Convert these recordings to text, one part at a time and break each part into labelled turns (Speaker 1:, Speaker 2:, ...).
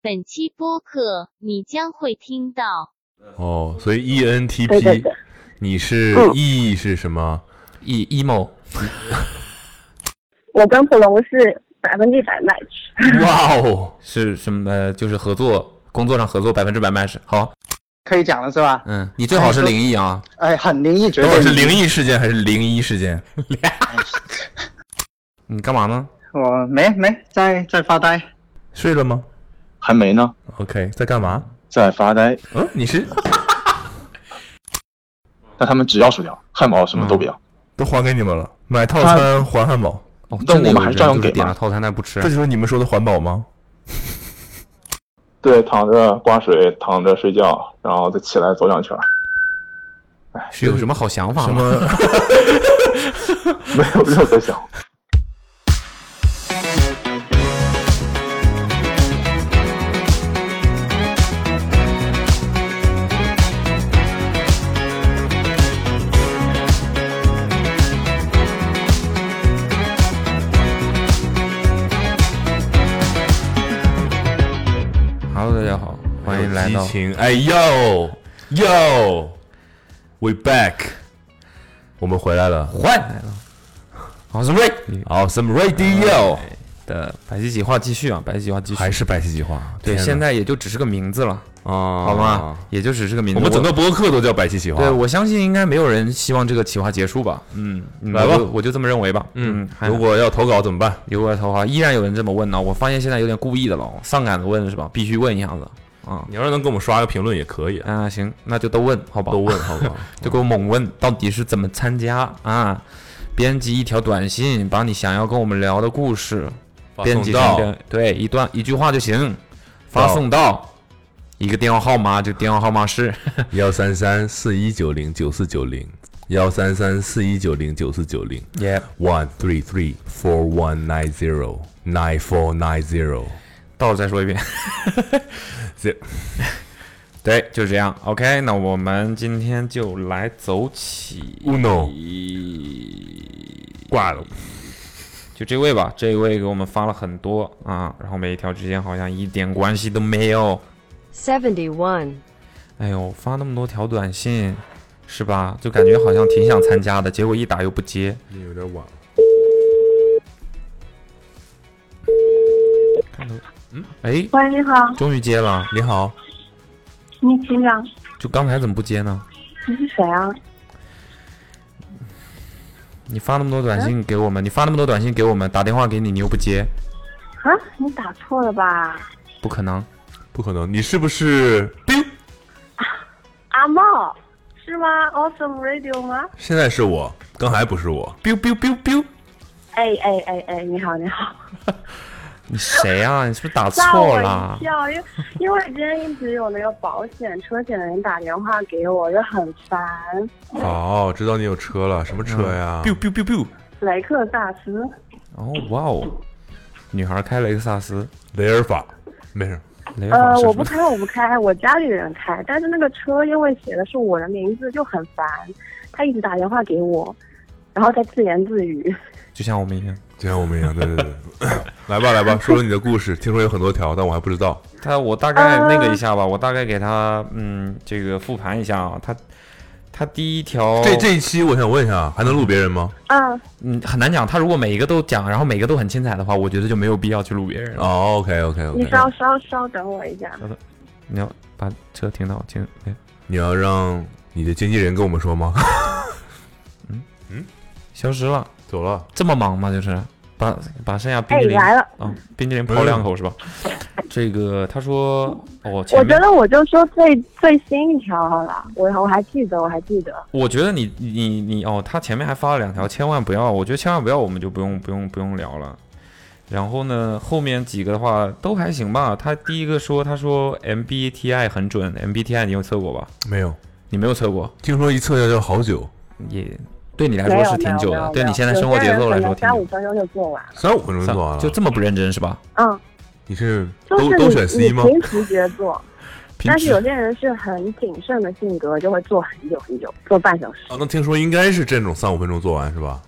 Speaker 1: 本期播客你将会听到
Speaker 2: 哦，所以 E N T
Speaker 3: 对
Speaker 2: P，
Speaker 3: 对对
Speaker 2: 你是
Speaker 3: 嗯
Speaker 2: E 是什么？
Speaker 4: e emo，
Speaker 3: 我跟普龙是百分之百 match，
Speaker 2: 哇哦，
Speaker 4: 是什么？呃，就是合作工作上合作百分之百 match。好，
Speaker 5: 可以讲了是吧？
Speaker 4: 嗯，你最好是灵异啊，
Speaker 5: 哎，很灵异，绝
Speaker 2: 等会
Speaker 5: 对
Speaker 2: 儿是灵异事件还是零一事件？
Speaker 4: 你干嘛呢？
Speaker 5: 我没没在在发呆，
Speaker 2: 睡了吗
Speaker 6: 还没呢，
Speaker 2: ？OK，在干嘛？
Speaker 6: 在发呆。
Speaker 2: 嗯，你是
Speaker 6: 但他们只要薯条、汉堡，什么都不
Speaker 4: 嗯
Speaker 6: 要。
Speaker 2: 都还给你们了，买套餐还汉堡，
Speaker 4: 哦，
Speaker 6: 但
Speaker 4: 真的
Speaker 6: 我们
Speaker 4: 有
Speaker 6: 还
Speaker 4: 人
Speaker 6: 是照样
Speaker 4: 就是
Speaker 6: 给
Speaker 4: 点
Speaker 6: 嘛
Speaker 4: 了套餐但不吃
Speaker 2: 这，就是你们说的环保吗？
Speaker 6: 对，躺着挂水，躺着睡觉，然后再起来走两圈。
Speaker 4: 是有什么好想法
Speaker 2: 什
Speaker 4: 吗？
Speaker 2: 么？
Speaker 6: 没有没有在想，
Speaker 4: Hello，大家好，欢迎来到
Speaker 2: 激情，哎呦呦，We back，我们回来了。
Speaker 4: 换哎来了，好，什么瑞
Speaker 2: 好，Some radio，
Speaker 4: 的百期企划继续啊，百期企划继续，
Speaker 2: 还是百期计划？
Speaker 4: 对，现在也就只是个名字了，
Speaker 2: 啊，
Speaker 4: 好吗？？也就只是个名字，
Speaker 2: 我们整个播客都叫百期企划。
Speaker 4: 对，我相信应该没有人希望这个企划结束吧？
Speaker 2: 嗯，
Speaker 4: 嗯
Speaker 2: 来
Speaker 4: 我
Speaker 2: 吧
Speaker 4: 就。我就这么认为吧。
Speaker 2: 嗯，
Speaker 4: 还
Speaker 2: 如果要投稿怎么办？
Speaker 4: 有我头发，依然有人这么问呢。我发现现在有点故意的了，上赶着问是吧？必须问一下子啊。
Speaker 2: 你要是能给我们刷个评论也可以，
Speaker 4: 啊，行，那就都问，好吧？
Speaker 2: 都问好不好？
Speaker 4: 就给我猛问，到底是怎么参加啊？编辑一条短信，把你想要跟我们聊的故事
Speaker 2: 发
Speaker 4: 编
Speaker 2: 送
Speaker 4: 辑成
Speaker 2: 到
Speaker 4: 这对一段一句话就行，发送到一个电话号码，这个电话号 码是
Speaker 2: 幺三三四一九零九四九零幺三三四一九零九四九零
Speaker 4: 耶。
Speaker 2: one three three four one nine zero nine four nine zero。
Speaker 4: 到了再说 一遍。
Speaker 2: 这，
Speaker 4: 对，就这样。OK，那我们今天就来走起。
Speaker 2: Uno 挂了，
Speaker 4: 就这位吧，这一位给我们发了很多啊，然后每一条之间好像一点关系都没有。
Speaker 7: 71.
Speaker 4: 哎呦，发那么多条短信，是吧？就感觉好像挺想参加的，结果一打又不接。
Speaker 2: 有点晚了。嗯
Speaker 4: 哎，
Speaker 3: 喂，你好，
Speaker 4: 终于接了，
Speaker 2: 你好，
Speaker 3: 你请讲，
Speaker 4: 就刚才怎么不接呢？
Speaker 3: 你是谁啊？
Speaker 4: 你发那么多短信给我们，你发那么多短信给我们，打电话给你，你又不接，
Speaker 3: 啊，你打错了吧？
Speaker 4: 不可能。
Speaker 2: 不可能，你是不是？
Speaker 3: 阿茂是吗？Awesome Radio 吗？
Speaker 2: 现在是我，刚才不是我。
Speaker 4: biu biu biu biu，
Speaker 3: 哎哎哎哎，你好你好，
Speaker 4: 你谁 啊？你是不是打
Speaker 3: 吓我
Speaker 4: 错了
Speaker 3: 一？跳，因为因为今天一直有那个保险车险的人打电话给我，就很烦。
Speaker 2: 哦，知道你有车了，什么车呀
Speaker 4: biu biu biu biu。
Speaker 3: 雷克萨斯，
Speaker 4: 哦，哇哦，女孩开雷克萨斯，
Speaker 2: 雷尔法，没事。
Speaker 4: 雷克萨
Speaker 3: 呃，
Speaker 4: 斯
Speaker 3: 我不开，我不开，我家里人开，但是那个车因为写的是我的名字，就很烦。他一直打电话给我，然后再自言自语。
Speaker 4: 就像我们一样。
Speaker 2: 就像我们一样，对对对。 来吧来吧，说说你的故事。听说有很多条，但我还不知道。
Speaker 4: 他我大概那个一下吧，我大概给他嗯这个复盘一下啊，他他第一条
Speaker 2: 这这一期我想问一下，还能录别人吗？
Speaker 3: 嗯，
Speaker 4: 嗯很难讲，他如果每一个都讲，然后每个都很精彩的话，我觉得就没有必要去录别人了。
Speaker 2: 哦，OK OK
Speaker 3: 你
Speaker 2: OK。
Speaker 3: 稍稍稍等我一下。
Speaker 4: 你要把车停到停，哎
Speaker 2: 你要让你的经纪人跟我们说吗？
Speaker 4: 消失了，
Speaker 2: 走了，
Speaker 4: 这么忙吗？就是把把剩下冰
Speaker 3: 哎，
Speaker 4: 激凌
Speaker 3: 来
Speaker 4: 啊、
Speaker 3: 了，
Speaker 4: 冰激凌泡两口是吧？这个他说哦，前
Speaker 3: 我
Speaker 4: 面
Speaker 3: 觉得我就说最最新一条好了，我我还记得，我还记得。
Speaker 4: 我觉得你你你哦，他前面还发了两条，千万不要，我觉得千万不要，我们就不用不用不用聊了。然后呢，后面几个的话都还行吧。他第一个说，他说 MBTI 很准，MBTI 你有测过吧？
Speaker 2: 没有。
Speaker 4: 你没有测过，
Speaker 2: 听说一测要要好久，
Speaker 4: 也对你来
Speaker 3: 没
Speaker 4: 说
Speaker 3: 有
Speaker 4: 是
Speaker 3: 没有
Speaker 4: 挺久
Speaker 3: 没
Speaker 4: 的，
Speaker 3: 有没
Speaker 4: 对你
Speaker 3: 有
Speaker 4: 现在生活
Speaker 3: 有些
Speaker 4: 节
Speaker 3: 人
Speaker 4: 奏来
Speaker 3: 可能
Speaker 4: 说挺
Speaker 3: 三五
Speaker 4: 久
Speaker 3: 分钟就做完了。
Speaker 2: 三五分钟就做完
Speaker 4: 的，
Speaker 2: 了。
Speaker 4: 就这么不认真是吧？
Speaker 3: 嗯，
Speaker 2: 你是
Speaker 3: 就
Speaker 2: 都
Speaker 3: 是
Speaker 2: 都选
Speaker 3: 你
Speaker 2: C
Speaker 3: 你
Speaker 2: 吗？
Speaker 3: 凭直觉做，
Speaker 4: 平
Speaker 3: 但是
Speaker 4: 时
Speaker 3: 有些人是很谨慎的性
Speaker 4: 哦
Speaker 3: 格，就会做很久很久，做半小时。
Speaker 2: 啊，那听说应该是这种三五分钟做完是吧？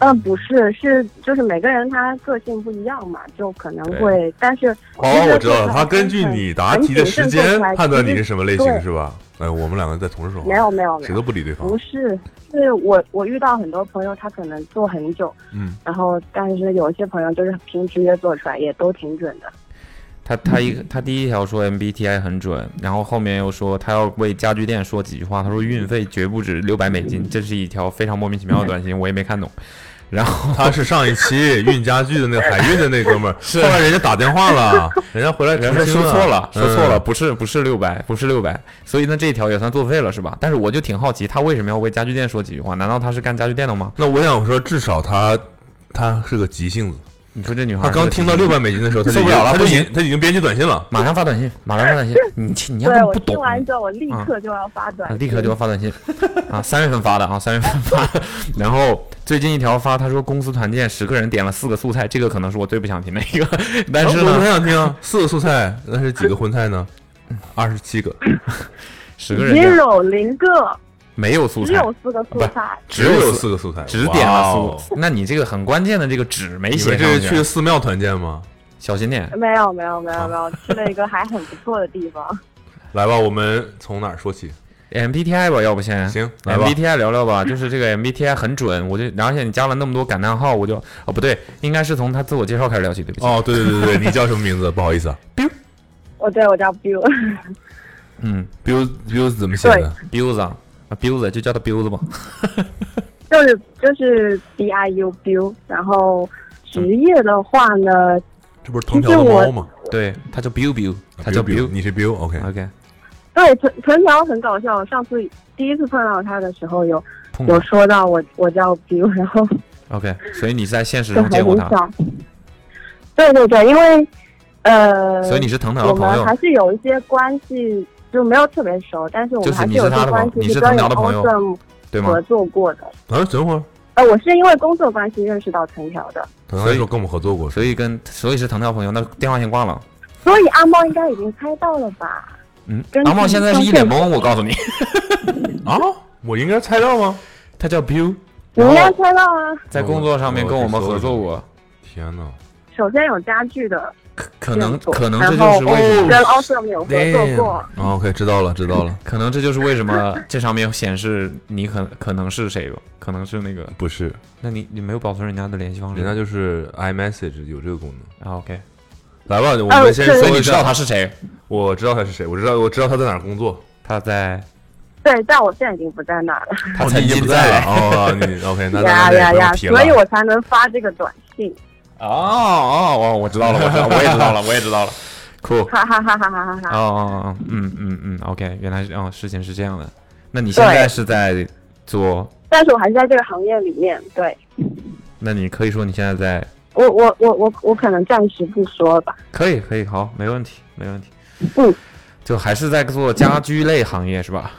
Speaker 3: 呃，不是，是就是每个人他个性不一样嘛，就可能
Speaker 4: 对
Speaker 3: 会，但是
Speaker 2: 黄
Speaker 3: 其
Speaker 2: 黄，
Speaker 3: 实
Speaker 2: 哦我知道
Speaker 3: 很
Speaker 2: 了，他根据你答题的时间判断你是什么类型，是吧？哎，我们两个在同时说话，
Speaker 3: 没有没有没
Speaker 2: 谁
Speaker 3: 有
Speaker 2: 都，不理对方
Speaker 3: 不。
Speaker 4: 啊
Speaker 3: 是，是我我遇到很多朋友，他可能做很久，
Speaker 2: 嗯，
Speaker 3: 然后但是有一些朋友就是凭直觉做出来，也都挺准的。
Speaker 4: 他他一他第一条说 MBTI 很准，然后后面又说他要为家具店说几句话，他说运费绝不止六百美金，这是一条非常莫名其妙的短信，我也没看懂。然后
Speaker 2: 他是上一 期运家具的那个海运的那哥 们儿，后来人家打电话了，人家回来
Speaker 4: 人
Speaker 2: 澄清
Speaker 4: 家说错了，
Speaker 2: 嗯
Speaker 4: 说错了，不是不是六百，不是六百，所以呢这一条也算作废了是吧？但是我就挺好奇，他为什么要为家具店说几句话？难道他是干家具店的吗？
Speaker 2: 那我想说，至少他他是个急性子，
Speaker 4: 你说这女孩
Speaker 2: 他
Speaker 4: 儿
Speaker 2: 刚
Speaker 4: 是
Speaker 2: 听到
Speaker 4: 什么
Speaker 2: 六百美金的时候，他就
Speaker 4: 啊受不了了
Speaker 2: 他就
Speaker 4: 不
Speaker 2: 已
Speaker 4: 行
Speaker 2: 他已经编辑短信了。
Speaker 4: 马上发短信，马上发短信，你你要
Speaker 3: 对
Speaker 4: 是
Speaker 3: 我
Speaker 4: 不
Speaker 3: 听
Speaker 4: 懂，
Speaker 3: 完之后，我立刻就要发短
Speaker 4: 啊，
Speaker 3: 信，
Speaker 4: 立刻就要发短信啊，三月份发的啊，三月份发的。 然后最近一条发，他说公司团建十个人点了四个素菜，这个可能是我最不想听的一个， 但是
Speaker 2: 啊我很
Speaker 4: 呢，
Speaker 2: 想听啊，四个素菜，那是几个荤菜呢？二十七个，
Speaker 4: 十个人点
Speaker 3: zero 零个，
Speaker 4: 没有素
Speaker 3: 只
Speaker 4: 菜，
Speaker 3: 有四个素菜，
Speaker 2: 只有
Speaker 4: 四
Speaker 2: 四个素菜，
Speaker 4: 只点了
Speaker 2: 哇哦
Speaker 4: 素，那你这个很关键的这个纸没
Speaker 2: 你们
Speaker 4: 写
Speaker 2: 这
Speaker 4: 上
Speaker 2: 是去啊
Speaker 4: 去，
Speaker 2: 寺庙团建吗？
Speaker 4: 小心点。
Speaker 3: 没有没有没有没
Speaker 4: 啊
Speaker 3: 有，去了一个还很不错的地方。
Speaker 2: 来吧，我们从哪儿说起？
Speaker 4: MBTI 吧，要不先
Speaker 2: 行来吧
Speaker 4: ，MBTI 聊聊吧，就是这个 MBTI 很准，我就而且你加了那么多感叹号，我就哦不对，应该是从他自我介绍开始聊起，对不起。
Speaker 2: 哦，对对对对，你叫什么 名字？不好意思啊
Speaker 3: 我对我叫 Bill，
Speaker 4: 嗯
Speaker 2: ，Bill Bill 怎么写的？
Speaker 4: ，Bill 啊，Bill 啊就叫他 Bill 吧。
Speaker 3: 就是就是 B I U Bill，然后职业的话呢，
Speaker 2: 这不是藤条的猫吗？
Speaker 4: 对，他叫 Bill Bill，他叫
Speaker 2: 啊 Bill，啊
Speaker 4: Bill。
Speaker 2: 你是 Bill，OK，
Speaker 4: OK，
Speaker 3: 对藤藤条很搞笑，上次第一次碰到他的时候有
Speaker 4: 碰
Speaker 3: 有
Speaker 4: 到
Speaker 3: 说到我我叫 Bill，然后
Speaker 4: OK，所以你是在现实
Speaker 3: 就
Speaker 4: 中见过
Speaker 3: 很
Speaker 4: 他，
Speaker 3: 少。对对对，因为呃，
Speaker 4: 所以你是藤条
Speaker 3: 我
Speaker 4: 的朋
Speaker 3: 们
Speaker 4: 友
Speaker 3: 还，是有一些关系，就没有特别熟，但是我
Speaker 4: 就
Speaker 3: 们
Speaker 4: 是
Speaker 3: 还
Speaker 4: 你
Speaker 3: 有
Speaker 4: 是
Speaker 3: 一
Speaker 4: 他
Speaker 3: 些
Speaker 4: 的
Speaker 3: 关
Speaker 4: 朋
Speaker 3: 系
Speaker 4: 你是
Speaker 3: 跟
Speaker 4: 藤条的朋友
Speaker 3: Awesome
Speaker 4: 对吗
Speaker 3: 合？作过的。
Speaker 2: 啊，等会儿，
Speaker 3: 呃，我是因为工作关系认识到藤条的，
Speaker 2: 藤条说跟我们合作过，
Speaker 4: 所以跟所以是藤条朋友，那电话先挂了。
Speaker 3: 所以阿猫应该已经猜到了吧？
Speaker 4: 嗯，
Speaker 3: 跟
Speaker 4: 阿茂现在是一脸
Speaker 3: 藤条
Speaker 4: 懵，我告诉你，
Speaker 2: 啊，我应该猜到吗？
Speaker 4: 他叫 Bill，
Speaker 3: 你应
Speaker 4: 然
Speaker 3: 该
Speaker 4: 后
Speaker 3: 猜到啊。
Speaker 4: 在工作上面跟我们合作过，
Speaker 2: 天哪！
Speaker 3: 首先有家具的，
Speaker 4: 可可能
Speaker 3: 见过
Speaker 4: 可能这
Speaker 3: 然
Speaker 4: 就是
Speaker 3: 后哦
Speaker 4: 为什么，
Speaker 3: 跟 Awesome 有合作过。
Speaker 2: 啊，OK，知道了，知道了，
Speaker 4: 可能这就是为什么这上面显示你可可能是谁吧，可能是那个，
Speaker 2: 不是，
Speaker 4: 那你你没有保存人家的联系方式，
Speaker 2: 人家就是 iMessage 有这个功能。
Speaker 4: 啊 OK，
Speaker 2: 来吧，我
Speaker 3: 啊
Speaker 2: 们先
Speaker 3: 对
Speaker 2: 说
Speaker 4: 所以你
Speaker 2: 一
Speaker 4: 知道
Speaker 2: 下，
Speaker 4: 他是谁？
Speaker 2: 我知道他是谁，我知道，我知道他在哪儿工作。
Speaker 4: 他在
Speaker 3: 对，但我现在已经不在那儿了，
Speaker 4: 他
Speaker 2: 哦
Speaker 4: 曾
Speaker 2: 你已经
Speaker 4: 经
Speaker 2: 不在了，哦，你 OK，那那
Speaker 3: 呀
Speaker 2: 那
Speaker 3: 呀
Speaker 2: 不
Speaker 3: 呀
Speaker 2: 用，提
Speaker 3: 所以
Speaker 2: 了。
Speaker 3: 我才能发这个短信，
Speaker 4: 哦哦哦，我知道了，我知道， 我也知道了，我也知道了，cool。
Speaker 3: 哈哈哈哈哈哈哈
Speaker 4: 哦
Speaker 3: 哈。
Speaker 4: 哦哦，嗯嗯嗯，OK，原来是哦，事情是这样的。那你现在是在做？
Speaker 3: 但是我还是在这个行业里面，对
Speaker 4: 那你可以说你现在在？
Speaker 3: 我我我我我可能暂时不说吧。
Speaker 4: 可以可以，好，没问题没问题。
Speaker 3: 嗯，
Speaker 4: 就还是在做家居类行业是吧？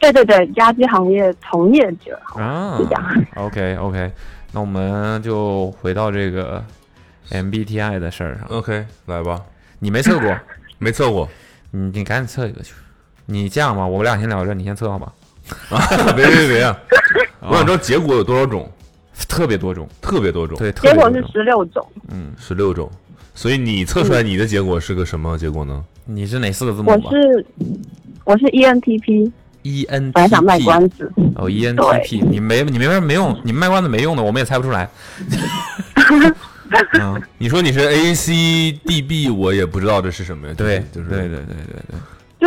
Speaker 3: 对对对，家居行业从业者，
Speaker 4: 啊
Speaker 3: 是的
Speaker 4: ，OK OK，那我们就回到这个 MBTI 的事儿上。
Speaker 2: OK，来吧，
Speaker 4: 你没测过，
Speaker 2: 没测过，
Speaker 4: 你你赶紧测一个去。你这样吧，我们俩先聊着，你先测好吧？
Speaker 2: 别别别啊，我想知道结果有多少种，
Speaker 4: 特别多种，
Speaker 2: 特别多种，
Speaker 4: 对，特
Speaker 3: 结
Speaker 4: 别
Speaker 3: 果
Speaker 4: 多
Speaker 3: 是
Speaker 4: 种。
Speaker 3: 十六种，
Speaker 2: 十六种。所以你测出来你的结果是个什么结果呢？
Speaker 4: 你是哪四个字母
Speaker 3: 我
Speaker 4: 吧
Speaker 3: 是我是 ENTP，
Speaker 4: ？E N
Speaker 3: 本来想卖关子，
Speaker 4: 哦，ENTP，你没你没法没用，你卖关子没用的，我们也猜不 出来。嗯，
Speaker 2: 你说你是 A C D B，我也不知道这是什么呀。
Speaker 4: 对，
Speaker 2: 就是
Speaker 4: 对对对对对，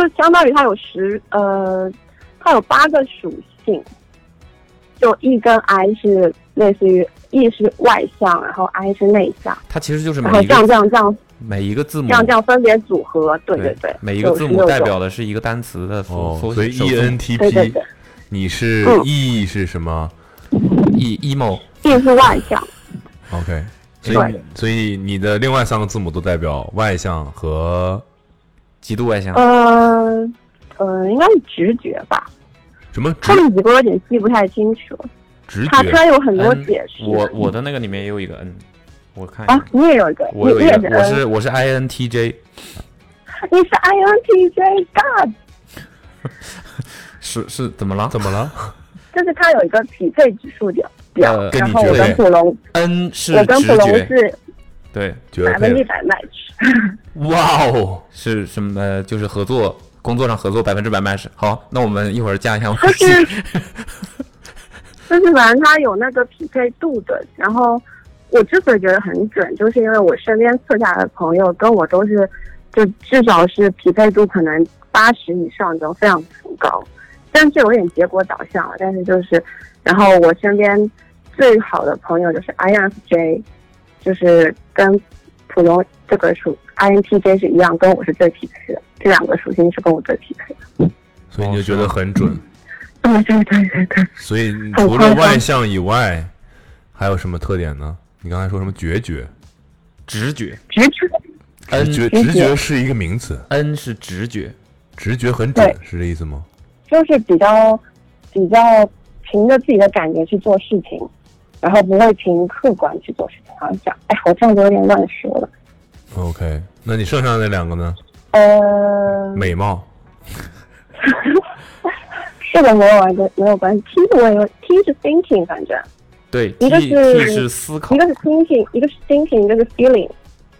Speaker 3: 就相当于它有十呃，它有八个属性，就 E 跟 I 是类似于 E 是外向，然后 I 是内向，
Speaker 4: 它其实就是
Speaker 3: 然后
Speaker 4: 每一
Speaker 3: 这样
Speaker 4: 个
Speaker 3: 这样这样
Speaker 4: 每一个字母
Speaker 3: 这，样这样分别组合，对对对，
Speaker 4: 每一个字母
Speaker 3: 96
Speaker 4: 代表的是一个单词的缩
Speaker 2: 哦，
Speaker 4: 缩
Speaker 2: 所以
Speaker 4: 首字
Speaker 2: E
Speaker 4: 母
Speaker 2: N T
Speaker 3: 对对
Speaker 2: P，
Speaker 3: 对
Speaker 2: 你是
Speaker 3: 嗯
Speaker 2: E 是什么
Speaker 4: E emo
Speaker 3: ，E 是外向，
Speaker 2: ？OK，所以所以你的另外三个字母都代表外向和
Speaker 4: 极度外向，
Speaker 3: 呃呃，应该是直觉吧，
Speaker 2: 什么直
Speaker 3: 后面几个我有点记不太清楚，
Speaker 2: 直
Speaker 3: 它
Speaker 2: 觉
Speaker 3: 它有很多
Speaker 4: N，
Speaker 3: 解释。
Speaker 4: 哎我我的那个里面也有一个 N，我看一
Speaker 3: 啊
Speaker 4: 下，，
Speaker 3: 你也有一个，你
Speaker 4: 我有
Speaker 3: 你
Speaker 4: 一
Speaker 3: 也
Speaker 4: 个，我
Speaker 3: N
Speaker 4: 是我是 INTJ，
Speaker 3: 你是 INTJ God，
Speaker 4: 是是怎么了？
Speaker 2: 怎么了？
Speaker 3: 就是它有一个匹配指数表，表，
Speaker 4: 呃
Speaker 2: 跟
Speaker 3: 然
Speaker 2: 你
Speaker 3: 后
Speaker 2: 绝
Speaker 3: 我
Speaker 2: 配
Speaker 3: 跟普龙，
Speaker 4: N 是
Speaker 3: 我跟普
Speaker 4: 直
Speaker 3: 龙
Speaker 4: 觉，
Speaker 3: 是
Speaker 4: 对，
Speaker 2: 绝
Speaker 3: 百
Speaker 2: 配
Speaker 3: 分之
Speaker 2: 了，
Speaker 3: 百 match。
Speaker 2: 哇哦！
Speaker 4: 是什么？呃，就是合作工作上合作百分之百 match。好，那我们一会儿加 一下微
Speaker 3: 就
Speaker 4: 信。
Speaker 3: 是就是反正它有那个匹配度的。然后我之所以觉得很准，就是因为我身边测下来的朋友跟我都是，就至少是匹配度可能八十以上都非常高，但是有点结果导向了。但是就是，然后我身边最好的朋友就是 INFJ，就是跟普通这个属 INTJ 是一样，跟我是最匹配的。这两个属性是跟我最匹配的。
Speaker 2: 所以你就觉得很准。
Speaker 3: 对哦对对对对。
Speaker 2: 所以你除了外向以外，还有什么特点呢？你刚才说什么决绝？
Speaker 4: 直觉
Speaker 3: 直觉
Speaker 2: 直觉，
Speaker 3: 直觉
Speaker 2: 直觉是一个名词，
Speaker 4: ，N 是直觉，
Speaker 2: 直觉很准
Speaker 3: 对
Speaker 2: 是这意思吗？
Speaker 3: 就是比较比较凭着自己的感觉去做事情，然后不会凭客观去做事情。好像讲，哎，我这样子有点乱说了。
Speaker 2: OK，那你剩下那两个呢？
Speaker 3: 呃，
Speaker 2: 美貌，
Speaker 3: 这个没有完全没有关系。T 是我有 T 是 thinking，反正
Speaker 4: 对，T
Speaker 3: 一个
Speaker 4: T
Speaker 3: 是
Speaker 4: 是思考
Speaker 3: 一个是 thinking，一个是 thinking，一个是 feeling，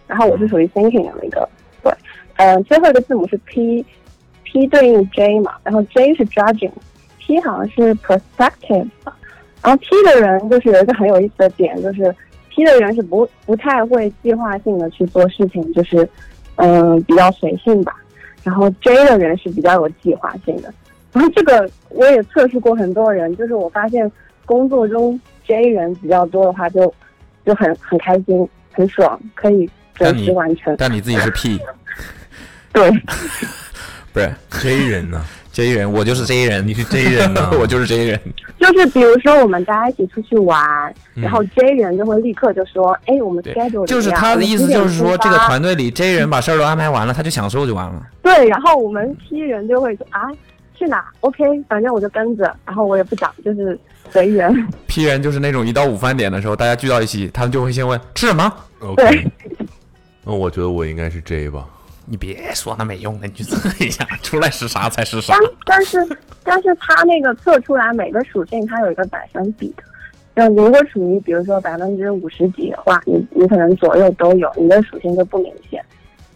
Speaker 3: 然后我是属于 thinking 的那个。对，呃，最后一个字母是 P，P 对应 J 嘛，然后 J 是 judging，P 好像是 perspective 吧。然后 P 的人就是有一个很有意思的点，就是 P 的人是不不太会计划性的去做事情，就是嗯、比较随性吧。然后 J 的人是比较有计划性的。然后这个我也测试过很多人，就是我发现工作中 J 人比较多的话就，就很很开心，很爽，可以准
Speaker 4: 但你
Speaker 3: 时完成。
Speaker 4: 但你自己是 P，
Speaker 3: 对，
Speaker 4: 不是
Speaker 2: J 人呢？
Speaker 4: J 人，我就是 J 人，你是
Speaker 2: J 人呐
Speaker 4: 我就是 J 人。
Speaker 3: 就是比如说我们大家一起出去玩，然后 J 人就会立刻就说：“哎，我们
Speaker 4: 嗯对
Speaker 3: schedule
Speaker 4: 就是
Speaker 3: 怎么样
Speaker 4: 他的意思，就是说这个。
Speaker 3: 我们
Speaker 4: 团队里 J 人把事儿都安排完了，他就享受就完了。
Speaker 3: 几点出发对，然后我们 P 人就会说：“啊，去哪？OK，反正我就跟着，然后我也不讲，就是随缘。
Speaker 4: P 人就是那种一到午饭点的时候，大家聚到一起，他们就会先问吃什么。
Speaker 2: OK，那我觉得我应该是 J 吧。
Speaker 4: 你别说那没用的，你去测一下，出来是啥才是啥
Speaker 3: 但。但是但是他那个测出来每个属性它有一个百分比的，那如果属于比如说百分之五十几的话，你你可能左右都有，你的属性就不明显。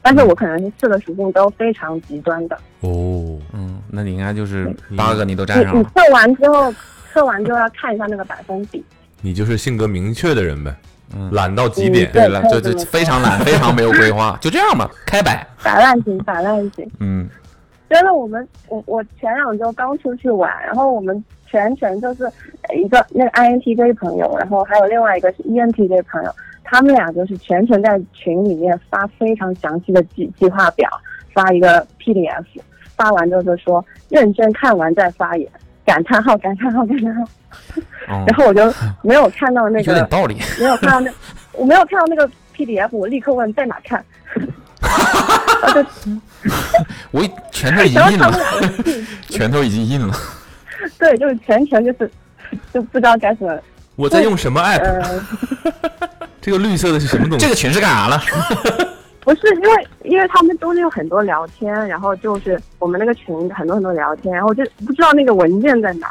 Speaker 3: 但是我可能是四个属性都非常极端的。
Speaker 2: 哦，
Speaker 4: 嗯，那你应该就是
Speaker 3: 嗯
Speaker 4: 八个你都占
Speaker 3: 你
Speaker 4: 上
Speaker 3: 你
Speaker 4: 了。
Speaker 3: 测完之后，测完之后要看一下那个百分比。
Speaker 2: 你就是性格明确的人呗，懒到极点
Speaker 3: 嗯。
Speaker 4: 对了，
Speaker 3: 对
Speaker 4: 就
Speaker 3: 对
Speaker 4: 就
Speaker 3: 对
Speaker 4: 非常懒，非常没有规划，就这样吧，开摆。
Speaker 3: 摆烂型，摆烂型。
Speaker 4: 嗯，
Speaker 3: 真的，我们我我前两周刚出去玩，然后我们全程就是一个那个 INTJ 朋友，然后还有另外一个是 E ENTJ 朋友，他们俩就是全程在群里面发非常详细的计计划表，发一个 PDF，发完之后就说认真看完再发言，感叹号感叹号感叹号，
Speaker 4: 哦
Speaker 3: 然，后我就没有看到那
Speaker 4: 有点
Speaker 3: 个
Speaker 4: 道理。
Speaker 3: 没有看到那我没有看到那个 PDF，我立刻问在哪看，
Speaker 4: 我拳头已
Speaker 3: 然
Speaker 4: 经
Speaker 3: 后
Speaker 4: 印
Speaker 3: 他们
Speaker 4: 了，
Speaker 3: 俩就
Speaker 4: 拳头已经 印了。
Speaker 3: 对，就是全程就是就不知道该怎么。
Speaker 2: 我在用什么 app？
Speaker 3: 呃，
Speaker 2: 这个绿色的是什么东西
Speaker 4: 这？个群是干啥了？
Speaker 3: 不是，因为因为他们中间有很多聊天，然后就是我们那个群很多很多聊天，然后就不知道那个文件在哪。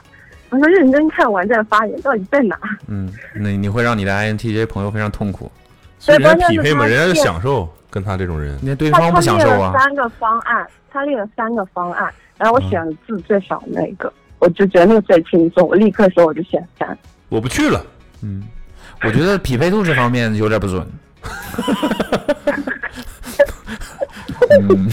Speaker 3: 我说认真看完再发言，到底在哪？
Speaker 4: 嗯，那你会让你的 INTJ 朋友非常痛苦。
Speaker 2: 所以
Speaker 3: 对
Speaker 2: 人家
Speaker 3: 关键
Speaker 2: 匹配
Speaker 3: 是
Speaker 2: 嘛，
Speaker 3: 他
Speaker 2: 人家就
Speaker 3: 变
Speaker 2: 享受跟他这种人。
Speaker 4: 那对
Speaker 3: 他
Speaker 4: 方
Speaker 3: 他
Speaker 4: 不享
Speaker 3: 列
Speaker 4: 受
Speaker 3: 了
Speaker 4: 啊。
Speaker 3: 三个方案，他列了三个方案，然后我
Speaker 2: 嗯
Speaker 3: 选了字最少那个，我就觉得那个最轻松，我立刻说我就选三。
Speaker 2: 我不去了。
Speaker 4: 嗯，我觉得匹配度这方面有点不准。嗯，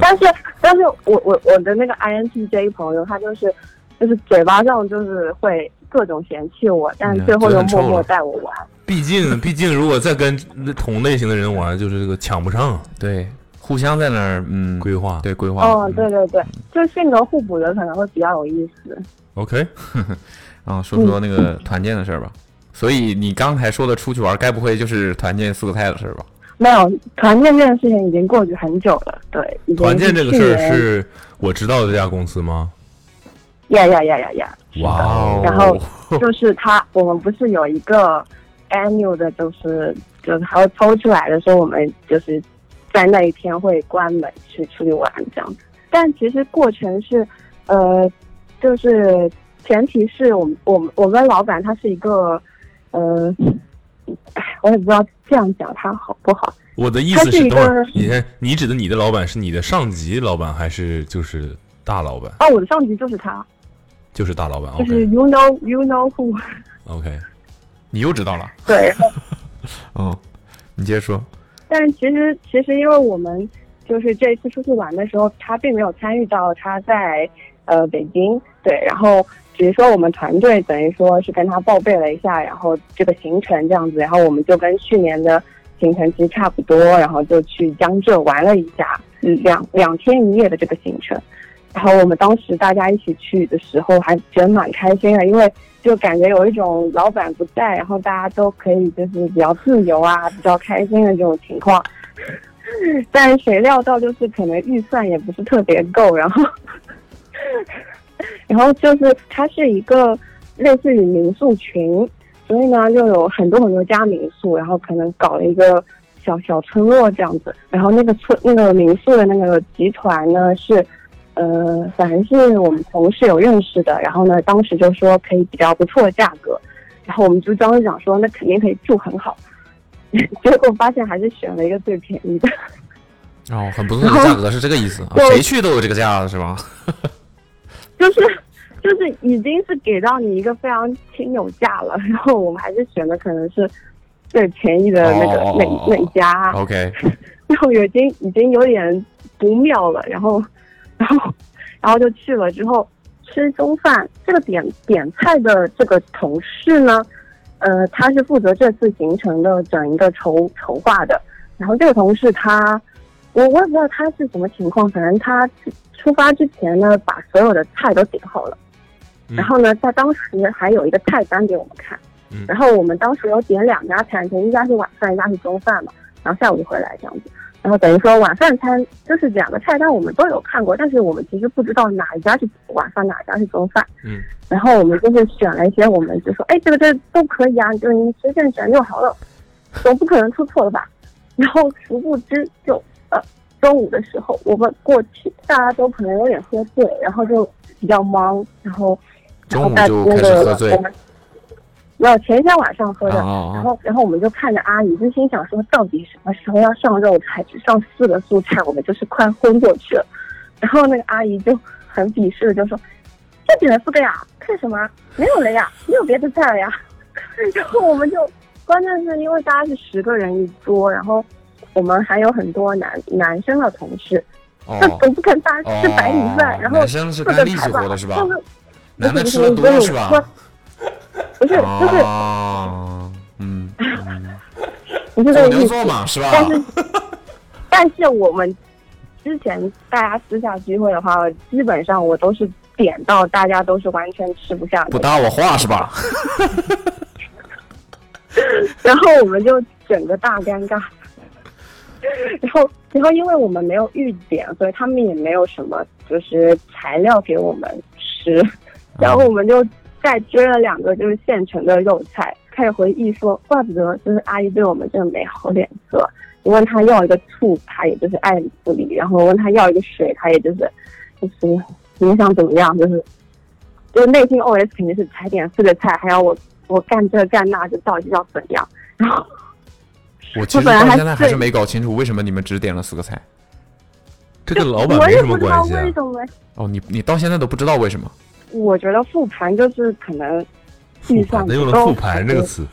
Speaker 3: 但是，但是我我我的那个 INTJ 朋友，他就是就是嘴巴上就是会各种嫌弃我，但
Speaker 4: 嗯
Speaker 3: 最后
Speaker 4: 嘴
Speaker 3: 又
Speaker 4: 很
Speaker 3: 默
Speaker 4: 臭
Speaker 3: 默
Speaker 4: 了
Speaker 3: 带我玩。
Speaker 2: 毕 竟，毕竟，如果再跟同类型的人玩，就是这个抢不上
Speaker 4: 对，互相在那儿嗯
Speaker 2: 规划。
Speaker 4: 对规划。
Speaker 3: 哦，对
Speaker 4: 嗯
Speaker 3: 对对，就性格互补的可能会比较有意思。
Speaker 2: ，OK，
Speaker 4: 啊，说
Speaker 3: 嗯
Speaker 4: 说那个团建的事儿吧。所以你刚才说的出去玩，该不会就是团建四个菜的事儿吧？
Speaker 3: 没有团建这件事情已经过去很久了，对，已经
Speaker 2: 团建这个事儿
Speaker 3: 去年
Speaker 2: 是我知道的这家公司吗？
Speaker 3: 呀呀呀呀呀，
Speaker 2: 哇哦
Speaker 3: 然后就是他，我们不是有一个 annual 的，就是就是还会抽出来的时候，我们就是在那一天会关门去出去玩这样子。但其实过程是，呃，就是前提是我们我们我跟老板他是一个，呃，哎，我也不知道这样讲他好不好。
Speaker 2: 我的意
Speaker 3: 他
Speaker 2: 思
Speaker 3: 是
Speaker 2: 是，
Speaker 3: 一
Speaker 2: 等会儿
Speaker 3: 个
Speaker 2: 你看，你指的你的老板是你的上级老板，还是就是大老板？
Speaker 3: 哦，我的上级就是他，
Speaker 2: 就是大老板。
Speaker 3: 就是
Speaker 2: OK
Speaker 3: you know you know who。
Speaker 2: OK，
Speaker 8: 你又知道了。
Speaker 3: 对，然后
Speaker 8: 哦，你接着说。
Speaker 3: 但是其实其实因为我们就是这一次出去玩的时候，他并没有参与到他在呃北京对，然后只是说我们团队等于说是跟他报备了一下，然后这个行程这样子，然后我们就跟去年的行程其实差不多，然后就去江浙玩了一下，嗯，两两天一夜的这个行程。然后我们当时大家一起去的时候，还觉得蛮开心的，啊因为就感觉有一种老板不在，然后大家都可以就是比较自由啊，比较开心的这种情况。 但谁料到就是可能预算也不是特别够，然后， 然后就是它是一个类似于民宿群，所以呢就有很多很多家民宿，然后可能搞了一个小小村落这样子。然后那个村那个民宿的那个集团呢是呃，反正是我们同事有认识的，然后呢，当时就说可以比较不错的价格，然后我们就当时想说那肯定可以住很好， 结果发现还是选了一个最便宜的。
Speaker 8: 哦，很不错的价格是这个意思，啊、
Speaker 3: 对
Speaker 8: 谁去都有这个价是吧？
Speaker 3: 就是就是已经是给到你一个非常亲友价了，然后我们还是选的可能是最便宜的那个、
Speaker 8: 哦哦哦哦
Speaker 3: 那那一家，
Speaker 8: OK，
Speaker 3: 然后已经已经有点不妙了，然后然后然后就去了之后吃中饭，这个点点菜的这个同事呢，呃，他是负责这次行程的整一个筹筹划的，然后这个同事他。我我也不知道他是什么情况，反正他出发之前呢，把所有的菜都点好了。
Speaker 2: 嗯
Speaker 3: 然后呢，他当时还有一个菜单给我们看，
Speaker 2: 嗯
Speaker 3: 然后我们当时有点两家餐厅，一家是晚饭，一家是中饭嘛，然后下午就回来这样子。然后等于说晚饭餐就是两个菜单我们都有看过，但是我们其实不知道哪一家是晚饭，哪一家是中饭。
Speaker 2: 嗯，
Speaker 3: 然后我们就是选了一些，我们就说，哎，这个这个都可以啊，就是你随便选就好了，总不可能出错了吧？然后殊不知就呃周五的时候，我们过去大家都可能有点喝醉，然后就比较忙，然后然后
Speaker 8: 中午
Speaker 3: 大
Speaker 8: 就
Speaker 3: 那
Speaker 8: 开始
Speaker 3: 个
Speaker 8: 喝醉
Speaker 3: 我们没有前一天晚上喝的，然
Speaker 8: 哦
Speaker 3: 后，然后我们就看着阿姨，就心想说，到底什么时候要上肉菜？只上四个素菜，我们就是快昏过去了。然后那个阿姨就很鄙视的就说：“就点了四个呀，看什么？没有了呀，没有别的菜了呀。” 然后我们就，关键是因为大家是十个人一桌，然后我们还有很多男男生的同事，
Speaker 8: 哦
Speaker 3: 那总不可能大家吃白米饭，然后
Speaker 8: 男生是
Speaker 3: 四个
Speaker 8: 干力气
Speaker 3: 菜吧
Speaker 8: 活的是吧？
Speaker 3: 就是不
Speaker 8: 男的
Speaker 3: 是
Speaker 8: 吃
Speaker 3: 不
Speaker 8: 的
Speaker 3: 是
Speaker 8: 多
Speaker 3: 不
Speaker 8: 是吧？
Speaker 3: 不是，就是
Speaker 8: 哦，嗯，
Speaker 3: 不是这
Speaker 8: 做
Speaker 3: 个意
Speaker 8: 牛
Speaker 3: 思
Speaker 8: 做。马是吧？
Speaker 3: 但是，但是我们之前大家私下聚会的话，基本上我都是点到大家都是完全吃不下
Speaker 8: 不
Speaker 3: 的。
Speaker 8: 搭我话是吧？
Speaker 3: 然后我们就整个大尴尬。然后，然后因为我们没有预点，所以他们也没有什么就是材料给我们吃，然后我们就再追了两个就是现成的肉菜，开始回忆说，怪不得就是阿姨对我们这么美好脸色。你问她要一个醋，她也就是爱理不理；然后问她要一个水，她也就是就是你想怎么样，就是就内心 OS 肯定是才点四个菜，还要我我干这干那，就到底要怎样？然后
Speaker 8: 我其实
Speaker 3: 本来
Speaker 8: 到
Speaker 3: 还
Speaker 8: 现在还是
Speaker 3: 对
Speaker 8: 没搞清楚为什么你们只点了四个菜。
Speaker 2: 这跟老板
Speaker 3: 我
Speaker 2: 没
Speaker 3: 也
Speaker 2: 什
Speaker 3: 不
Speaker 2: 么
Speaker 3: 知道
Speaker 2: 关系啊
Speaker 3: 为。什么，
Speaker 8: 哦，你你到现在都不知道为什么？
Speaker 3: 我觉得复盘就是可能
Speaker 2: 复
Speaker 3: 预算
Speaker 2: 盘，
Speaker 3: 不
Speaker 2: 他用了“
Speaker 3: 够
Speaker 2: 复盘”这个词。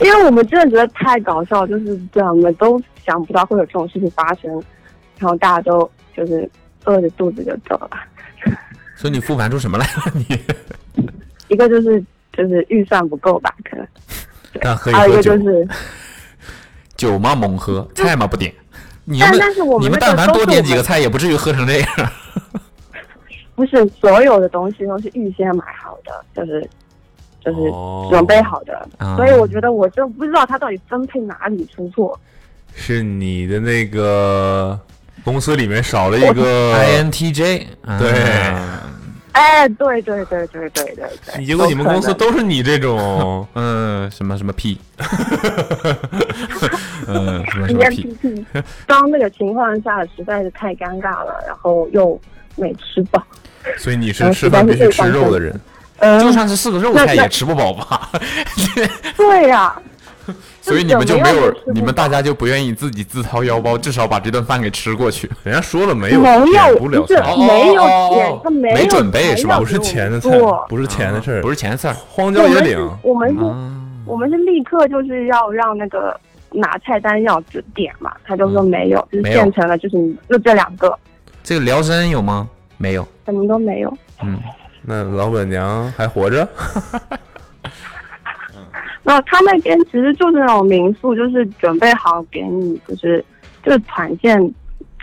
Speaker 3: 因为我们真的觉得太搞笑，就是这样，我们都想不到会有这种事情发生，然后大家都就是饿着肚子就走了。
Speaker 8: 所以你复盘出什么来了？ 你
Speaker 3: 一个就是就是预算不够吧，可能，
Speaker 8: 但可以
Speaker 3: 还有一
Speaker 8: 喝
Speaker 3: 个
Speaker 8: 酒
Speaker 3: 啊就，是，嗯
Speaker 8: 酒嘛猛喝，菜嘛不点。你
Speaker 3: 但
Speaker 8: 们
Speaker 3: 但是我
Speaker 8: 你
Speaker 3: 们
Speaker 8: 们
Speaker 3: 那
Speaker 8: 但
Speaker 3: 个
Speaker 8: 凡
Speaker 3: 都
Speaker 8: 多
Speaker 3: 是
Speaker 8: 点
Speaker 3: 我
Speaker 8: 几个
Speaker 3: 们
Speaker 8: 菜，也不至于喝成这样。
Speaker 3: 不是所有的东西都是预先买好的，就是就是
Speaker 2: 哦
Speaker 3: 准备好的，
Speaker 8: 啊
Speaker 3: 所以我觉得我就不知道他到底分配哪里出错。
Speaker 2: 是你的那个公司里面少了一
Speaker 3: 哦
Speaker 2: 个
Speaker 8: INTJ，，
Speaker 2: 对
Speaker 3: 哎，对对对对对对对，
Speaker 2: 结果你们公司
Speaker 3: 有可能
Speaker 2: 都是你这种
Speaker 4: 呃
Speaker 8: 嗯，什么什么 P，嗯，
Speaker 4: 呃
Speaker 8: 什么什么 P，
Speaker 3: ENTP 当那个情况下实在是太尴尬了，然后又没吃饱，
Speaker 2: 所以你是吃饭必须吃肉的人。
Speaker 3: 嗯，
Speaker 4: 就算是是个肉
Speaker 3: 那
Speaker 4: 菜
Speaker 3: 那
Speaker 4: 也吃不 饱吧，
Speaker 3: 对呀、
Speaker 4: 所以你们就
Speaker 3: 怎
Speaker 4: 没
Speaker 3: 么样
Speaker 4: 有
Speaker 3: 也吃不，饱
Speaker 4: 你们大家就不愿意自己自掏腰包，至少把这顿饭给吃过去。
Speaker 2: 人家说了没有，
Speaker 3: 没
Speaker 2: 点不了
Speaker 3: 有，不是
Speaker 2: 菜，
Speaker 3: 没有
Speaker 4: 哦哦
Speaker 3: 钱
Speaker 4: 哦，
Speaker 3: 他没
Speaker 4: 没
Speaker 3: 有
Speaker 4: 准备
Speaker 3: 材
Speaker 4: 是吧
Speaker 3: 料
Speaker 2: 不是
Speaker 3: 给我
Speaker 2: 钱的
Speaker 3: 们
Speaker 2: 菜
Speaker 3: 做，
Speaker 2: 啊不是钱的事儿，
Speaker 4: 啊不是钱事儿
Speaker 2: 荒
Speaker 3: 我
Speaker 2: 郊野
Speaker 3: 们
Speaker 2: 岭
Speaker 3: 是，我们是
Speaker 4: 啊。
Speaker 3: 我们是立刻就是要让那个拿菜单要指点嘛，他就说没有，就是
Speaker 4: 嗯没有
Speaker 3: 现成的，就是你就这两个，
Speaker 4: 这个辽参有吗？没有。
Speaker 3: 什么都没有。
Speaker 4: 嗯，
Speaker 2: 那老板娘还活着？
Speaker 3: 那他那边其实就是那种民宿，就是准备好给你，就是就是团建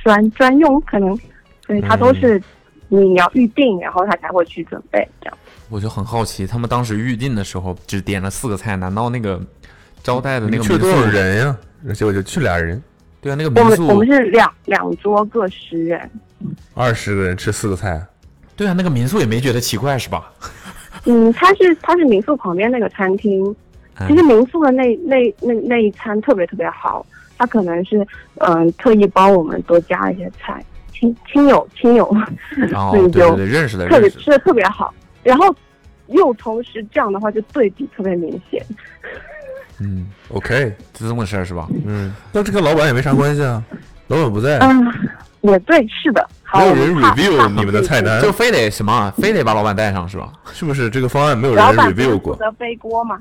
Speaker 3: 专专用，可能，所以他都是
Speaker 4: 嗯
Speaker 3: 你要预定，然后他才会去准备这样。
Speaker 4: 我就很好奇，他们当时预定的时候只点了四个菜，难道那个招待的那个
Speaker 2: 去
Speaker 4: 民
Speaker 2: 多少
Speaker 4: 宿？
Speaker 2: 人呀？结果就去俩人，
Speaker 4: 对啊，那个
Speaker 3: 我
Speaker 4: 民
Speaker 3: 们我
Speaker 4: 宿
Speaker 3: 们，是两两桌各十人，
Speaker 2: 二十个人吃四个菜，
Speaker 4: 对啊，那个民宿也没觉得奇怪是吧？
Speaker 3: 嗯，他是他是民宿旁边那个餐厅，
Speaker 4: 嗯
Speaker 3: 其实民宿的那那那那一餐特别特别好，他可能是嗯、特意帮我们多加一些菜，亲亲友亲友，
Speaker 4: 哦，
Speaker 3: 所以
Speaker 4: 对对
Speaker 3: 就
Speaker 4: 对，认识的
Speaker 3: 特别
Speaker 4: 认识
Speaker 3: 吃的特别好，然后又同时这样的话就对比特别明显，
Speaker 4: 的，嗯，
Speaker 2: OK，
Speaker 4: 就这么个事儿是吧？
Speaker 2: 嗯，那这跟老板也没啥关系啊，老板不在，
Speaker 3: 嗯，也对，是的，好，
Speaker 2: 没有
Speaker 3: 我们
Speaker 2: 人
Speaker 3: 怕
Speaker 2: review 你们的菜，单
Speaker 4: 就，非得什么，啊非得把老板带上是吧？
Speaker 2: 是不是？这个方案没有
Speaker 3: 怕
Speaker 2: 人
Speaker 3: 老板不是
Speaker 2: review
Speaker 3: 负
Speaker 2: 过
Speaker 3: 责背锅嘛，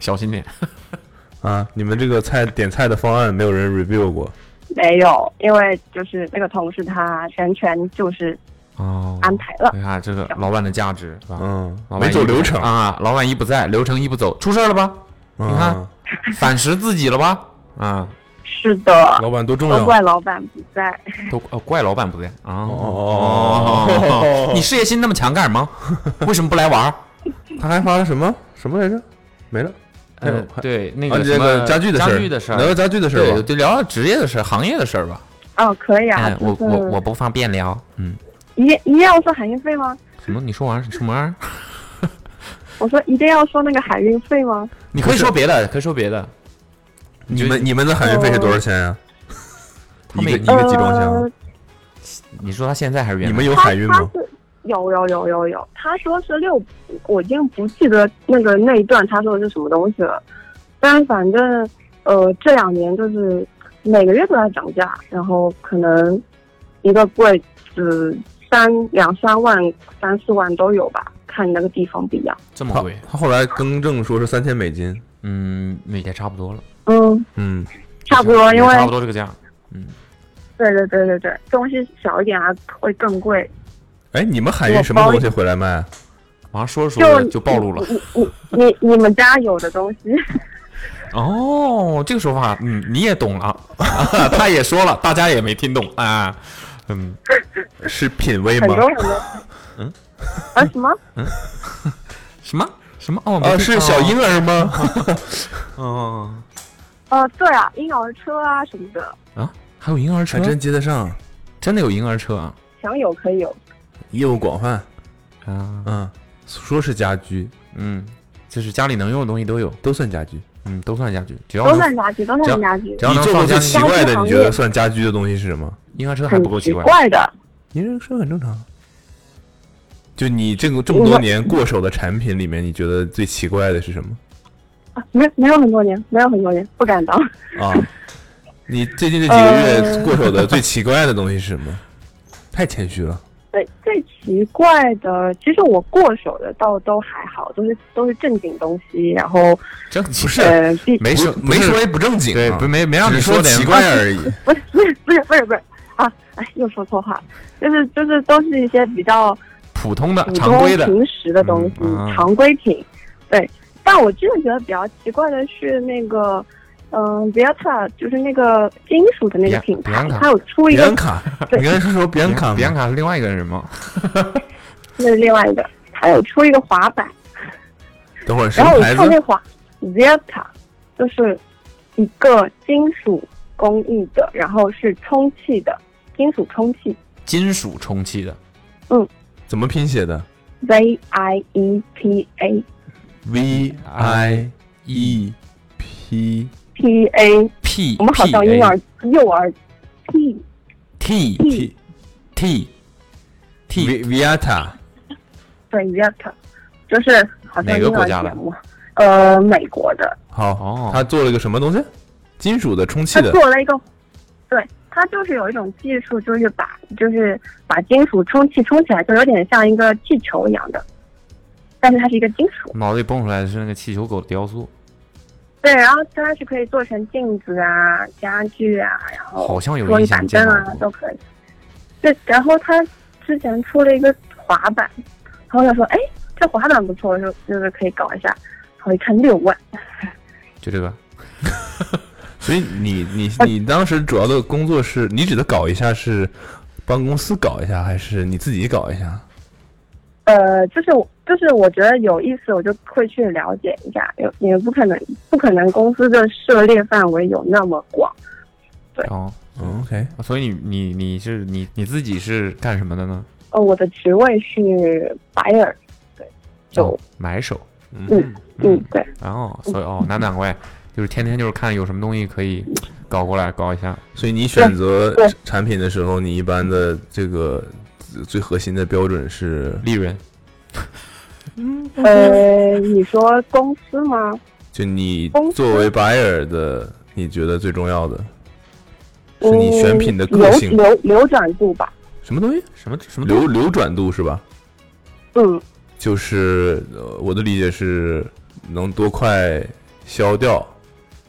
Speaker 4: 小心点，
Speaker 2: 啊？你们这个菜点菜的方案没有人 review 过，
Speaker 3: 没有，因为就是那个同事他全权就是
Speaker 4: 哦，
Speaker 3: 安排了，
Speaker 4: 你看这个老板的价值是吧？
Speaker 2: 嗯
Speaker 4: 老，板
Speaker 2: 没
Speaker 4: 一
Speaker 2: 走
Speaker 4: 不
Speaker 2: 流程，
Speaker 4: 啊，老板一不在，流程一不走，出事儿了吧？
Speaker 2: 嗯
Speaker 4: 你看，反噬自己了吧？啊，
Speaker 3: 是的，
Speaker 2: 老板多重
Speaker 3: 都
Speaker 2: 要
Speaker 3: 怪老板不在。
Speaker 4: 都呃怪老板不在啊！
Speaker 2: 哦
Speaker 4: 哦你事业心那么强干什么？为什么不来玩儿？
Speaker 2: 他还发了什么什么来着？没了，还有
Speaker 4: 呃，对，那
Speaker 2: 啊
Speaker 4: 个
Speaker 2: 这
Speaker 4: 什
Speaker 2: 个
Speaker 4: 么
Speaker 2: 家具的事
Speaker 4: 家
Speaker 2: 儿，
Speaker 4: 具的事
Speaker 2: 聊聊
Speaker 4: 儿，
Speaker 2: 家具的事儿
Speaker 4: 对
Speaker 2: 吧。
Speaker 4: 对，聊聊职业的事儿，行业的事儿吧。
Speaker 3: 哦，可以啊，
Speaker 4: 哎，我
Speaker 3: 就是
Speaker 4: 我我不方便聊。嗯，
Speaker 3: 一一定要说海运费吗？
Speaker 4: 什么？你说完你说完？
Speaker 3: 我说一定要说那个海运费吗？
Speaker 4: 你可以说别的，可以说别的。
Speaker 2: 你们你们的海运费是多少钱呀？
Speaker 4: 他
Speaker 2: 一
Speaker 4: 们
Speaker 2: 个
Speaker 4: 也
Speaker 2: 一个集装箱
Speaker 3: 呃，
Speaker 4: 你说他现在还是原
Speaker 2: 你
Speaker 4: 来
Speaker 2: 们有
Speaker 3: 他
Speaker 2: 海运
Speaker 3: 他
Speaker 2: 吗？
Speaker 3: 是有有有有有，他说是六，我已经不记得那个那一段他说的是什么东西了，但反正呃这两年就是每个月都在涨价，然后可能一个柜子三两三万、三四万都有吧，看那个地方不一样。
Speaker 4: 这么
Speaker 2: 他
Speaker 4: 贵？
Speaker 2: 他后来更正说是三千美金。
Speaker 4: 嗯，也差不多了，
Speaker 3: 嗯，
Speaker 2: 嗯，
Speaker 3: 差不多，
Speaker 4: 也
Speaker 3: 啊因为
Speaker 4: 差不多这个价。
Speaker 3: 对对对对对，东西小一点啊会更贵。
Speaker 2: 哎，你们海运什么东西回来卖啊？
Speaker 4: 马上说着说
Speaker 3: 就
Speaker 4: 着就暴露了。
Speaker 3: 你你你你们家有的东西，
Speaker 4: 哦，这个说法，嗯，你也懂了， 啊、他也说了，大家也没听懂啊，嗯，
Speaker 2: 是品味
Speaker 3: 很
Speaker 2: 吗？
Speaker 3: 多很多。嗯。啊什么？
Speaker 4: 什么什么哦，没
Speaker 2: 啊，
Speaker 4: 听
Speaker 2: 是小婴儿 吗？
Speaker 4: 嗯哦
Speaker 3: 呃，对啊，婴儿车啊什么的，
Speaker 4: 啊，还有婴儿车，
Speaker 2: 还真接得上，
Speaker 4: 真的有婴儿车啊
Speaker 3: 想有可以有。
Speaker 2: 业务广泛。
Speaker 4: 啊，
Speaker 2: 嗯，说是家居，
Speaker 4: 嗯，就是家里能用的东西都有，
Speaker 2: 都算家居。
Speaker 4: 嗯，都算家具，只要
Speaker 3: 都
Speaker 4: 能
Speaker 3: 算家具，都
Speaker 4: 只要
Speaker 3: 算家具
Speaker 4: 只，要
Speaker 2: 你
Speaker 4: 能
Speaker 2: 做过
Speaker 4: 放
Speaker 2: 最
Speaker 4: 家里
Speaker 2: 奇
Speaker 3: 家居
Speaker 2: 怪的，
Speaker 3: 行
Speaker 2: 你
Speaker 3: 业
Speaker 2: 觉得算家居的东西是什么？
Speaker 4: 婴儿车还
Speaker 3: 很
Speaker 4: 不够奇怪，
Speaker 3: 怪的。
Speaker 2: 你这说很正常。就你这个这么多年过手的产品里面，你觉得最奇怪的是什么
Speaker 3: 啊没没有很多年，没有很多年，不敢当。
Speaker 2: 啊？你最近这几个月过手的最奇怪的东西是什么？太谦虚了。
Speaker 3: 对，最奇怪的，其实我过手的倒都还好，都是都是正经东西，然后
Speaker 4: 正经
Speaker 2: 不是
Speaker 3: 呃，必
Speaker 4: 没说
Speaker 2: 不是
Speaker 4: 没说也
Speaker 2: 不正经啊
Speaker 4: 对，不没没让你
Speaker 2: 说
Speaker 4: 点
Speaker 2: 奇怪而已。
Speaker 3: 不是不是不是不是不是啊，哎，又说错话，就是就是都是一些比较
Speaker 4: 普通的
Speaker 3: 普
Speaker 4: 常规
Speaker 3: 通
Speaker 4: 的，
Speaker 3: 平时的东西，
Speaker 4: 嗯啊
Speaker 3: 常规品。对，但我真的觉得比较奇怪的是那个，嗯、比 b e t a 就是那个金属的那个
Speaker 4: 比
Speaker 3: 品牌，
Speaker 4: Bianca
Speaker 3: 它有出一
Speaker 2: 比
Speaker 3: 个
Speaker 2: 安卡，你刚才是说比安卡吗？
Speaker 4: 比安卡是另外一个人吗？
Speaker 3: 那是另外一个，它有出一个滑板，
Speaker 2: 等会儿什
Speaker 3: 然后
Speaker 2: 么
Speaker 3: 我
Speaker 2: 牌
Speaker 3: 看那
Speaker 2: 子？
Speaker 3: 滑 Zeta，就是一个金属工艺的，然后是充气的金属充气
Speaker 4: 金属充气的
Speaker 2: 怎么拼写的
Speaker 3: Z I E P A
Speaker 2: ？V I E P
Speaker 3: P A，
Speaker 4: P，
Speaker 3: 我们好像
Speaker 4: P A
Speaker 3: 婴儿幼儿 P
Speaker 4: T
Speaker 2: T
Speaker 4: T
Speaker 8: T
Speaker 2: Vi- Viata
Speaker 3: 对 y e t 就是好像
Speaker 8: 哪个国家的
Speaker 3: 那个节目？呃，美国的，
Speaker 2: 好，
Speaker 8: 哦
Speaker 2: 他做了个什么东西？金属的、充气
Speaker 3: 他
Speaker 2: 的，
Speaker 3: 做了一个，对他就是有一种技术，就是把就是把金属充气充起来，就有点像一个气球一样的，但是它是一个金属。
Speaker 8: 脑子里蹦出来的是那个气球狗的雕塑，
Speaker 3: 对，然后它是可以做成镜子啊、家具啊，然后
Speaker 8: 好像有
Speaker 3: 桌
Speaker 8: 印
Speaker 3: 椅
Speaker 8: 象
Speaker 3: 板
Speaker 8: 见
Speaker 3: 凳
Speaker 8: 到
Speaker 3: 啊
Speaker 8: 过
Speaker 3: 都可以。对，然后他之前出了一个滑板，然后他说：“哎，这滑板不错，就就是可以搞一下。”然后一看六万，
Speaker 8: 就这个。
Speaker 2: 所以你你你当时主要的工作是你指的搞一下是帮公司搞一下，还是你自己搞一下？
Speaker 3: 呃，就是我就是我觉得有意思，我就会去了解一下。有也不可能不可能公司的涉猎范围有那么广。
Speaker 8: 哦，
Speaker 2: 嗯，OK，
Speaker 8: 所以你你你是你你自己是干什么的呢？
Speaker 3: 呃，我的职位是 buyer，对，就、
Speaker 8: 哦买手。
Speaker 2: 嗯，
Speaker 3: 嗯对，
Speaker 8: 然后，所以 哦，那难怪，就是天天就是看有什么东西可以搞过来搞一下。
Speaker 2: 所以你选择
Speaker 3: 对对
Speaker 2: 产品的时候，你一般的这个最核心的标准是，
Speaker 8: 利润，
Speaker 3: 呃，你说公司吗？
Speaker 2: 就你
Speaker 3: 公司
Speaker 2: 作为 buyer 的，你觉得最重要的是你选品的
Speaker 3: 嗯
Speaker 2: 个性，嗯
Speaker 3: 流流流转度吧，
Speaker 2: 什么东西？
Speaker 8: 什么什么
Speaker 2: 流流转度是吧？
Speaker 3: 嗯，
Speaker 2: 就是呃我的理解是能多快消掉，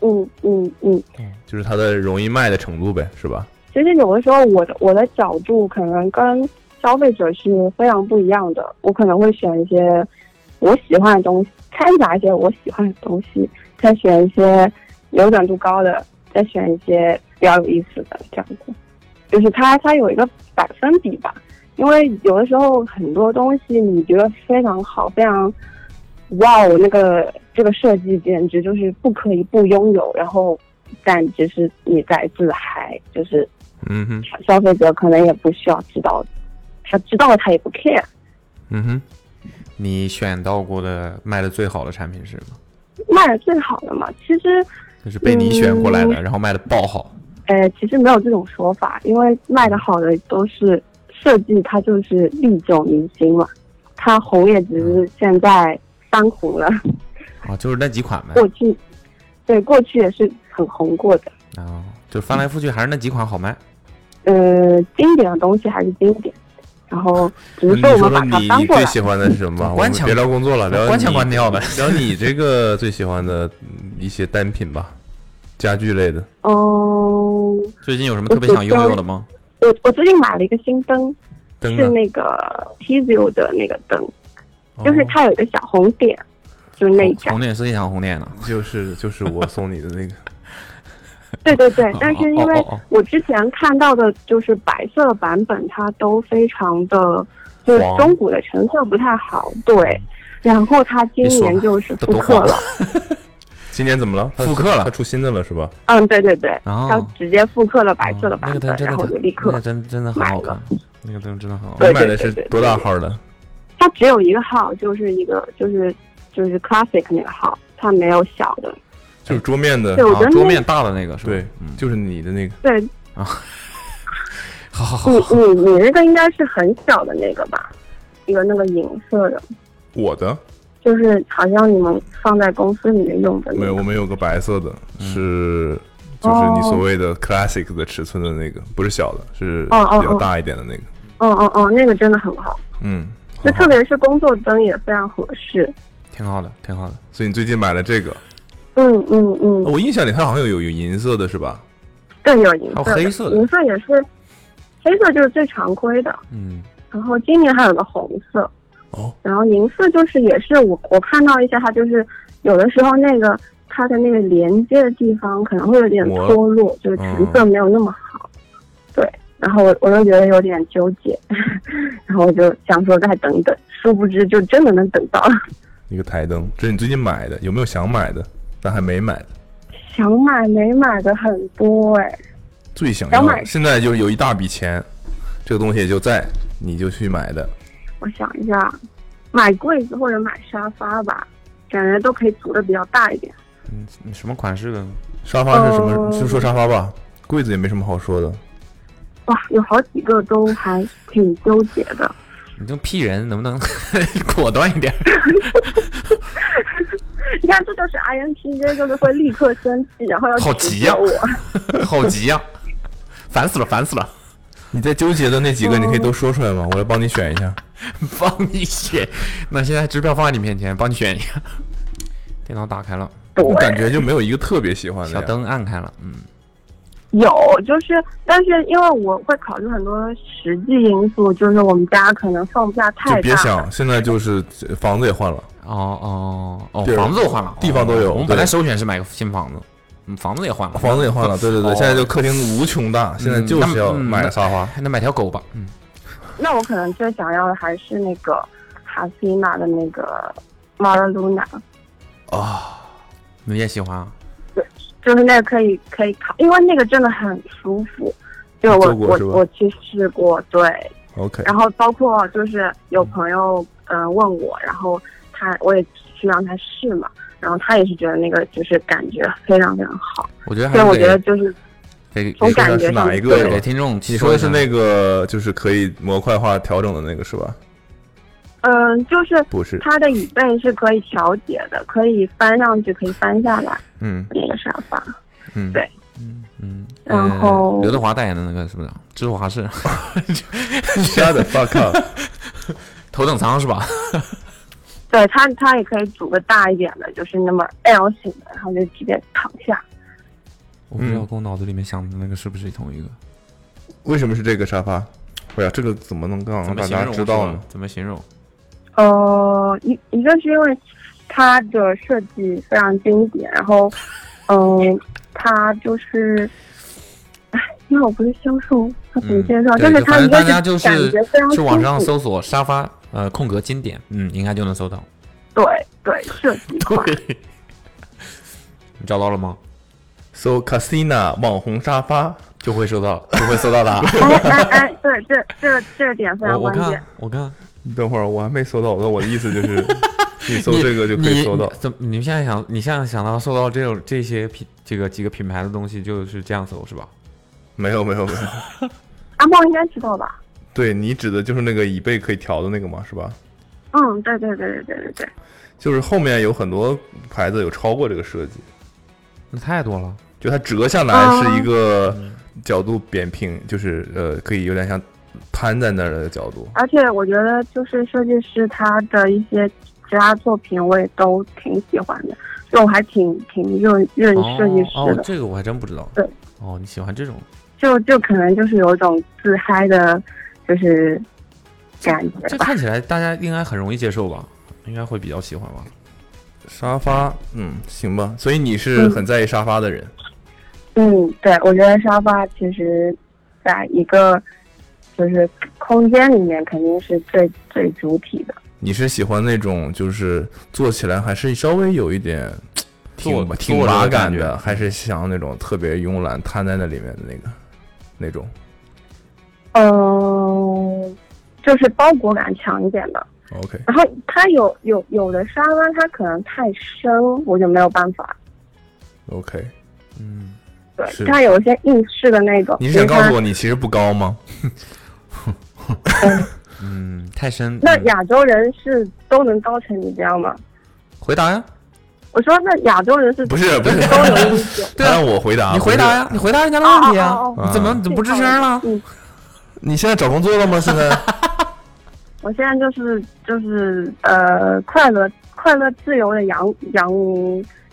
Speaker 3: 嗯嗯嗯，
Speaker 2: 就是它的容易卖的程度呗，是吧？
Speaker 3: 其实有的时候我的我的角度可能跟消费者是非常不一样的，我可能会选一些我喜欢的东西，掺杂一些我喜欢的东西，再选一些流转度高的，再选一些比较有意思的这样子，就是它它有一个百分比吧，因为有的时候很多东西你觉得非常好，非常哇哦，那个这个设计简直就是不可以不拥有，然后但只是你在自嗨，就是
Speaker 2: 嗯哼，
Speaker 3: 消费者可能也不需要知道，他知道了他也不 care。
Speaker 2: 嗯哼，
Speaker 8: 你选到过的卖的最好的产品是什么？
Speaker 3: 卖的最好的嘛，其实，
Speaker 8: 就是被你选过来
Speaker 3: 嗯
Speaker 8: 的，然后卖的爆好。
Speaker 3: 呃，其实没有这种说法，因为卖的好的都是设计，它就是历久弥新嘛，它红也只是现在翻红了，
Speaker 2: 嗯
Speaker 8: 啊，就是那几款呗。
Speaker 3: 过去，对，过去也是很红过的。
Speaker 4: 哦
Speaker 8: 啊，就翻来覆去还是那几款好卖。
Speaker 3: 呃，经典的东西还是经典，然后只
Speaker 2: 你
Speaker 3: 是说我
Speaker 2: 说
Speaker 3: 们
Speaker 2: 说
Speaker 3: 把它
Speaker 2: 你
Speaker 3: 翻
Speaker 2: 你
Speaker 3: 过
Speaker 2: 最
Speaker 3: 来。
Speaker 2: 喜欢的是什 么吧？我
Speaker 8: 官
Speaker 2: 们
Speaker 8: 腔
Speaker 2: 别聊工作了，聊
Speaker 8: 官腔
Speaker 2: 你
Speaker 8: 官调的
Speaker 2: 聊你这个最喜欢的嗯一些单品吧，家具类的。
Speaker 3: 嗯、
Speaker 8: 最近有什么特别想拥有的吗？
Speaker 3: 哦我我最近买了一个新灯，
Speaker 2: 灯
Speaker 3: 是
Speaker 2: 啊，
Speaker 3: 那个 Tizio 的那个灯，
Speaker 2: 哦
Speaker 3: 就是它有一个小红点，就是那一家
Speaker 8: 红。点是一场红点呢。
Speaker 2: 就是就是我送你的那个，
Speaker 3: 对对对，但是因
Speaker 8: 哦
Speaker 3: 为
Speaker 8: 哦哦
Speaker 3: 我之前看到的就是白色版本，它都非常的就是
Speaker 8: 黄
Speaker 3: 中古的成色不太好，对。然后它今
Speaker 8: 别说了
Speaker 3: 年就是
Speaker 8: 都
Speaker 3: 复
Speaker 8: 都
Speaker 3: 刻
Speaker 8: 黄
Speaker 3: 了
Speaker 8: 了，
Speaker 2: 今年怎么了？它
Speaker 8: 复刻了
Speaker 2: 它出新的了是吧？
Speaker 3: 嗯，对对对，
Speaker 8: 哦
Speaker 3: 它直接复刻了白色的
Speaker 8: 那
Speaker 3: 版
Speaker 8: 个
Speaker 3: 本，
Speaker 8: 灯真
Speaker 3: 然
Speaker 8: 的
Speaker 3: 后
Speaker 8: 很
Speaker 3: 就立，
Speaker 8: 那
Speaker 3: 刻
Speaker 8: 个灯真的很好看，那个灯真的很好看。
Speaker 2: 你
Speaker 3: 对
Speaker 2: 买的
Speaker 3: 对
Speaker 2: 是
Speaker 3: 对对
Speaker 2: 多大号的？
Speaker 3: 它只有一个号，就是一个就是就是 classic 那个号，它没有小的。
Speaker 2: 就是桌面的
Speaker 3: 对，，我觉
Speaker 8: 啊，
Speaker 3: 得
Speaker 8: 桌
Speaker 3: 那
Speaker 8: 面大的那个是吧？
Speaker 2: 对，
Speaker 8: 嗯，
Speaker 2: 就是你的那个。
Speaker 3: 对
Speaker 8: 好好好
Speaker 3: 你，你你那个应该是很小的那个吧，一个那个银色的，
Speaker 2: 我的
Speaker 3: 就是好像你们放在公司里面用的、那个。
Speaker 2: 没有，我们有个白色的，是就是你所谓的 classic 的尺寸的那个，不是小的，是
Speaker 3: 哦哦哦
Speaker 2: 比较大一点的那个。
Speaker 3: 哦哦哦，那个真的很好，
Speaker 2: 嗯，
Speaker 3: 就特别是工作灯也非常合适。
Speaker 8: 挺好的，挺好的。
Speaker 2: 所以你最近买了这个，
Speaker 3: 嗯嗯 嗯，
Speaker 2: 我印象里它好像有有有银色的是吧？
Speaker 3: 对，有银色
Speaker 8: 还
Speaker 3: 的，
Speaker 8: 有黑色的
Speaker 3: 银色也是，黑色就是最常规的。
Speaker 8: 嗯，
Speaker 3: 然后今年还有个红色，
Speaker 2: 哦，
Speaker 3: 然后银色就是也是我我看到一些，它就是有的时候那个它的那个连接的地方可能会有点
Speaker 2: 磨
Speaker 3: 脱落，就是成色没有那么好。对，然后我我就觉得有点纠结， 然后我就想说再等一等，殊不知就真的能等到了。
Speaker 2: 一个台灯，这是你最近买的，有没有想买的但还没买的？
Speaker 3: 想买没买的很多哎、
Speaker 2: 最想
Speaker 3: 想
Speaker 2: 要
Speaker 3: 买
Speaker 2: 的，现在就有一大笔钱，这个东西也就在，你就去买的。
Speaker 3: 我想一下，买柜子或者买沙发吧，感觉都可以组的比较大一点。
Speaker 8: 嗯，你什么款式的呢？
Speaker 2: 沙发是什么？
Speaker 3: 哦
Speaker 2: 就说沙发吧，柜子也没什么好说的。
Speaker 3: 哇，有好几个都还挺纠结的。
Speaker 4: 你这屁人能不 能果断一点？
Speaker 3: 你看，这就是 INTJ，就是会立刻生气，然后要
Speaker 4: 好
Speaker 3: 指
Speaker 4: 急
Speaker 3: 责
Speaker 4: 呀
Speaker 3: 我。
Speaker 4: 好急呀、烦死了，烦死了！
Speaker 2: 你在纠结的那几个，你可以都说出来吗？我来帮你选一下。
Speaker 4: 帮你选， 那现在支票放在你面前，帮你选 一下。电脑打开了，
Speaker 2: 我
Speaker 3: 对，
Speaker 2: 感觉就没有一个特别喜欢的呀。
Speaker 4: 小灯按开了，嗯，
Speaker 3: 有就是，但是因为我会考虑很多实际因素，就是我们家可能放不下太大，
Speaker 2: 就别想，现在就是房子也换了，
Speaker 4: 哦哦
Speaker 2: 地
Speaker 4: 哦，
Speaker 2: 儿
Speaker 4: 房子都换了，
Speaker 2: 地方都有
Speaker 4: 哦我们本来
Speaker 2: 对
Speaker 4: 首选是买个新房子，嗯，房子也换了，嗯
Speaker 2: 房子也换了，对对对，
Speaker 4: 哦
Speaker 2: 现在就客厅无穷大，现在就是要买个沙发。
Speaker 4: 还能买条狗吧？嗯，
Speaker 3: 那我可能最想要的还是那个哈西娜的那个 Mara Luna，
Speaker 4: 你也喜欢啊？
Speaker 3: 就是那个可以可以考，因为那个真的很舒服。就
Speaker 2: 你
Speaker 3: 我
Speaker 2: 做过
Speaker 3: 我
Speaker 2: 是吧
Speaker 3: 我去试过，对，
Speaker 2: OK，
Speaker 3: 然后包括就是有朋友嗯、呃问我，然后他我也去让他试嘛，然后他也是觉得那个就是感觉非常非常好，
Speaker 4: 我觉得还
Speaker 3: 所以
Speaker 4: 是
Speaker 3: 我觉得
Speaker 4: 得
Speaker 3: 就是
Speaker 4: 给给
Speaker 3: 从
Speaker 2: 看
Speaker 3: 感
Speaker 2: 看
Speaker 3: 觉
Speaker 2: 是
Speaker 3: 上
Speaker 2: 哪一个
Speaker 3: 对
Speaker 2: 是吧
Speaker 4: 给？听众
Speaker 2: 你说的
Speaker 4: 一
Speaker 2: 是
Speaker 4: 下
Speaker 2: 那个就是可以模块化调整的那个是吧？
Speaker 3: 嗯，就是
Speaker 2: 不是，
Speaker 3: 它的椅背是可以调节的，可以翻上去，可以翻下来
Speaker 2: 嗯
Speaker 3: 那个沙发。
Speaker 2: 嗯，
Speaker 3: 对
Speaker 4: 嗯，
Speaker 3: 然
Speaker 4: 呃
Speaker 3: 后
Speaker 4: 刘德华代言的那个是不是？芝 华士
Speaker 2: ，shut the fuck up，
Speaker 4: 头等舱是吧？
Speaker 3: 对它，它也可以组个大一点的，就是那么 L 型的，然后就直接躺下。
Speaker 4: 我不知道
Speaker 2: 嗯
Speaker 4: 跟我脑子里面想的那个是不是同一个？
Speaker 2: 为什么是这个沙发？哎呀，这个怎么能啊让
Speaker 4: 怎么
Speaker 2: 大
Speaker 4: 形
Speaker 2: 家
Speaker 4: 容？
Speaker 2: 知道呢？？
Speaker 4: 怎么形容？
Speaker 3: 呃，一一个是因为它的设计非常经典，然 后，嗯、它就是，哎，因为我不是销售，它怎么介绍？
Speaker 4: 嗯对
Speaker 3: 嗯就是它
Speaker 4: 反
Speaker 3: 一个
Speaker 4: 正大家就
Speaker 3: 感
Speaker 4: 是
Speaker 3: 觉非常
Speaker 4: 去网上
Speaker 3: 舒服，
Speaker 4: 搜索沙发呃空格经典，嗯，应该就能搜到。
Speaker 3: 对对，设 计款。
Speaker 4: 你找到了吗？
Speaker 2: 搜 Casina 网红沙发就会收到，就会搜到的。
Speaker 3: 哎哎哎，对，这这这点非
Speaker 4: 我
Speaker 3: 常
Speaker 4: 我
Speaker 3: 关键
Speaker 4: 看。我看
Speaker 2: 等会儿我还没搜到，我我的意思就是， 你搜这个就可以搜到
Speaker 4: 你。怎么？你们现在想，你现在想到搜到这种这些品这个几个品牌的东西，就是这样搜是吧？
Speaker 2: 没有没有没有，
Speaker 3: 阿茂应该知道吧？
Speaker 2: 对你指的就是那个椅背可以调的那个嘛，是吧？
Speaker 3: 嗯，对对对对对对对，
Speaker 2: 就是后面有很多牌子有超过这个设计，
Speaker 4: 那太多了。
Speaker 2: 就它折下
Speaker 4: 嗯
Speaker 2: 来是一个角度扁平，就是呃可以有点像摊在那儿的角度。
Speaker 3: 而且我觉得就是设计师他的一些其他作品，我也都挺喜欢的，就我还挺挺认认
Speaker 4: 哦
Speaker 3: 设计师
Speaker 4: 哦
Speaker 3: 的，，
Speaker 4: 这个我还真不知道。
Speaker 3: 对。
Speaker 4: 哦，你喜欢这种？
Speaker 3: 就就可能就是有一种自嗨的，就是感觉
Speaker 4: 这
Speaker 3: 吧。
Speaker 4: 看起来大家应该很容易接受吧？应该会比较喜欢吧？
Speaker 2: 沙发，嗯，行吧。所以你是很在意沙发的人，
Speaker 3: 嗯，对，我觉得沙发其实在一个就是空间里面肯定是最最主体的。
Speaker 2: 你是喜欢那种就是坐起来还是稍微有一点挺
Speaker 4: 坐
Speaker 2: 挺
Speaker 4: 坐着的
Speaker 2: 麻
Speaker 4: 感
Speaker 2: 感
Speaker 4: 觉
Speaker 2: 的，还是想那种特别慵懒瘫在那里面的那个那种。
Speaker 3: 嗯，就是包裹感强一点的。
Speaker 2: OK，
Speaker 3: 然后它有有有的沙发它可能太深，我就没有办法。
Speaker 2: OK，
Speaker 4: 嗯，
Speaker 3: 对
Speaker 2: 是，
Speaker 3: 它有一些硬式的那种。
Speaker 2: 你是想
Speaker 3: 比如
Speaker 2: 告
Speaker 3: 它
Speaker 2: 诉我你其实不高吗？
Speaker 4: 嗯，太深。
Speaker 3: 那
Speaker 4: 嗯
Speaker 3: 亚洲人是都能高成，你知道吗？
Speaker 4: 回答呀？
Speaker 3: 我说那亚洲人是
Speaker 2: 不是不是
Speaker 3: 都 有一些。
Speaker 2: 他让我啊回答，
Speaker 4: 啊你回
Speaker 2: 不
Speaker 4: 答
Speaker 2: 是
Speaker 4: 呀？你回答人家的问题呀
Speaker 3: 哦哦？
Speaker 2: 哦哦
Speaker 4: 你怎么你怎么不吱声了？
Speaker 3: 嗯，
Speaker 2: 你现在找工作了吗？现在
Speaker 3: 我现在就是就是呃，快乐快乐自由的养养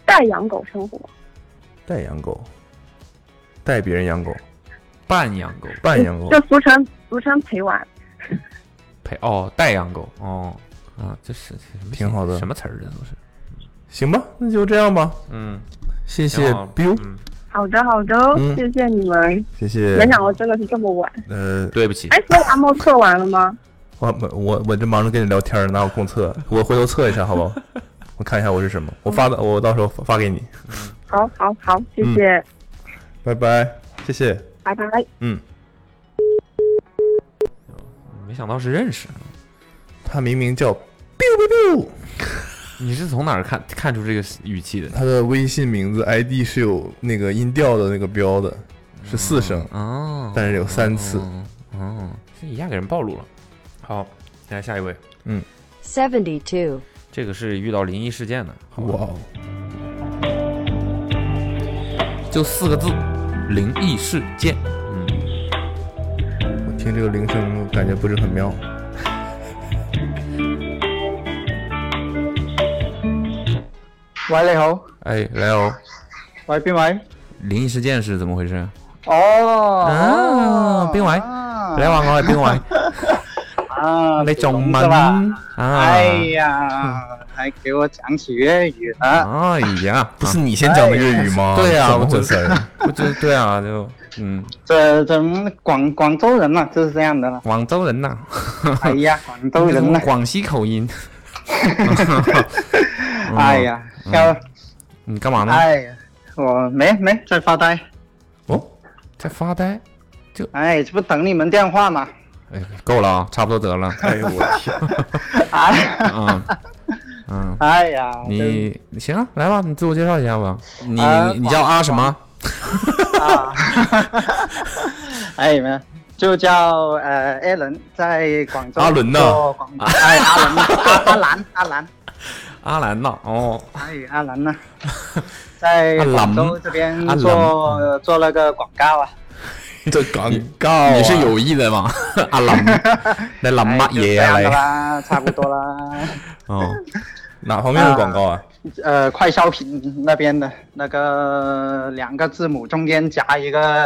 Speaker 3: 带养狗生活，
Speaker 2: 带养狗，带别人养狗，
Speaker 4: 半养狗
Speaker 2: 半养狗
Speaker 3: 就，俗称俗称陪玩。
Speaker 4: 陪哦，代养狗哦啊，这是这什么
Speaker 2: 挺好的
Speaker 4: 什么词儿啊这都是？
Speaker 2: 行吧，那就这样吧。
Speaker 4: 嗯，
Speaker 2: 谢
Speaker 4: 挺
Speaker 2: 谢
Speaker 4: 好
Speaker 2: biu，
Speaker 4: 嗯
Speaker 3: 好的好的，
Speaker 2: 嗯
Speaker 3: 谢谢你们，
Speaker 2: 谢谢
Speaker 3: 没。想到真的是这么晚。
Speaker 2: 呃，
Speaker 4: 对不起，
Speaker 3: 哎，所以阿莫测完了吗？
Speaker 2: 我我我这忙着跟你聊天儿，哪有空测？我回头测一下，好不好？我看一下我是什么，我发的，我到时候发给你。
Speaker 3: 好好好，谢谢，
Speaker 2: 拜拜，谢谢。
Speaker 3: 拜拜。
Speaker 2: 嗯，
Speaker 4: 没想到是认识。
Speaker 2: 他明明叫 biu biu biu，
Speaker 4: 你是从哪儿看看出这个语气的？
Speaker 2: 他的微信名字 ID 是有那个音调的那个标的，是四声，
Speaker 4: 哦，嗯
Speaker 2: 但是有三次。
Speaker 4: 哦，哦，这压给人暴露了。好，来下一位，
Speaker 7: 72,
Speaker 4: 这个是遇到灵异事件的，好吧
Speaker 2: 哇哦，
Speaker 4: 就四个字，灵异事件。嗯，
Speaker 2: 我听这个铃声感觉不是很妙。
Speaker 5: 喂，你好，
Speaker 4: 哎，来哦，
Speaker 5: 喂，边位？
Speaker 4: 灵异事件是怎么回事？
Speaker 5: 啊哦，
Speaker 4: 啊邊位
Speaker 5: 啊
Speaker 4: 你話我係 邊位？
Speaker 5: 啊，
Speaker 4: 你仲
Speaker 5: 咁㗎啦
Speaker 4: 問啊？
Speaker 5: 哎呀，还给我讲起粤语了。
Speaker 4: 哎呀，
Speaker 2: 不是你先讲的粤语吗？
Speaker 4: 对啊
Speaker 2: 怎么
Speaker 4: 我
Speaker 2: 回事儿？
Speaker 4: 不就对啊，就嗯，。
Speaker 5: 这这嗯广广州人嘛，就是这样的了
Speaker 4: 广州人呐、
Speaker 5: 哎呀，广州
Speaker 4: 你
Speaker 5: 人
Speaker 4: 怎么
Speaker 5: 呐，
Speaker 4: 广西口音，
Speaker 5: 哎呀，要
Speaker 4: 你嗯干嘛呢？
Speaker 5: 哎呀，我没没在发呆，
Speaker 4: 哦，在发呆。
Speaker 5: 哎，这不等你们电话嘛。
Speaker 4: 哎，够了啊，差不多得了。哎呦我天！
Speaker 5: 哎
Speaker 4: 嗯嗯，
Speaker 5: 哎呀，
Speaker 4: 你行啊，来吧，你自我介绍一下吧。
Speaker 9: 你
Speaker 5: 啊
Speaker 9: 你叫阿什么？
Speaker 5: 这啊，哎没有，就叫呃 a l a n 在广州。
Speaker 2: 阿伦呐
Speaker 5: 做广哎阿伦呐，阿阿兰阿兰，
Speaker 4: 阿兰呐，哦，
Speaker 5: 哎阿兰呐，在
Speaker 4: 阿兰
Speaker 5: 广州这边
Speaker 4: 阿兰
Speaker 5: 做做了个广告啊。
Speaker 2: 这广告
Speaker 4: 啊
Speaker 9: 你是有意的吗？阿兰，你
Speaker 5: 哎
Speaker 9: 林乜
Speaker 5: 就这
Speaker 9: 嘢
Speaker 5: 样
Speaker 9: 啊
Speaker 5: 的
Speaker 9: 你？
Speaker 5: 啦，差不多啦。
Speaker 4: 哦，
Speaker 2: 哪方面的广告啊？
Speaker 5: 呃，快消品那边的那个两个字母中间夹一个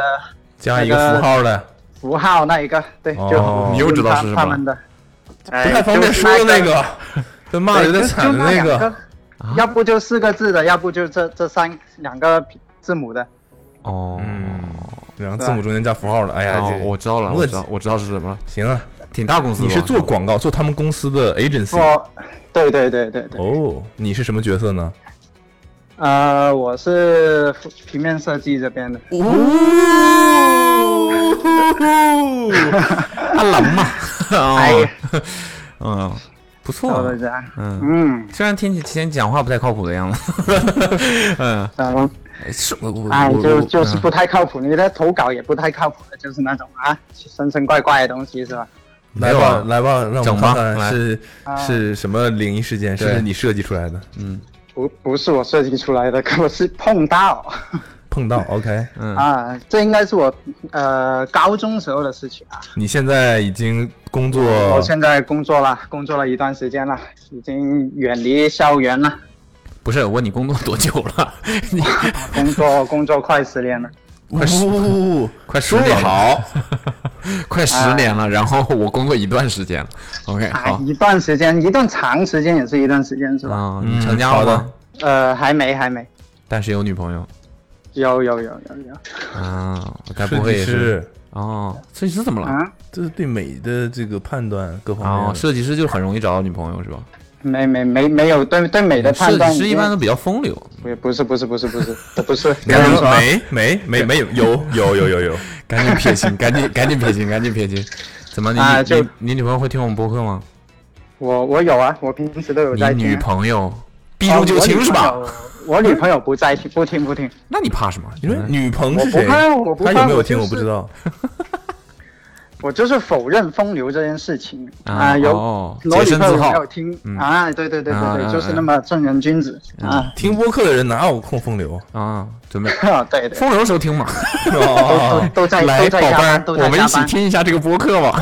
Speaker 2: 加一个符号的，
Speaker 5: 符号那一个，对，
Speaker 2: 哦
Speaker 5: 就
Speaker 2: 你
Speaker 9: 又知道是什么了
Speaker 5: 他们的，哎
Speaker 2: 不太方便说的
Speaker 5: 就是那个，
Speaker 2: 个， 被骂的啊有点
Speaker 5: 对就
Speaker 2: 惨的
Speaker 5: 就那两
Speaker 2: 个。
Speaker 5: 个，要不就四个字的，要不就这这三两个字母的。
Speaker 4: 哦，
Speaker 2: 嗯，两个字母中间加符号的，哎呀，
Speaker 9: 哦
Speaker 2: 这，
Speaker 9: 我知道了，
Speaker 2: 墨
Speaker 9: 我
Speaker 2: 迹
Speaker 9: 知道，我知道是什么了，
Speaker 2: 行啊，
Speaker 9: 挺大公司的
Speaker 2: 你
Speaker 9: 吧。
Speaker 2: 是做广告，做他们公司的 agency
Speaker 5: 我，对对对对对，
Speaker 2: 哦，你是什么角色呢？
Speaker 5: 呃，我是平面设计这边的，
Speaker 9: 哦，阿兰嘛，
Speaker 5: 哎
Speaker 9: 哦
Speaker 5: 呀，
Speaker 4: 嗯，不错
Speaker 5: 差不
Speaker 4: 啊
Speaker 5: 多。这样。
Speaker 4: 嗯，
Speaker 5: 嗯，
Speaker 4: 虽然听起之前讲话不太靠谱的样子。嗯，
Speaker 5: 然后
Speaker 4: 是我我
Speaker 5: 哎，
Speaker 4: 我
Speaker 5: 就
Speaker 4: 我
Speaker 5: 就是
Speaker 4: 嗯
Speaker 5: 不太靠谱，你的投稿也不太靠谱的，就是那种啊，神神怪怪的东西是吧？
Speaker 2: 来
Speaker 4: 有
Speaker 2: 吧
Speaker 4: 啊，
Speaker 2: 来吧，让我
Speaker 4: 整
Speaker 2: 们
Speaker 4: 吧
Speaker 2: 看看
Speaker 4: 来
Speaker 2: 是
Speaker 5: 啊
Speaker 2: 是什么灵异事件，是不是你设计出来的？
Speaker 5: 不不是我设计出来的，我是碰到、
Speaker 2: 碰到 OK，
Speaker 4: 嗯，
Speaker 5: 啊，这应该是我呃高中时候的事情啊。
Speaker 2: 你现在已经工作
Speaker 5: 我哦现在工作了，工作了一段时间了，已经远离校园了，
Speaker 4: 不是，我问你工作多久了？ 你
Speaker 5: 工作工作快十年了。
Speaker 9: 快十 快十年好， 快十年
Speaker 5: 哎
Speaker 9: 了。然后我工作一段时间了，OK，
Speaker 5: 啊
Speaker 9: 好，，
Speaker 5: 一段时间，一段长时间也是一段时间，是吧？
Speaker 4: 啊，
Speaker 2: 嗯
Speaker 4: 你成家了
Speaker 2: 好
Speaker 4: 吗
Speaker 2: 的？
Speaker 5: 呃，还没，还没，
Speaker 4: 但是有女朋友
Speaker 5: 有有有有有
Speaker 4: 啊，我该
Speaker 2: 设
Speaker 4: 不会
Speaker 2: 计
Speaker 4: 也
Speaker 2: 师，
Speaker 4: 哦，设计师怎么了？
Speaker 5: 啊，
Speaker 2: 这是对美的这个判断各方面
Speaker 4: 哦，
Speaker 2: 的。
Speaker 4: 设计师就很容易找到女朋友是吧？
Speaker 5: 没没没没有对对美的判
Speaker 4: 设
Speaker 5: 断
Speaker 4: 计
Speaker 5: 已经，
Speaker 4: 师一般都比较风流，
Speaker 5: 不不是不是不是不是 不是，
Speaker 2: 你看说
Speaker 5: 啊
Speaker 2: 没没没没有有有有有有，
Speaker 4: 赶紧撇 清，赶紧赶紧撇清，赶紧撇清。怎么你、
Speaker 5: 啊
Speaker 4: 你
Speaker 5: 就
Speaker 4: 你你女朋友会听我们播客吗？
Speaker 5: 我我有啊，我平时都有
Speaker 4: 你
Speaker 5: 在听
Speaker 4: 女
Speaker 5: 啊。
Speaker 4: 朋友避重就轻是吧？
Speaker 5: 哦？我女朋友我女朋友不在听，不听不听。
Speaker 4: 那你怕什么？
Speaker 2: 你说
Speaker 5: 嗯
Speaker 2: 女朋
Speaker 5: 我
Speaker 2: 是
Speaker 5: 不
Speaker 2: 谁？
Speaker 5: 怕我不
Speaker 2: 他
Speaker 5: 怕
Speaker 2: 有没有
Speaker 5: 我
Speaker 2: 听
Speaker 5: 就
Speaker 2: 我不
Speaker 5: 是
Speaker 2: 知道。
Speaker 5: 我就是否认风流这件事情
Speaker 4: 啊
Speaker 5: 啊，有
Speaker 4: 哦
Speaker 5: 罗
Speaker 4: 洁
Speaker 5: 女
Speaker 4: 身
Speaker 5: 朋
Speaker 4: 自
Speaker 5: 友
Speaker 4: 好
Speaker 5: 没有听
Speaker 4: 嗯
Speaker 5: 啊？对对对
Speaker 4: 啊
Speaker 5: 对
Speaker 4: 啊
Speaker 5: 对，
Speaker 4: 嗯
Speaker 5: 就是
Speaker 4: 啊
Speaker 5: 那么正人君子啊。 哦
Speaker 2: 听播客的人哪有空风流？
Speaker 4: 啊，准备
Speaker 5: 对对，
Speaker 4: 风流时候听嘛。
Speaker 5: 都 都都在
Speaker 9: 来宝
Speaker 5: 都在加
Speaker 9: 贝
Speaker 5: 班，
Speaker 9: 儿，
Speaker 5: 都
Speaker 9: 我
Speaker 5: 在
Speaker 9: 们一
Speaker 5: 加
Speaker 9: 起
Speaker 5: 班，
Speaker 9: 听一下这个播客吧。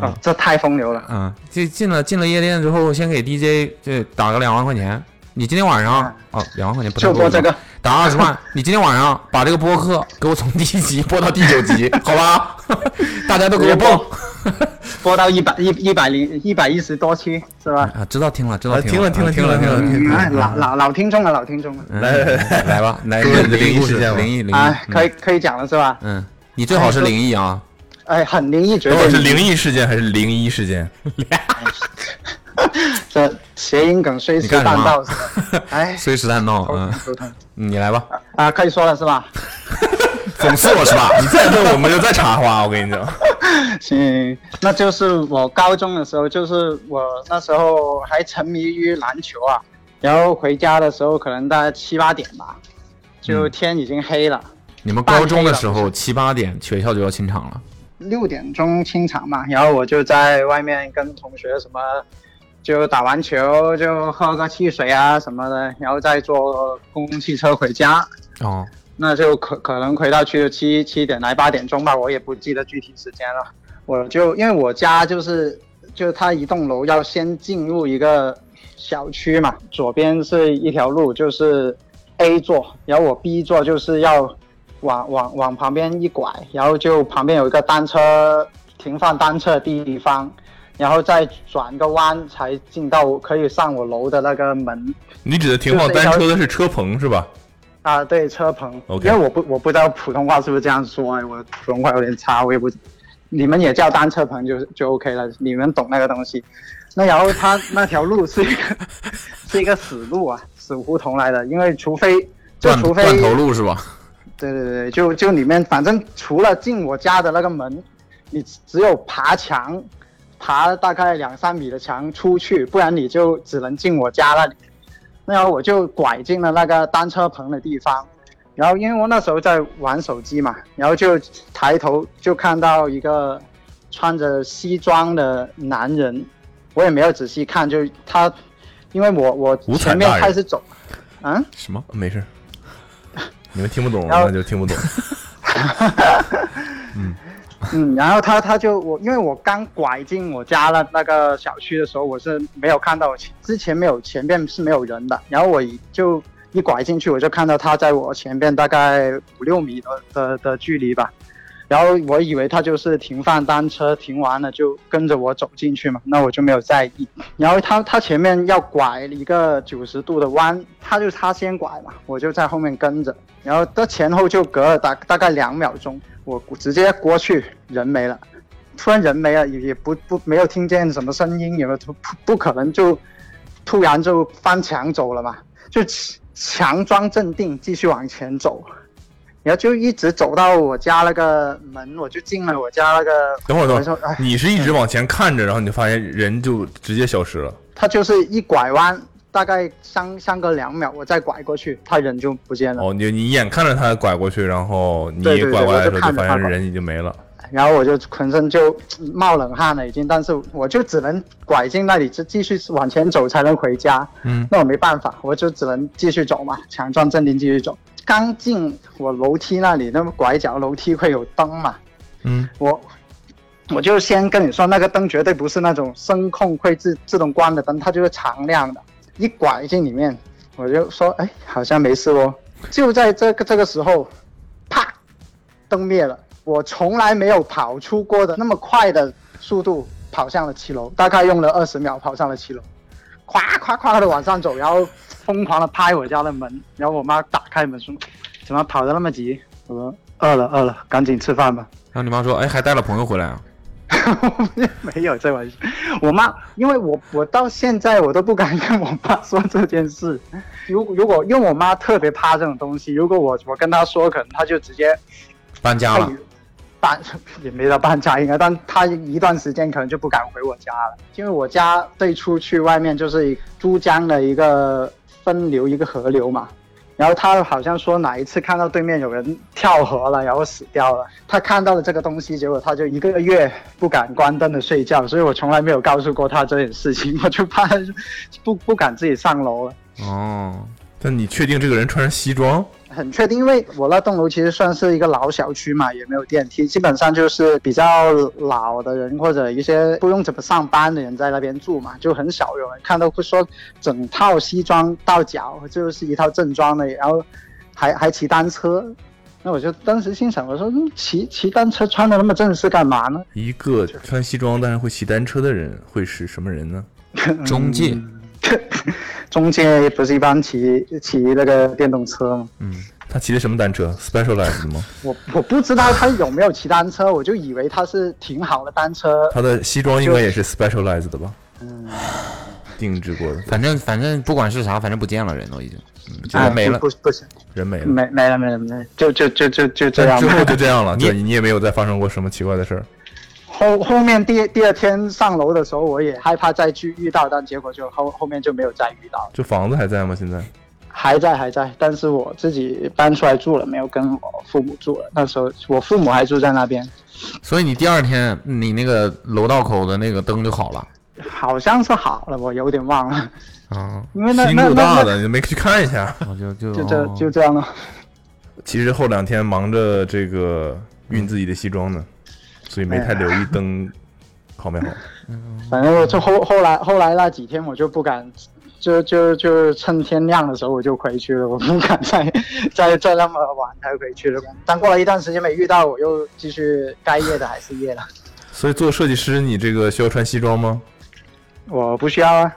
Speaker 5: 哦这太风流了。
Speaker 4: 嗯，进进了进了夜店之后，先给 DJ 就打个两万块钱。你今天晚上
Speaker 5: 啊
Speaker 4: 哦，两万块钱不太
Speaker 5: 就
Speaker 4: 够
Speaker 5: 播这
Speaker 4: 是吧
Speaker 5: 个，
Speaker 4: 打二十 万。你今天晚上把这个播客给我从第一集 播到第九集，好吧？ 大家都给我蹦
Speaker 5: 播到一百一一百零一百一十多期是吧？
Speaker 4: 啊！知道听了，知道
Speaker 2: 啊
Speaker 4: 听
Speaker 2: 听
Speaker 4: 听
Speaker 2: 了
Speaker 4: 听
Speaker 2: 听了
Speaker 4: 听了
Speaker 2: 听了
Speaker 5: 嗯
Speaker 4: 听了
Speaker 5: 哎老老老听众了，老听众了。
Speaker 4: 嗯
Speaker 2: 来来来
Speaker 4: 来 吧，来
Speaker 2: 说
Speaker 4: 个
Speaker 2: 你的
Speaker 4: 灵
Speaker 2: 灵异
Speaker 4: 异故
Speaker 2: 事
Speaker 4: 事，
Speaker 2: 件吧
Speaker 4: 灵异灵异
Speaker 5: 啊，可以
Speaker 4: 以，
Speaker 5: 可以讲了是吧？
Speaker 4: 嗯，你最好是灵异啊，
Speaker 5: 哎，很灵异，绝
Speaker 2: 等会
Speaker 5: 对
Speaker 2: 儿是灵异事件还是灵异事件？
Speaker 5: 这谐音梗虽
Speaker 4: 你
Speaker 5: 是
Speaker 4: 干什
Speaker 5: 但
Speaker 4: 么
Speaker 5: 道是 吧？哎，
Speaker 4: 虽时但闹，
Speaker 5: 头
Speaker 4: 嗯
Speaker 5: 疼，头疼
Speaker 4: 你来吧，
Speaker 5: 啊，可以说了是吧？
Speaker 2: 讽刺我是 吧？你再问我们就再插花，我跟你讲。
Speaker 5: 嗯，那就是我高中的时候，就是我那时候还沉迷于篮球啊，然后回家的时候可能大概七八点吧，就天已经黑了。
Speaker 4: 你们高中的时候七八点学校就要清场了，
Speaker 5: 六点钟清场嘛，然后我就在外面跟同学什么就打完球就喝个汽水啊什么的，然后再坐公共汽车回家。
Speaker 4: 哦，
Speaker 5: 那就可可能回到去七七点来八点钟吧，我也不记得具体时间了。我就因为我家就是就它一栋楼要先进入一个小区嘛，左边是一条路，就是 A 座，然后我 B 座就是要往往往旁边一拐，然后就旁边有一个单车停放单车的地方，然后再转个弯才进到我可以上我楼的那个门。
Speaker 2: 你指的停放单车的是车棚是吧？
Speaker 5: 啊，对，车棚。
Speaker 2: OK
Speaker 5: 因为我不我不知道普通话是不是这样说，哎我普通话有点差，我也不。你们也叫单车棚就就 OK 了，你们懂那个东西。那然后它那条路是一个 是一个死路啊，死胡同来的，因为除非就
Speaker 4: 断
Speaker 5: 除非
Speaker 4: 断头路是吧？
Speaker 5: 对对对，就就里面反正除了进我家的那个门，你只只有爬墙，爬大概两三米的墙出去，不然你就只能进我家那里。那然后我就拐进了那个单车棚的地方，然后因为我那时候在玩手机嘛，然后就抬头就看到一个穿着西装的男人，我也没有仔细看，就他，因为我我
Speaker 2: 五彩
Speaker 5: 前面
Speaker 2: 大人
Speaker 5: 开始走，嗯。
Speaker 4: 什么？
Speaker 2: 啊没 事，你们听不懂
Speaker 5: 然后
Speaker 2: 那就听不懂。
Speaker 5: 嗯，然后他他就我，因为我刚拐进我家那那个小区的时候，我是没有看到前之前没有前面是没有人的，然后我一就一拐进去，我就看到他在我前面大概五六米的的 的距离吧，然后我以为他就是停放单车，停完了就跟着我走进去嘛，那我就没有在意。然后他他前面要拐一个九十度的弯，他就他先拐嘛，我就在后面跟着，然后他前后就隔了大大概两秒钟，我直接过去，人没了，突然人没了，也也不不没有听见什么声音，也没有不不可能就突然就翻墙走了嘛，就强装镇定继续往前走。然后就一直走到我家那个门，我就进了我家那个。
Speaker 2: 等会儿，等
Speaker 5: 我
Speaker 2: 会
Speaker 5: 说
Speaker 2: 儿
Speaker 5: 哎，
Speaker 2: 你是一直往前看着，然后你就发现人就直接消失了。
Speaker 5: 他就是一拐弯，大概相相隔两秒，我再拐过去，他人就不见了。
Speaker 2: 哦，你你眼看着他拐过去，然后你
Speaker 5: 对对对
Speaker 2: 拐过来的时候，
Speaker 5: 我就
Speaker 2: 就
Speaker 5: 看着
Speaker 2: 发
Speaker 5: 他
Speaker 2: 现
Speaker 5: 拐
Speaker 2: 人已经没了。
Speaker 5: 然后我就浑身就嗯冒冷汗了已经，但是我就只能拐进那里，就继续往前走才能回家。
Speaker 4: 嗯，
Speaker 5: 那我没办法，我就只能继续走嘛，强装镇定继续走。刚进我楼梯那里，那么拐角楼梯会有灯嘛？
Speaker 4: 嗯，
Speaker 5: 我我就先跟你说，那个灯绝对不是那种声控会自自动关的灯，它就是常亮的。一拐进里面，我就说，哎，好像没事哦。就在这个这个时候，啪，灯灭了。我从来没有跑出过的那么快的速度跑向了七楼，大概用了二十秒跑上了七楼，咵咵咵的往上走，然后疯狂的拍我家的门，然后我妈打开门说：“怎么跑得那么急？”我说：“饿了，饿了，赶紧吃饭吧。”
Speaker 4: 然后你妈说，哎，还带了朋友回来啊？
Speaker 5: 没有这回事。我妈，因为我我到现在我都不敢跟我妈说这件事。如如果因为我妈特别怕这种东西，如果我我跟她说，可能她就直接
Speaker 4: 搬家
Speaker 5: 她
Speaker 4: 了
Speaker 5: 以，搬也没到搬家应该，但她一段时间可能就不敢回我家了，因为我家对出去外面就是珠江的一个分流一个河流嘛。然后她好像说哪一次看到对面有人跳河了，然后死掉了。她看到了这个东西，结果她就一个月不敢关灯的睡觉，所以我从来没有告诉过她这件事情，我就怕她不不敢自己上楼了。
Speaker 4: 哦，
Speaker 2: 但你确定这个人穿着西装？
Speaker 5: 很确定，因为我那栋楼其实算是一个老小区嘛，也没有电梯，基本上就是比较老的人或者一些不用怎么上班的人在那边住嘛，就很少有人看到会说整套西装到脚，就是一套正装的，然后还 还骑单车。那我就当时心想，我说、嗯、骑骑单车穿的那么正式干嘛呢？
Speaker 2: 一个穿西装但是会骑单车的人会是什么人呢？
Speaker 5: 嗯
Speaker 4: 中介，
Speaker 5: 中介不是一般骑骑那个电动车吗？
Speaker 2: 他骑的什么单车？Specialized 吗？
Speaker 5: 我我不知道他有没有骑单车，我就以为他是挺好的单车，
Speaker 2: 他的西装应该也是 Specialized 的吧？嗯定制过的，
Speaker 4: 反正反正不管是啥，反正不见了，人都已经，嗯，就
Speaker 5: 哎，
Speaker 4: 没了。
Speaker 5: 不不不行，
Speaker 2: 人没了。
Speaker 5: 没没了没了没了，就就就就就这
Speaker 2: 但
Speaker 5: 样
Speaker 2: 之后
Speaker 5: 吧。
Speaker 2: 就这样了，对你也没有再发生过什么奇怪的事儿。
Speaker 5: 后后面第第二天上楼的时候，我也害怕再去遇到，但结果就后后面就没有再遇到，
Speaker 2: 这房子还在吗？现在？
Speaker 5: 还在还在，但是我自己搬出来住了，没有跟我父母住了。那时候我父母还住在那边，
Speaker 4: 所以你第二天你那个楼道口的那个灯就好了
Speaker 5: 好像是好了，我有点忘了，
Speaker 4: 啊，
Speaker 5: 因为那
Speaker 2: 心
Speaker 5: 那
Speaker 2: 够大
Speaker 5: 那那
Speaker 2: 的，你没去看一下？
Speaker 4: 我就就
Speaker 5: 就这
Speaker 4: 哦
Speaker 5: 就这样了。
Speaker 2: 其实后两天忙着这个熨自己的西装呢，所以没太留意灯好没好。
Speaker 5: 反正我就后后来后来那几天我就不敢，就就就趁天亮的时候我就回去了，我不敢再再再那么晚才回去了。但过了一段时间没遇到，我又继续该夜的还是夜了。
Speaker 2: 所以做设计师，你这个需要穿西装吗？
Speaker 5: 我不需要啊，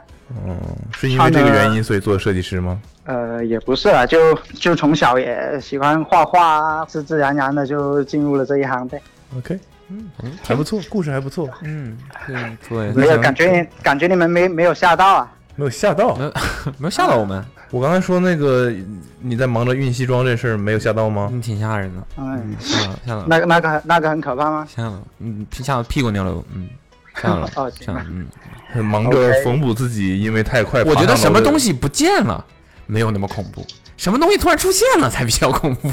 Speaker 2: 嗯，是因为这个原因所以做设计师吗？
Speaker 5: 呃，也不是啊，就就从小也喜欢画画啊，自自然然的就进入了这一行呗。
Speaker 2: OK，嗯，还不错，故事还不错，
Speaker 4: 嗯，对对，
Speaker 5: 没有
Speaker 4: 那
Speaker 5: 感觉你，感觉你们没没有吓到啊？
Speaker 2: 没有吓到。
Speaker 4: 行没有吓到我们，
Speaker 2: 我刚才说那个你在忙着熨西装这事儿没有吓到吗？
Speaker 4: 嗯，挺吓人的，
Speaker 5: 嗯，
Speaker 4: 吓到吓到
Speaker 5: 那个那个那个很可怕吗？，
Speaker 4: 吓到，嗯，吓到屁股尿流，嗯，吓到了
Speaker 5: 哦，
Speaker 4: 吓
Speaker 5: 行
Speaker 4: 到了
Speaker 5: 吧，
Speaker 4: 嗯，
Speaker 2: 很忙着缝补自己，因为太快。
Speaker 4: 我觉得什么东，西不见了，没有那么恐怖。什么东西突然出现了才比较 恐怖？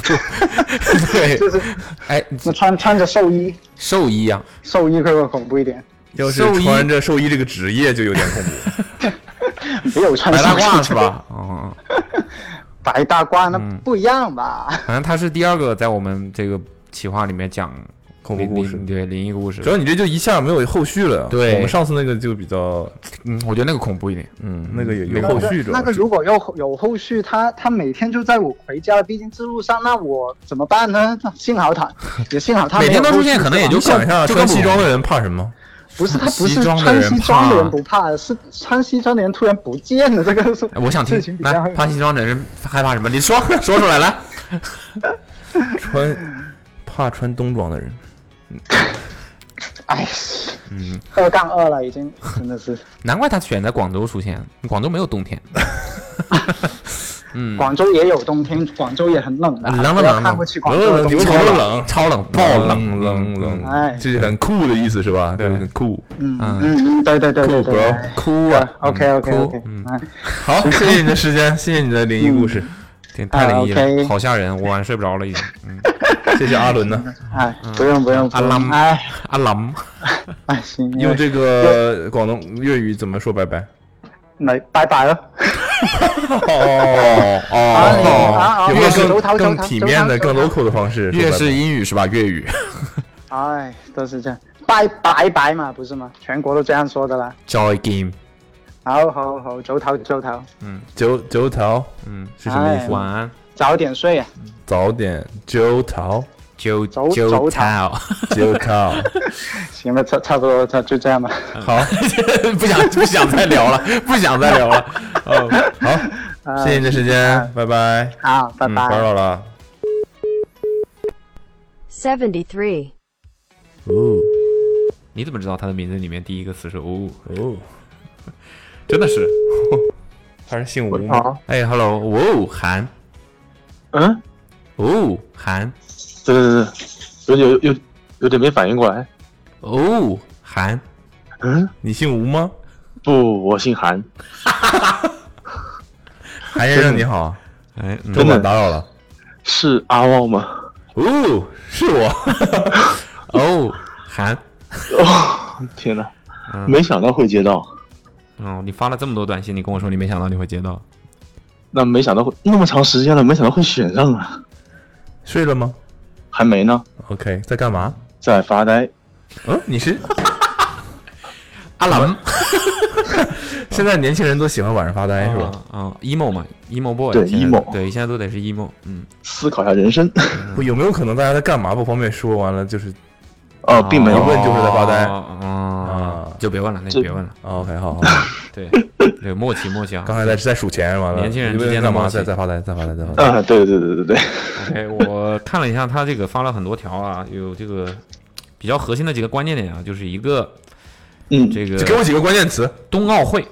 Speaker 4: 对，
Speaker 5: 就是
Speaker 4: 哎，
Speaker 5: 那穿穿着寿衣，
Speaker 4: 兽医啊，
Speaker 5: 寿衣会不会恐怖一 点？
Speaker 2: 要是
Speaker 4: 兽医
Speaker 2: 穿着兽医这个职业就有点恐怖。
Speaker 5: 没有穿
Speaker 4: 白大
Speaker 5: 寿衣
Speaker 4: 褂是？吧？哦，
Speaker 5: 白大褂那
Speaker 4: 嗯
Speaker 5: 不一样吧？
Speaker 4: 反正他是第二个在我们这个企划里面讲
Speaker 2: 恐怖
Speaker 4: 灵
Speaker 2: 故事
Speaker 4: 灵对灵异故事
Speaker 2: 主。要你这就一下没有后续了。
Speaker 4: 对
Speaker 2: 我们上次那个就比较，
Speaker 4: 嗯，我觉得那个恐怖一点。
Speaker 2: 嗯，那个有
Speaker 4: 那
Speaker 2: 有
Speaker 4: 个
Speaker 2: 后续主
Speaker 5: 那
Speaker 2: 要
Speaker 5: 个
Speaker 2: 是。
Speaker 5: 如果要有后续，他他每天就在我回家的必经之路上，那我怎么办呢？幸好他也幸好他
Speaker 4: 每天
Speaker 5: 没有
Speaker 4: 都出
Speaker 5: 后续
Speaker 4: 现可能也
Speaker 5: 是吧
Speaker 4: 就
Speaker 2: 你想一下，
Speaker 4: 就
Speaker 2: 穿
Speaker 4: 更不
Speaker 2: 西
Speaker 4: 容易
Speaker 2: 装的人怕什么？
Speaker 5: 不是他不是
Speaker 4: 西装的
Speaker 5: 穿
Speaker 4: 人
Speaker 5: 西装的
Speaker 4: 怕
Speaker 5: 人不怕，是穿西装的人突然不见了，这个是
Speaker 4: 哎我想
Speaker 5: 事
Speaker 4: 听
Speaker 5: 情，比
Speaker 4: 来
Speaker 5: 较，
Speaker 4: 怕西装的人害怕什么？你说说出来，来，
Speaker 2: 穿怕穿冬装的人，
Speaker 5: 哎，嗯，二杠二了已经，真的是。
Speaker 4: 难怪他选在广州出现，广州没有冬天。嗯，
Speaker 5: 广州也有冬天，广州也很冷的，
Speaker 4: 冷冷
Speaker 5: 不要
Speaker 4: 冷
Speaker 5: 看
Speaker 4: 冷
Speaker 5: 不起
Speaker 2: 冷
Speaker 5: 广州的
Speaker 2: 冷
Speaker 5: 冬
Speaker 2: 流
Speaker 5: 天
Speaker 2: 超。冷，
Speaker 4: 超冷，爆冷，
Speaker 2: 冷
Speaker 4: 嗯
Speaker 5: 哎
Speaker 2: 冷，这是很酷的意思是吧？
Speaker 4: 对
Speaker 2: 就是很酷，
Speaker 5: 嗯
Speaker 4: 嗯
Speaker 5: 嗯嗯，对对对
Speaker 2: 酷
Speaker 5: 对对哎
Speaker 2: bro，。酷啊！
Speaker 5: OK OK OK，
Speaker 4: 嗯
Speaker 2: 好，谢谢你的时间，谢谢你的灵异故事，
Speaker 4: 挺太灵异
Speaker 5: 啊，OK
Speaker 4: 了，好吓人，我晚上睡不着了已 经。嗯，
Speaker 2: 谢谢阿伦呢，
Speaker 5: 哎，不用不用，不用
Speaker 4: 阿郎
Speaker 5: 哎
Speaker 4: 阿郎，
Speaker 5: 哎行，
Speaker 2: 用这个广东粤语怎么说拜拜？
Speaker 5: 来拜拜了。
Speaker 2: 哦
Speaker 5: 啊
Speaker 2: 哦，有没有
Speaker 5: 走
Speaker 2: 更
Speaker 5: 头走
Speaker 2: 更
Speaker 5: 头
Speaker 2: 体
Speaker 5: 走
Speaker 2: 面
Speaker 5: 头
Speaker 2: 的、
Speaker 5: 走
Speaker 2: 更
Speaker 5: 头
Speaker 2: local 的方式？
Speaker 4: 粤
Speaker 2: 说拜拜
Speaker 4: 式英语是吧？粤语
Speaker 5: 哎，都是这样，拜拜拜嘛，不是吗？全国都这样说的啦。
Speaker 4: ，Joy Game，
Speaker 5: 好好好，走头走头，
Speaker 2: 九九桃
Speaker 4: 嗯，
Speaker 2: 是什么意
Speaker 5: 哎
Speaker 2: 思？
Speaker 4: 晚安，
Speaker 5: 早点睡啊。
Speaker 2: 早点九桃
Speaker 4: 九
Speaker 5: 走
Speaker 4: 九
Speaker 5: 走
Speaker 4: 草，
Speaker 2: 九桃，
Speaker 5: 行了，差差不多，差就这样吧。
Speaker 2: 好
Speaker 4: 不想不想再 聊了，不想再聊了。哦，
Speaker 2: 好，谢谢你的时间，拜拜，
Speaker 5: 好，拜
Speaker 4: 嗯
Speaker 5: 拜。
Speaker 2: 打扰了。
Speaker 7: 73.
Speaker 2: 哦
Speaker 4: 你怎么知道他的名字里面第一个词是哦？
Speaker 2: 哦，
Speaker 4: 真的是，
Speaker 2: 他是姓吴
Speaker 6: 我
Speaker 2: 吗？
Speaker 6: 操，
Speaker 4: 哎，Hello，哦，韩，
Speaker 6: 啊嗯，
Speaker 4: 哦，韩，
Speaker 6: 对对对，有点有有有点没反应过来。
Speaker 4: 哦，韩，
Speaker 6: 嗯，
Speaker 2: 你姓吴吗？
Speaker 6: 不，我姓韩，
Speaker 2: 韩先生你好，
Speaker 4: 哎，嗯
Speaker 2: 周
Speaker 6: 真的
Speaker 2: 晚打扰了。
Speaker 6: 是阿旺吗？
Speaker 2: 哦，是我，
Speaker 4: 哦，韩，
Speaker 6: 哦，天哪，
Speaker 4: 嗯
Speaker 6: 没想到会接到，
Speaker 4: 哦，你发了这么多短信，你跟我说你没想到你会接到，
Speaker 6: 那没想到会那么长时间了，没想到会选上啊，
Speaker 2: 睡了吗
Speaker 6: 还没呢，
Speaker 2: ？OK，在干嘛？
Speaker 6: 在发呆。
Speaker 2: 嗯，你是
Speaker 4: 阿郎。
Speaker 2: 现在年轻人都喜欢晚上发哎呆是吧？
Speaker 4: 啊、啊 e m o 嘛，emo boy，
Speaker 6: 对
Speaker 4: 现在
Speaker 6: emo
Speaker 4: 对，现在都得是 emo，嗯，
Speaker 6: 思考一下人生，
Speaker 2: 不有没有可能大家在干嘛不方便说？完了就是
Speaker 6: 哦，并没
Speaker 2: 一
Speaker 6: 有
Speaker 2: 问就是在发呆
Speaker 4: 啊哦，
Speaker 2: 啊
Speaker 4: 就别问了，那就
Speaker 6: 这
Speaker 4: 别问了，
Speaker 2: 啊 OK，好，好，好
Speaker 4: 对，对，默契默契啊。
Speaker 2: 刚才在在数钱，完了
Speaker 4: 年轻人
Speaker 2: 一问
Speaker 4: 之间的
Speaker 2: 干嘛？
Speaker 4: 默契
Speaker 2: 在在发呆，在发呆，在发呆。
Speaker 6: 啊，对对对对对，
Speaker 4: OK，我看了一下他这个发了很多条啊，有这个比较核心的几个关键点啊，就是一个
Speaker 6: 嗯，
Speaker 4: 这个
Speaker 2: 就给我几个关键词，
Speaker 4: 冬奥会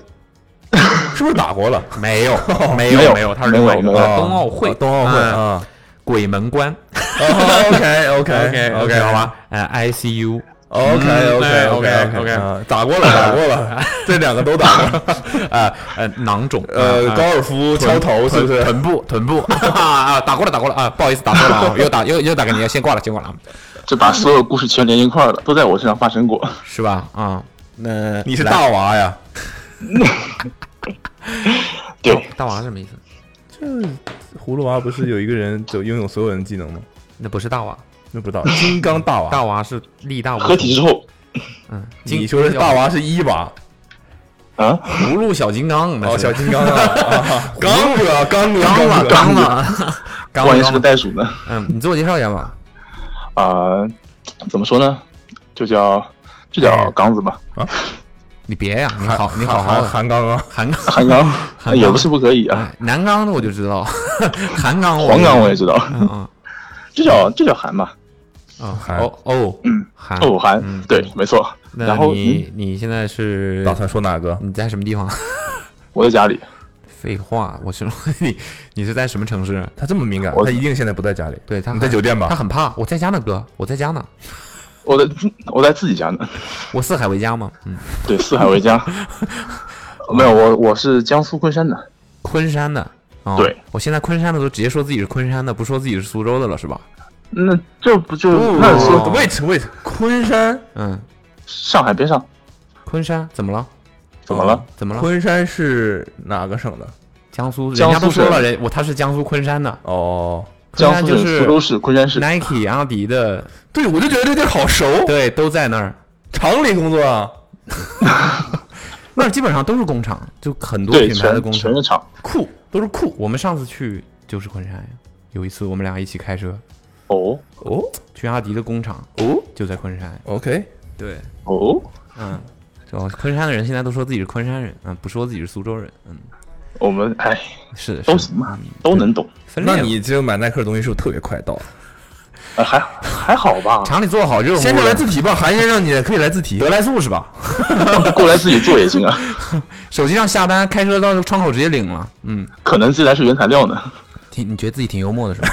Speaker 2: 是不是打过 了？
Speaker 4: 没有没
Speaker 6: 没
Speaker 4: 有
Speaker 6: 有
Speaker 4: 没有，他是另外一个
Speaker 6: 没有没
Speaker 4: 啊
Speaker 6: 有
Speaker 4: 冬奥会
Speaker 2: 啊冬奥会
Speaker 4: 嗯
Speaker 2: 啊。哦
Speaker 4: 鬼门关
Speaker 2: OK OK
Speaker 4: OK 好
Speaker 2: 吧
Speaker 4: 吧，哎 ICU
Speaker 2: ，OK
Speaker 4: 嗯
Speaker 2: OK
Speaker 4: 哎
Speaker 2: OK
Speaker 4: ，OK，OK，OK
Speaker 2: 啊打过了，打过了， 这两个都打过了。
Speaker 4: 啊呃囊肿
Speaker 2: 呃，
Speaker 4: 啊
Speaker 2: 高尔夫
Speaker 4: 臀
Speaker 2: 敲头是不是？
Speaker 4: 臀部，臀部啊，打过了，打过了啊！不好意思，打错了啊，又打又又打给你，先挂了，先挂了啊。
Speaker 6: 就把所有故事全连一块儿了，都在我身上发生过。
Speaker 4: 是吧？啊，那
Speaker 2: 你是
Speaker 4: 来
Speaker 2: 大娃呀？
Speaker 6: 对，
Speaker 4: 大娃是什么意思？
Speaker 2: 葫芦娃不是有一个人就拥有所有人的技能吗？
Speaker 4: 那不是大娃，
Speaker 2: 那不知 道，金刚大娃。
Speaker 4: 大娃是力大无穷。
Speaker 6: 合体之后
Speaker 4: 嗯，金
Speaker 2: 你说的是大娃是一娃，
Speaker 6: 啊，
Speaker 4: 葫芦小金刚，那
Speaker 2: 哦，
Speaker 4: 是
Speaker 2: 小金 刚啊，刚哥，刚哥，啊刚
Speaker 4: 了，
Speaker 2: 哥，
Speaker 4: 刚了，刚
Speaker 6: 万一是个
Speaker 4: 了。
Speaker 6: 袋鼠呢？
Speaker 4: 嗯，你自我介绍一下吧。
Speaker 6: 啊、怎么说呢？就叫就
Speaker 4: 哎
Speaker 6: 叫刚子吧，
Speaker 4: 你别呀，你
Speaker 2: 韩
Speaker 4: 好，你好
Speaker 2: 韩
Speaker 4: 好的
Speaker 2: 韩刚啊，
Speaker 4: 韩钢，
Speaker 6: 韩刚
Speaker 4: 韩刚
Speaker 6: 也不是不可以啊，
Speaker 4: 哎南钢的我就知道，韩钢我
Speaker 6: 黄刚我也知道，
Speaker 4: 哎嗯嗯
Speaker 6: 就叫就叫韩吧，
Speaker 4: 嗯，
Speaker 2: 韩
Speaker 4: 哦哦，韩
Speaker 6: 哦韩
Speaker 4: 嗯，
Speaker 6: 对，没错。
Speaker 4: 那
Speaker 6: 然后嗯
Speaker 4: 你你现在是
Speaker 2: 嗯打算说哪个？
Speaker 4: 你在什么地方？
Speaker 6: 我在家里，
Speaker 4: 废话，我是 问你，你是在什么城市？
Speaker 2: 他这么敏感，
Speaker 6: 我
Speaker 2: 他一定现在不在家里。
Speaker 4: 对他
Speaker 2: 你在
Speaker 4: 很
Speaker 2: 酒店吧
Speaker 4: 他很怕。我在家呢，哥，我在家呢，
Speaker 6: 我在我在自己家呢，
Speaker 4: 我四海为家嘛。嗯，
Speaker 6: 对，四海为家。 没有，我我是江苏昆山的，
Speaker 4: 昆山的。哦、
Speaker 6: 对，
Speaker 4: 我现在昆山的都直接说自己是昆山的，不说自己是苏州的了，是吧？
Speaker 6: 那这不就那
Speaker 2: 哦
Speaker 6: 说
Speaker 2: wait wait，昆山，
Speaker 4: 嗯，
Speaker 6: 上海边上
Speaker 4: 昆山怎么了？
Speaker 6: 怎么了？
Speaker 4: 怎么了？
Speaker 2: 昆山是哪个省的？
Speaker 4: 江苏，人
Speaker 6: 江
Speaker 4: 家都
Speaker 6: 苏
Speaker 4: 说
Speaker 6: 省
Speaker 4: 了，人我他是江苏昆山的，
Speaker 2: 哦，
Speaker 4: 昆
Speaker 6: 江
Speaker 4: 山
Speaker 6: 苏
Speaker 4: 就
Speaker 6: 省、
Speaker 4: 是
Speaker 6: 苏州市、昆山市，
Speaker 4: Nike、阿迪的，
Speaker 2: 对，我就觉得这地儿好熟，
Speaker 4: 对，都在那儿。
Speaker 2: 厂里工作啊。
Speaker 4: 那儿基本上都是工厂，就很多
Speaker 6: 对，
Speaker 4: 品牌的
Speaker 6: 全
Speaker 4: 工厂
Speaker 6: 全，是厂。
Speaker 4: 酷都是酷。我们上次去就是昆山呀，有一次我们俩一起开车
Speaker 6: 哦
Speaker 2: 哦
Speaker 4: 去阿迪的工厂，
Speaker 2: 哦
Speaker 4: 就在昆山。
Speaker 2: ，OK，
Speaker 4: 对，
Speaker 6: 哦哦，
Speaker 4: 嗯，就昆山的人现在都说自己是昆山人，嗯，不说自己是苏州人，嗯，
Speaker 6: 我们哎
Speaker 4: 是是
Speaker 6: 都行吧，都能懂，
Speaker 4: 分裂
Speaker 2: 那
Speaker 4: 了。
Speaker 2: 你这买耐克的东西是不是特别快到？
Speaker 6: 呃还还好吧。
Speaker 4: 厂里做好热乎的，
Speaker 2: 先生来自提吧，韩先生你也可以来自提。
Speaker 4: 得来速是吧？
Speaker 6: 过来自己做也行啊，
Speaker 4: 手机上下单，开车到窗口直接领了。嗯，
Speaker 6: 可能自来是原材料呢。
Speaker 4: 挺你觉得自己挺幽默的是吧？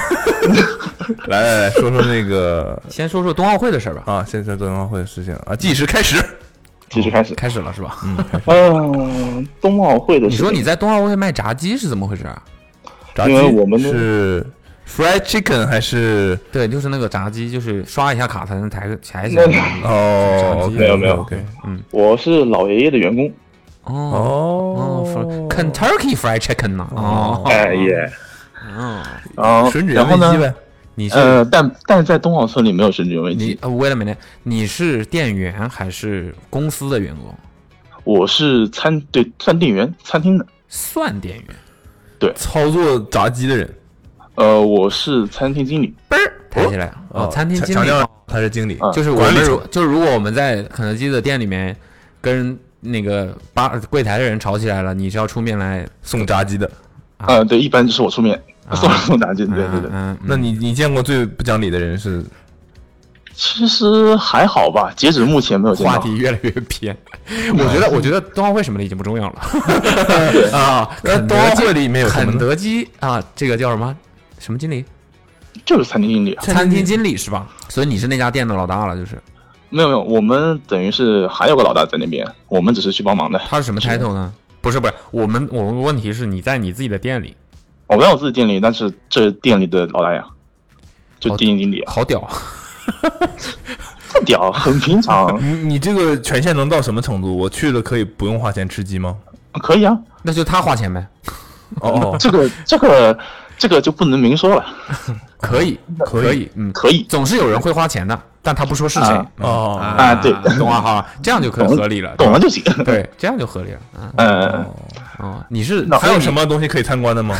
Speaker 2: 来来来说说那个
Speaker 4: 先说说冬奥会的事儿吧。
Speaker 2: 啊，现在冬奥会的事情啊，计时开始。
Speaker 6: 继续开始，
Speaker 4: 开始了是吧？
Speaker 6: 嗯，冬奥会的
Speaker 4: 哦你
Speaker 6: 事情
Speaker 4: 说你在冬奥会卖炸鸡是怎么回事啊？
Speaker 2: 炸鸡
Speaker 6: 因为我们的
Speaker 2: 是 fried chicken 还是
Speaker 4: 对，就是那个炸鸡，就是刷一下卡才能抬个抬起
Speaker 6: 那
Speaker 4: 来。
Speaker 2: 哦
Speaker 6: 没有没有
Speaker 2: OK
Speaker 6: 我是老爷爷的员工，
Speaker 4: 哦哦
Speaker 2: 哦
Speaker 4: ，fr-，Kentucky Fried Chicken 呢？哦，
Speaker 6: 哎耶，
Speaker 4: 嗯，
Speaker 6: 然后
Speaker 2: 吮指原
Speaker 6: 然后
Speaker 2: 味鸡
Speaker 6: 呢？
Speaker 2: 呗，
Speaker 4: 你是
Speaker 6: 呃，但但是在冬奥村里没有吮指原味
Speaker 4: 你
Speaker 6: 鸡，
Speaker 4: 呃，wait a minute，你是店员还是公司的员工？
Speaker 6: 我是餐对算店员，餐厅的。
Speaker 4: 算店员，
Speaker 2: 操作炸鸡的人，
Speaker 6: 呃，我是餐厅经理，
Speaker 4: 嘣儿抬起来。哦，餐厅
Speaker 2: 强
Speaker 4: 经
Speaker 2: 强
Speaker 4: 理
Speaker 2: 调他是经理，
Speaker 6: 啊
Speaker 4: 就是我
Speaker 2: 管理
Speaker 4: 们
Speaker 2: 层
Speaker 4: 如就是如果我们在肯德基的店里面跟那个吧柜台的人吵起来了，你是要出面来。
Speaker 2: 送炸鸡的。
Speaker 6: 呃，对，一般就是我出面
Speaker 4: 啊
Speaker 6: 送送炸鸡，对对
Speaker 4: 嗯
Speaker 6: 对。
Speaker 4: 嗯，
Speaker 2: 那你你见过最不讲理的人是？
Speaker 6: 其实还好吧，截止目前没有见
Speaker 4: 话
Speaker 6: 到。
Speaker 4: 题越来越 偏。
Speaker 2: 嗯
Speaker 4: 我觉得，我觉得冬奥会什么的已经不重要了啊。
Speaker 2: 那
Speaker 4: 肯德
Speaker 2: 冬奥
Speaker 4: 基
Speaker 2: 会里面有什么
Speaker 4: 肯
Speaker 2: 呢？
Speaker 4: 德基啊，这个叫什么什么经理？
Speaker 6: 就是餐厅经理啊，
Speaker 4: 餐厅经理是吧？所以你是那家店的老大了，就是
Speaker 6: 没有没有，我们等于是还有个老大在那边，我们只是去帮忙的。哦
Speaker 4: 他是什么 title 呢？不是不是，我们我们问题是你在你自己的店里，
Speaker 6: 我没有自己店里，但是这是店里的老大呀，就
Speaker 4: 好
Speaker 6: 店经理啊，
Speaker 4: 好屌！ 哦
Speaker 6: 不屌，很平常，
Speaker 2: 你你这个权限能到什么程度？我去了可以不用花钱吃鸡吗？
Speaker 6: 可以啊。
Speaker 4: 那就他花钱呗，
Speaker 2: 哦，
Speaker 6: 这个这个这个就不能明说了，
Speaker 4: 可以可以，嗯，
Speaker 6: 可以
Speaker 4: 总是有人会花钱的，但他不说是谁
Speaker 6: 啊
Speaker 4: 嗯
Speaker 2: 哦
Speaker 6: 啊对
Speaker 4: 懂了哈，这样就可
Speaker 6: 懂
Speaker 4: 合理了，
Speaker 6: 懂了就行。
Speaker 4: 对，这样就合理了，嗯
Speaker 6: 呃
Speaker 4: 哦，你是
Speaker 6: 那
Speaker 2: 还有
Speaker 4: 么？
Speaker 2: 什么东西可以参观的吗？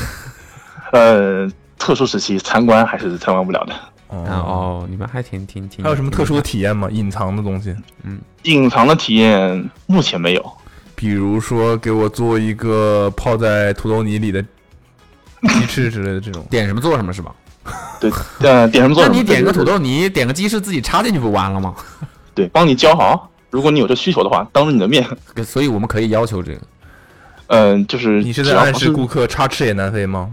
Speaker 6: 呃，特殊时期参观还是参观不了的。
Speaker 4: 啊，哦，你们还挺挺挺，
Speaker 2: 还有什么
Speaker 4: 挺。
Speaker 2: 特殊的体验吗？隐藏的东西，
Speaker 6: 隐藏的体验目前没有，
Speaker 2: 比如说给我做一个泡在土豆泥里的鸡翅之类的这种
Speaker 4: 点什么做什么是吧？
Speaker 6: 对，呃，点什么做
Speaker 4: 那
Speaker 6: 什么。
Speaker 4: 你点个土豆泥，点个鸡翅，自己插进去不完了吗？
Speaker 6: 对，帮你教好。如果你有这需求的话，当着你的面，
Speaker 4: 所以我们可以要求这个。
Speaker 6: 嗯、就 是
Speaker 2: 你是
Speaker 6: 只
Speaker 2: 在
Speaker 6: 要
Speaker 2: 暗
Speaker 6: 不
Speaker 2: 示顾客插翅也难飞吗？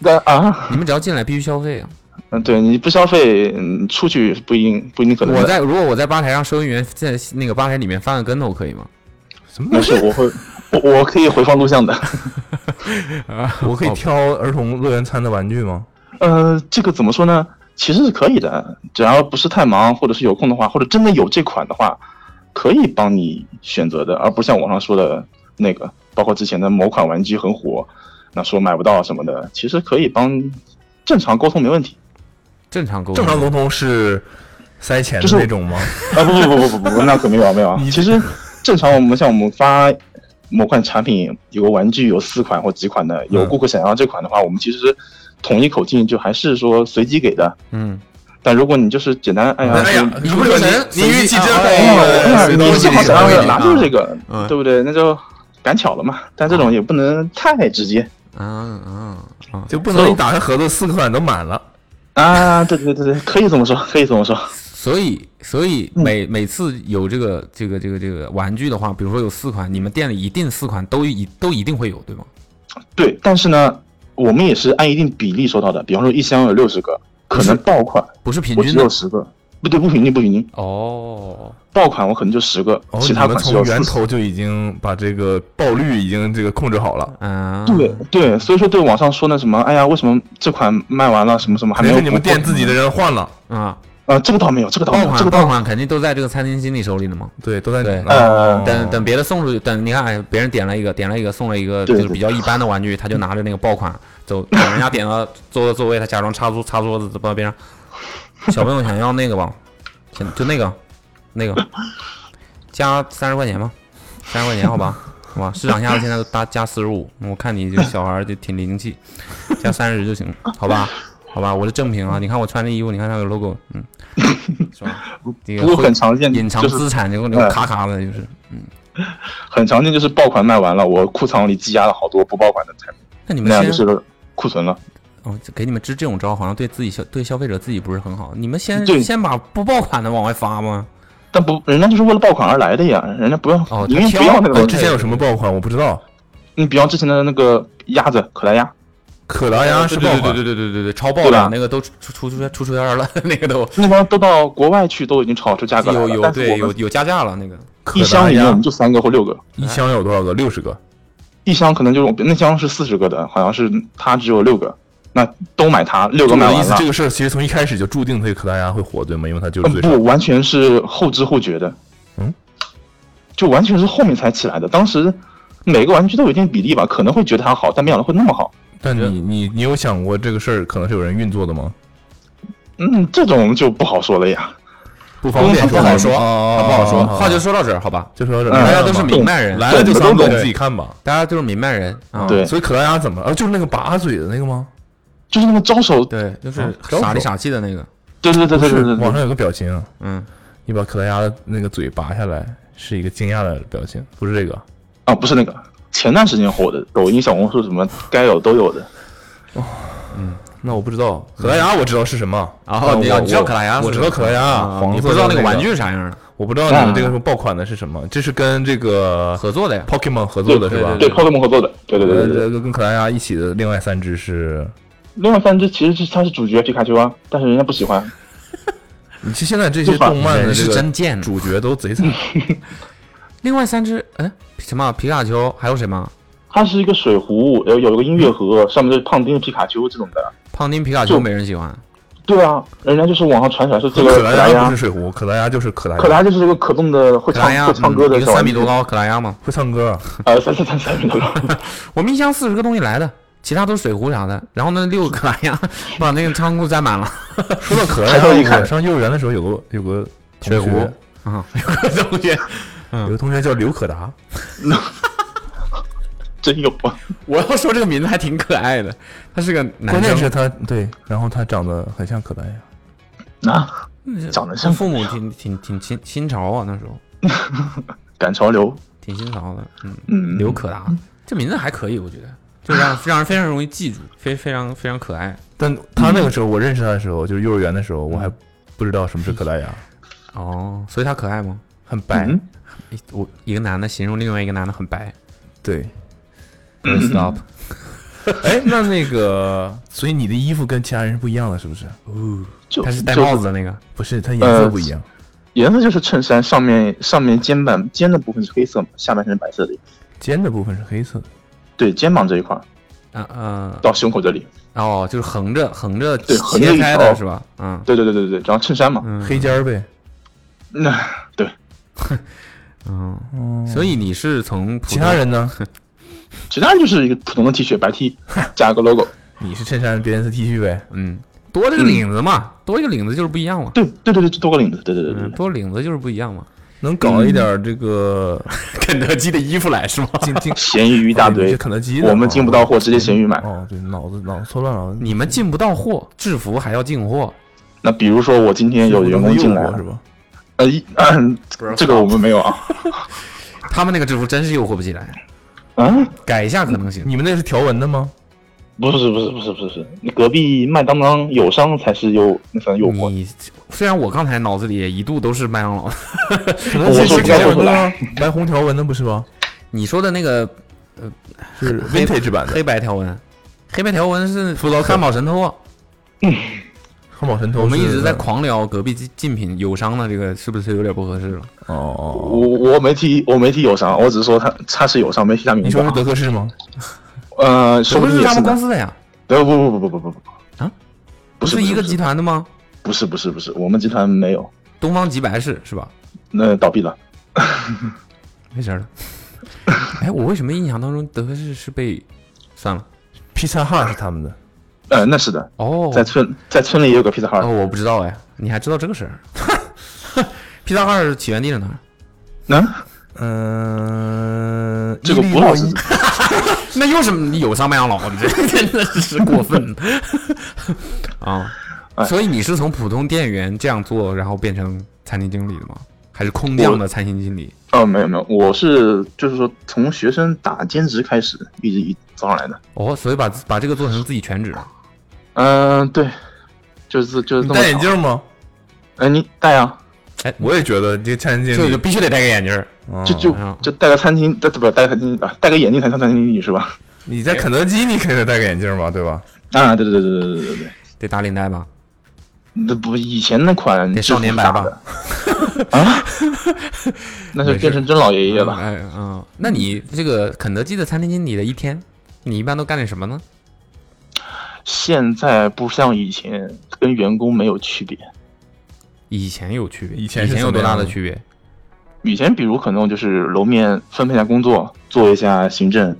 Speaker 6: 但啊，
Speaker 4: 你们只要进来必须消费啊！
Speaker 6: 嗯，对，你不消费，嗯，出去不一定不一定可能的。
Speaker 4: 我在如果我在吧台让收银员在那个吧台里面翻个跟头可以吗？
Speaker 2: 什么
Speaker 6: 没
Speaker 2: 东西
Speaker 6: 事，？ 我会，我我可以回放录像的。
Speaker 2: 哦我可以挑儿童乐园餐的玩具吗？
Speaker 6: 呃，这个怎么说呢？其实是可以的，只要不是太忙，或者是有空的话，或者真的有这款的话，可以帮你选择的，而不像网上说的那个，包括之前的某款玩具很火，那说买不到什么的，其实可以帮正常沟通没问题。
Speaker 4: 正常沟通，
Speaker 2: 正常沟通是塞钱的
Speaker 6: 就是
Speaker 2: 那种吗？
Speaker 6: 啊，不不不不不不，那可没有啊没有啊。其实正常我们像我们发某款产品，有个玩具有四款或几款的，
Speaker 4: 嗯
Speaker 6: 有顾客想要这款的话，我们其实统一口径就还是说随机给的。
Speaker 8: 嗯，
Speaker 6: 但如果你就是简单，哎呀，
Speaker 2: 哎呀
Speaker 6: 说，
Speaker 2: 你不是神，你运气真
Speaker 6: 哎呀
Speaker 2: 好，啊
Speaker 6: 我
Speaker 2: 谁
Speaker 6: 我
Speaker 2: 都
Speaker 6: 正好想要的啊拿就是这个
Speaker 4: 嗯，
Speaker 6: 对不对？那就赶巧了嘛。但这种也不能太直接
Speaker 4: 啊啊啊！
Speaker 2: 就不能一打开盒子四款都满了。
Speaker 6: 啊！对对对对，可以这么说，可以这么说。
Speaker 4: 所以所以
Speaker 6: 嗯
Speaker 4: 每每次有这个这个这个这个玩具的话，比如说有四款，你们店里一定四款都一都一定会有，对吗？
Speaker 6: 对，但是呢，我们也是按一定比例收到的，比方说一箱有六十个，可能爆款。
Speaker 4: 不是平
Speaker 6: 我
Speaker 4: 均
Speaker 6: 只
Speaker 4: 的
Speaker 6: 有十个，不对，不平均，不平均。
Speaker 4: 哦。
Speaker 6: 爆款我可能就十个，
Speaker 2: 哦，
Speaker 6: 其
Speaker 2: 你
Speaker 6: 他
Speaker 2: 们
Speaker 6: 款只有
Speaker 2: 从源
Speaker 6: 四十。
Speaker 2: 头就已经把这个爆率已经这个控制好了，
Speaker 4: 啊，
Speaker 6: 对对，所以说对网上说那什么，哎呀，为什么这款卖完了，什么什么还
Speaker 2: 肯
Speaker 6: 没
Speaker 2: 定是
Speaker 6: 有？
Speaker 2: 你们店自己的人换了，
Speaker 4: 啊，
Speaker 6: 啊、这个倒没有，这个倒没有，
Speaker 4: 爆
Speaker 6: 这
Speaker 4: 款
Speaker 6: 个
Speaker 4: 爆
Speaker 6: 倒
Speaker 4: 款肯定都在这个餐厅经理手里了嘛。
Speaker 2: 对，都在
Speaker 4: 对
Speaker 2: 你哦哎
Speaker 6: 呃
Speaker 4: 等等别的送出去，等你看哎别人点了一个，点了一个，送了一个就
Speaker 6: 对
Speaker 4: 是比较一般的玩具，他就拿着那个爆款走，等人家点了坐的座位，他假装插桌插桌子到边上，小朋友想要那个吧，想就那个那个，加三十块钱吧，三十块钱好吧，好吧，市场价格现在都搭加四十五，我看你这个小孩儿就挺灵气，加三十就行，好吧。好吧，我是正品啊！你看我穿这衣服，你看上有 logo，嗯，是吧？ 这个
Speaker 6: 不过
Speaker 4: 会
Speaker 6: 很常见，
Speaker 4: 隐藏
Speaker 6: 就是哎
Speaker 4: 资产，就那种咔咔的，就是。
Speaker 6: 很常见，就是爆款卖完了，我库藏里积压了好多不爆款的产品，
Speaker 4: 那你们
Speaker 6: 那样就
Speaker 4: 先
Speaker 6: 是库存了。
Speaker 4: 哦，这给你们支这种招，好像对自己消对消费者自己不是很好。你们先
Speaker 6: 对
Speaker 4: 先把不爆款的往外发吗？
Speaker 6: 但不，人家就是为了爆款而来的呀，人家不要，
Speaker 4: 哦
Speaker 6: 宁愿
Speaker 4: 挑
Speaker 6: 不要那个
Speaker 2: 哎
Speaker 6: 东
Speaker 2: 之
Speaker 6: 西。
Speaker 2: 前有什么爆款我不知道，
Speaker 6: 你比方之前的那个鸭子可莱鸭，
Speaker 2: 可达鸭是
Speaker 4: 哎对
Speaker 2: 爆
Speaker 4: 对对
Speaker 2: 款，
Speaker 4: 对对对对对，超爆
Speaker 6: 对
Speaker 4: 的
Speaker 6: 吧
Speaker 4: 那个都出出出出出出圈了， 那个都
Speaker 6: 那帮都到国外去都已经炒出价格来
Speaker 4: 有
Speaker 6: 了，
Speaker 4: 有
Speaker 6: 但是
Speaker 4: 对
Speaker 6: 我
Speaker 4: 有
Speaker 6: 们
Speaker 4: 有加价了那个。
Speaker 2: 可
Speaker 6: 一箱
Speaker 2: 达
Speaker 6: 里面我
Speaker 2: 鸭
Speaker 6: 们就三个或六个。
Speaker 2: 一箱有多少个？六十个。
Speaker 6: 一箱可能就是我那箱是四十个的，好像是它只有六个，那都买它，六个
Speaker 2: 我
Speaker 6: 买
Speaker 2: 的意
Speaker 6: 完
Speaker 2: 思
Speaker 6: 了，。
Speaker 2: 这个事儿其实从一开始就注定这个可达鸭会火，对吗？因为它就是
Speaker 6: 嗯
Speaker 2: 最
Speaker 6: 不，完全是后知后觉的，
Speaker 2: 嗯，
Speaker 6: 就完全是后面才起来的。当时每个玩具都有一定比例吧，可能会觉得它好，但没想到会那么好。
Speaker 2: 但你你你有想过这个事儿可能是有人运作的吗？
Speaker 6: 嗯，这种就不好说了呀。
Speaker 2: 不方便
Speaker 6: 不好
Speaker 4: 说
Speaker 2: 他
Speaker 4: 不好说，话
Speaker 2: 话
Speaker 4: 就
Speaker 2: 就
Speaker 4: 说到这儿，好吧？
Speaker 2: 哦就说这，
Speaker 6: 嗯
Speaker 4: 大
Speaker 2: 来
Speaker 4: 家
Speaker 2: 了
Speaker 4: 都是
Speaker 2: 嘛
Speaker 4: 明白人，
Speaker 2: 来了就三个，
Speaker 6: 懂
Speaker 2: 你自己看吧。
Speaker 4: 大家都是明白人啊。
Speaker 6: 对
Speaker 2: 所以可达鸭怎么了？啊，就是那个拔嘴的那个吗？
Speaker 6: 就是那个招手，对
Speaker 4: 对，就是
Speaker 2: 啊
Speaker 4: 傻里傻气的那个，
Speaker 6: 对对对对对对
Speaker 2: 网
Speaker 6: 对，
Speaker 2: 上有个表情，啊
Speaker 4: 嗯，
Speaker 2: 你把可达鸭的那个嘴拔下来，是一个惊讶的表情，不是这个。
Speaker 6: 啊，不是那个，前段时间火的，抖音、小红书什么该有都有的。
Speaker 2: 那我不知道，可达鸭我知道是什么
Speaker 4: 啊
Speaker 2: 但
Speaker 4: 你
Speaker 2: 我
Speaker 4: 你知道可达鸭是
Speaker 2: 我
Speaker 4: 什
Speaker 2: 知
Speaker 4: 么
Speaker 2: 道可达鸭，
Speaker 4: 啊
Speaker 2: 黄
Speaker 4: 你
Speaker 2: 色
Speaker 4: 不知道
Speaker 2: 的
Speaker 4: 那个
Speaker 2: 个嗯
Speaker 4: 玩具是啥样的，
Speaker 2: 我不知道你们这个时候爆款的是什么，这是跟这个
Speaker 4: 合作的呀。
Speaker 2: Pokemon 合作的是吧？
Speaker 6: 对 Pokemon 合作的，对对对对对对。
Speaker 2: 呃，跟可达鸭一起的另外三只是，
Speaker 6: 另外三只其实是它是主角皮卡丘啊，但是人家不喜欢。
Speaker 2: 你其实现在这些动漫的
Speaker 4: 人
Speaker 2: 这
Speaker 4: 是
Speaker 2: 个
Speaker 4: 真贱
Speaker 2: 主角都贼惨，
Speaker 6: 嗯
Speaker 4: 另外三只，哎，什么皮卡丘，还有谁吗？
Speaker 6: 它是一个水壶，有有一个音乐盒，上面就是胖丁、皮卡丘这种的。
Speaker 4: 胖丁皮卡丘没人喜欢，
Speaker 6: 对啊，人家就是网上传出来说这个
Speaker 2: 可
Speaker 6: 可
Speaker 2: 达鸭
Speaker 6: 达
Speaker 2: 不
Speaker 6: 鸭
Speaker 2: 是，水壶，可达鸭就是可达
Speaker 6: 可
Speaker 2: 鸭，
Speaker 6: 达鸭就是这个可动的会
Speaker 4: 可
Speaker 6: 唱
Speaker 4: 达鸭，
Speaker 6: 会唱歌
Speaker 4: 嗯
Speaker 6: 的
Speaker 4: 一
Speaker 6: 小
Speaker 4: 个三
Speaker 6: 玩
Speaker 4: 米
Speaker 6: 具
Speaker 4: 多，高可达鸭嘛。
Speaker 2: 会唱歌啊，
Speaker 6: 呃，三三三三米多高。
Speaker 4: 我们一箱四十个东西来的，其他都是水壶啥的。然后呢，六个可达鸭把那个仓库占满了。
Speaker 2: 说到可
Speaker 6: 抬头一
Speaker 2: 爱，
Speaker 6: 看
Speaker 2: 我上幼儿园的时候有个有个同学
Speaker 4: 水壶啊，有个同学，
Speaker 2: 有个同学叫刘可达，
Speaker 6: 真有啊！
Speaker 4: 我要说这个名字还挺可爱的，他是个男生。
Speaker 2: 关键是他对，然后他长得很像可达鸭，
Speaker 6: 啊，长得像
Speaker 4: 父母挺挺挺新新潮啊，那时候
Speaker 6: 赶潮流，
Speaker 4: 挺新潮的。嗯，
Speaker 6: 嗯，
Speaker 4: 刘可达这名字还可以，我觉得 就让让人非常容易记住，非非常非常可爱。
Speaker 2: 但他那个时候我认识他的时候，就是幼儿园的时候，我还不知道什么是可达鸭，
Speaker 4: 哦，所以他可爱吗？
Speaker 2: 很白，
Speaker 6: 嗯
Speaker 4: 一我一个男的形容另外一个男的很白。
Speaker 2: 对。
Speaker 6: 嗯
Speaker 4: Stop。
Speaker 2: 哎，那那个，所以你的衣服跟其他人是不一样的，是不是？
Speaker 6: 就
Speaker 4: 他是戴
Speaker 6: 就
Speaker 4: 帽子的那个。
Speaker 2: 不是，它颜色
Speaker 6: 呃
Speaker 2: 不一样。
Speaker 6: 颜色就是衬衫上面上面肩膀肩的部分是黑色嘛，下半身是白色的。
Speaker 2: 肩的部分是黑色的。
Speaker 6: 对，肩膀这一块儿
Speaker 4: 啊啊
Speaker 6: 到胸口这里，
Speaker 4: 哦，就是横着横着
Speaker 6: 对横着
Speaker 4: 切
Speaker 6: 一
Speaker 4: 开
Speaker 6: 条
Speaker 4: 的是吧？嗯，
Speaker 6: 对对对对对，然后衬衫嘛，
Speaker 4: 嗯
Speaker 2: 黑尖儿呗。
Speaker 6: 那、对，
Speaker 4: 嗯，所以你是从普
Speaker 2: 其他
Speaker 4: 通
Speaker 2: 人 呢？
Speaker 6: 其他人就是一个普通的 T 恤白 T 加个 logo，
Speaker 2: 你是衬衫，别人是 T 恤呗。
Speaker 4: 嗯多了个领子嘛，多一个领子就是不一样嘛，
Speaker 6: 对对对对，多个领子，对对对对
Speaker 4: 嗯，
Speaker 6: 对，
Speaker 4: 多领子就是不一样嘛。
Speaker 2: 能搞一点这个
Speaker 4: 肯德基的衣服来是吗？
Speaker 2: 进进
Speaker 6: 闲鱼一大
Speaker 2: 哦你
Speaker 6: 堆
Speaker 2: 是，肯德基的
Speaker 6: 我们进不到货，直接闲鱼买。
Speaker 2: 哦，对，脑子脑子错乱了。
Speaker 4: 你们进不到货，制服还要进货，
Speaker 6: 那比如说我今天有员工进来
Speaker 2: 是，吧？
Speaker 6: 呃，一这个我们没有啊，
Speaker 4: 他们那个制服真是诱惑不起来，
Speaker 6: 啊，
Speaker 4: 改一下可能行。
Speaker 2: 你们那是条纹的吗？
Speaker 6: 不是不是不是不是不是，你隔壁麦当当友商才是有那算诱惑，
Speaker 4: 你虽然我刚才脑子里也一度都是麦当劳，
Speaker 2: 可能
Speaker 6: 我
Speaker 2: 是
Speaker 6: 说
Speaker 2: 是
Speaker 6: 不要
Speaker 2: 条
Speaker 6: 说
Speaker 2: 纹
Speaker 6: 出
Speaker 2: 的
Speaker 6: 来
Speaker 2: 吗？白红条纹的不是吗？
Speaker 4: 你说的那个
Speaker 2: 是
Speaker 4: 黑
Speaker 2: vintage 版的
Speaker 4: 黑白条纹，黑白条纹是福劳汉堡神偷啊。
Speaker 2: 汉堡神偷是。
Speaker 4: 我们一直在狂聊隔壁竞竞品友商的这个是不是有点不合适了？
Speaker 2: 哦哦。哦
Speaker 6: 我我没提我没提友商，我只是说他他是友商，没提他名
Speaker 2: 你
Speaker 6: 字
Speaker 2: 说是
Speaker 6: 啊。
Speaker 2: 德克士吗？
Speaker 6: 呃，
Speaker 4: 这
Speaker 6: 说
Speaker 4: 不
Speaker 6: 不定
Speaker 4: 是
Speaker 6: 也
Speaker 4: 他
Speaker 6: 是
Speaker 4: 们公
Speaker 6: 呢。
Speaker 4: 司的呀，
Speaker 6: 呃，不不不不不不不
Speaker 4: 啊，
Speaker 6: 不是
Speaker 4: 是一个集，团的吗？
Speaker 6: 不是不是不是，我们集团没有，
Speaker 4: 东方极白是是吧？
Speaker 6: 那倒闭了。
Speaker 4: 没事儿了。哎，我为什么印象当中德克士是被算了？
Speaker 2: 披萨哈是他们的，
Speaker 6: 呃，那是的，
Speaker 4: 哦，
Speaker 6: 在村在村里也有个披萨
Speaker 4: 哦，
Speaker 6: 哈。
Speaker 4: 我不知道哎，你还知道这个事儿？ 披萨二起源地是哪儿？
Speaker 6: 嗯，
Speaker 2: 嗯，
Speaker 6: 这个
Speaker 2: 伊利
Speaker 6: 不
Speaker 2: 诺
Speaker 6: 老
Speaker 2: 伊
Speaker 6: 师，
Speaker 4: 那又是你友商麦当劳，你这 真的是过分 啊！
Speaker 6: 哎
Speaker 4: 所以你是从普通店员这样做，然后变成餐厅经理的吗？还是空降的餐厅经理？
Speaker 6: 哦，没有没有，我是就是说从学生打兼职开始，一直一做上来的。
Speaker 4: 哦，所以把把这个做成自己全职了。
Speaker 6: 嗯、对，就是就
Speaker 2: 你
Speaker 6: 是这么
Speaker 2: 戴眼
Speaker 6: 搞。
Speaker 2: 镜吗？
Speaker 6: 哎，你戴啊，
Speaker 4: 哎，
Speaker 2: 我也觉得这个餐厅
Speaker 4: 就就必须得戴个眼镜儿。
Speaker 2: 就
Speaker 6: 就就
Speaker 4: 嗯
Speaker 6: 就戴个餐厅，戴不戴个餐厅啊，戴个眼镜才算餐厅经理是吧？
Speaker 2: 你在肯德基，你肯定得戴个眼镜吧，对吧？
Speaker 6: 啊，对对对对对对对对。
Speaker 4: 得打领带吧，
Speaker 6: 那不以前那款
Speaker 4: 得
Speaker 6: 制
Speaker 4: 少
Speaker 6: 服
Speaker 4: 年白
Speaker 6: 打
Speaker 4: 吧
Speaker 6: 的 啊，那就变成真老爷爷了。
Speaker 4: 哎，嗯，那你这个肯德基的餐厅经理的一天，你一般都干点什么呢？
Speaker 6: 现在不像以前跟员工没有区别，
Speaker 4: 以前有区别，
Speaker 2: 以前是
Speaker 4: 有
Speaker 2: 怎么
Speaker 4: 多大
Speaker 2: 样
Speaker 4: 的
Speaker 2: 的
Speaker 4: 区别？
Speaker 6: 以前比如可能就是楼面分配一下工作，做一下行政，